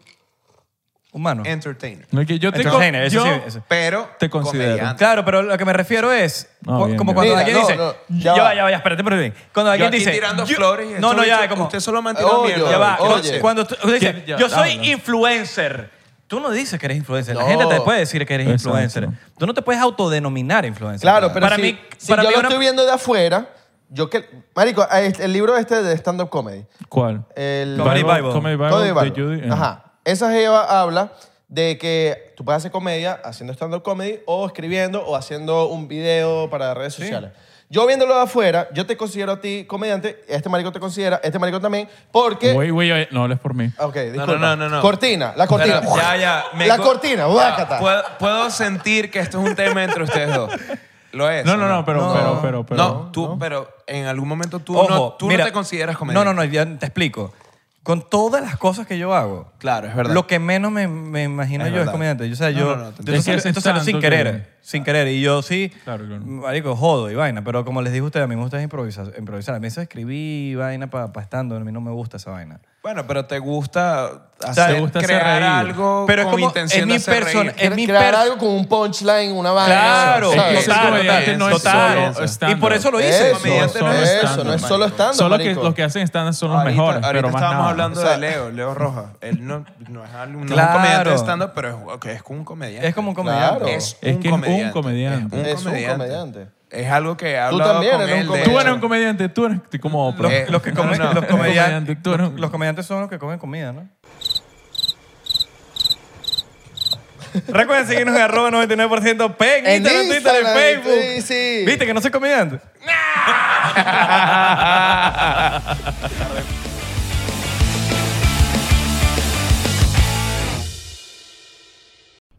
Speaker 1: humano.
Speaker 5: entertainer.
Speaker 4: No, que yo te
Speaker 1: Entertainer,
Speaker 4: con-
Speaker 1: eso
Speaker 4: yo-
Speaker 1: sí, eso.
Speaker 5: Pero
Speaker 4: Te considero.
Speaker 5: comediante.
Speaker 1: Claro, pero lo que me refiero es
Speaker 4: No,
Speaker 1: co-
Speaker 4: bien,
Speaker 1: como
Speaker 4: bien.
Speaker 1: cuando
Speaker 2: Mira,
Speaker 1: alguien
Speaker 2: no,
Speaker 1: dice,
Speaker 2: no,
Speaker 1: ya,
Speaker 2: ya
Speaker 1: va,
Speaker 2: va.
Speaker 1: ya va, ya, espérate, espérate, espérate. Cuando alguien
Speaker 5: yo aquí
Speaker 1: dice,
Speaker 5: tirando
Speaker 1: yo-
Speaker 5: flores y
Speaker 1: no,
Speaker 5: esto
Speaker 1: no, ya
Speaker 5: dicho,
Speaker 1: es como,
Speaker 5: Usted solo me ha tirado
Speaker 2: Oye,
Speaker 5: mierda.
Speaker 1: ya va,
Speaker 5: Quiero
Speaker 2: oye.
Speaker 5: decir,
Speaker 1: cuando tú, tú dices,
Speaker 4: ¿Quién? Ya,
Speaker 1: yo soy
Speaker 4: habla.
Speaker 1: influencer. Tú no dices que eres influencer. La
Speaker 2: No.
Speaker 1: gente te puede decir que eres
Speaker 4: Exacto.
Speaker 1: influencer. Tú no te puedes autodenominar influencer.
Speaker 2: Claro, pero
Speaker 1: para
Speaker 2: si,
Speaker 1: mí,
Speaker 2: si
Speaker 1: para
Speaker 2: yo
Speaker 1: mí
Speaker 2: lo
Speaker 1: una-
Speaker 2: estoy viendo de afuera, yo que... Marico, el el libro este de stand-up comedy.
Speaker 4: ¿Cuál?
Speaker 2: El...
Speaker 1: Comedy Bible.
Speaker 4: Comedy Bible
Speaker 2: Comedy
Speaker 4: de
Speaker 2: Bible.
Speaker 4: Judy. Ah, eh.
Speaker 2: Ajá. Esa jeva habla de que tú puedes hacer comedia haciendo stand-up comedy o escribiendo o haciendo un video para redes sociales. Yo viéndolo de afuera, yo te considero a ti comediante, este marico te considera, este marico también, porque... Ah,
Speaker 4: Güey, güey, güey, no hables por mí.
Speaker 2: Ok, disculpa.
Speaker 5: no, no, no.
Speaker 2: Cortina, la cortina.
Speaker 5: Pero ya, ya. me
Speaker 2: la
Speaker 5: co-
Speaker 2: cortina,
Speaker 5: ya,
Speaker 2: guácata.
Speaker 5: Puedo, puedo sentir que esto es un tema entre ustedes dos. Lo es.
Speaker 4: No,
Speaker 5: ¿o
Speaker 4: no, no, pero,
Speaker 1: No.
Speaker 4: pero, pero, pero.
Speaker 5: no, tú, pero en algún momento tú,
Speaker 1: Ojo,
Speaker 5: no, tú
Speaker 1: mira,
Speaker 5: no te consideras
Speaker 1: No,
Speaker 5: comediante.
Speaker 1: no, no, ya te explico. Con todas las cosas que yo hago,
Speaker 5: Claro, es verdad.
Speaker 1: Lo que menos me, me imagino
Speaker 5: Es
Speaker 1: yo es
Speaker 5: verdad.
Speaker 1: comediante. Yo, o sea,
Speaker 5: No,
Speaker 1: yo,
Speaker 5: no, no, te
Speaker 1: yo esto
Speaker 4: entiendo. Es que
Speaker 1: sale- esto
Speaker 4: haces
Speaker 1: sale sin
Speaker 4: tanto
Speaker 1: querer,
Speaker 4: que-
Speaker 1: sin querer. Y yo sí,
Speaker 4: Claro, claro.
Speaker 1: marico, jodo y vaina. Pero como les dije a ustedes, a mí me gusta improvisar. improvisar. A mí eso de escribir vaina para pa estando, a mí no me gusta esa vaina.
Speaker 5: Bueno, pero te gusta hacer,
Speaker 1: te
Speaker 4: gusta hacer
Speaker 5: crear
Speaker 4: reír.
Speaker 5: algo
Speaker 1: Pero es
Speaker 5: con
Speaker 1: como-
Speaker 5: intención de
Speaker 1: es mi
Speaker 5: hacer reír.
Speaker 1: persona-
Speaker 2: Quieres
Speaker 1: en mi
Speaker 2: crear
Speaker 1: pers-
Speaker 2: algo con un punchline, una vaina.
Speaker 1: Claro,
Speaker 4: Es que
Speaker 2: ¿sabes?
Speaker 4: ser comediante
Speaker 1: total,
Speaker 4: no es
Speaker 1: total.
Speaker 4: solo
Speaker 1: Y por
Speaker 4: stand-up.
Speaker 1: eso lo hice.
Speaker 2: Eso,
Speaker 5: comediante
Speaker 2: eso,
Speaker 5: no es
Speaker 2: eso,
Speaker 4: stand-up,
Speaker 2: no es solo
Speaker 5: marico.
Speaker 2: stand-up,
Speaker 4: Solo que
Speaker 2: marico.
Speaker 4: los que hacen estándar son los
Speaker 5: Ahorita-
Speaker 4: mejores,
Speaker 5: ahorita
Speaker 4: pero más
Speaker 5: estábamos
Speaker 4: nada.
Speaker 5: hablando
Speaker 2: O sea-
Speaker 5: de Leo, Leo Rojas. Él no, no es algo- no es
Speaker 1: Claro.
Speaker 5: un comediante de stand-up, pero es, ok, es como un comediante.
Speaker 1: Es como un comediante.
Speaker 2: Claro.
Speaker 5: Es, un
Speaker 4: Es que es un
Speaker 5: comediante.
Speaker 4: comediante.
Speaker 2: Es un comediante.
Speaker 5: Es algo que he hablado
Speaker 2: también
Speaker 5: con
Speaker 2: eres un
Speaker 5: él, de
Speaker 2: comediante.
Speaker 4: Tú
Speaker 5: hecho.
Speaker 4: eres un comediante, tú eres estoy como Oprah.
Speaker 1: Los,
Speaker 5: Eh,
Speaker 1: los que comen,
Speaker 5: no, no.
Speaker 1: los comediantes,
Speaker 4: Comediante, tú eres-
Speaker 1: los comediantes son los que comen comida, ¿no? Recuerden seguirnos en arroba 99% P en
Speaker 2: En
Speaker 1: Instagram, Twitter, en
Speaker 2: Instagram,
Speaker 1: Facebook.
Speaker 2: sí, sí.
Speaker 1: ¿Viste que no soy comediante?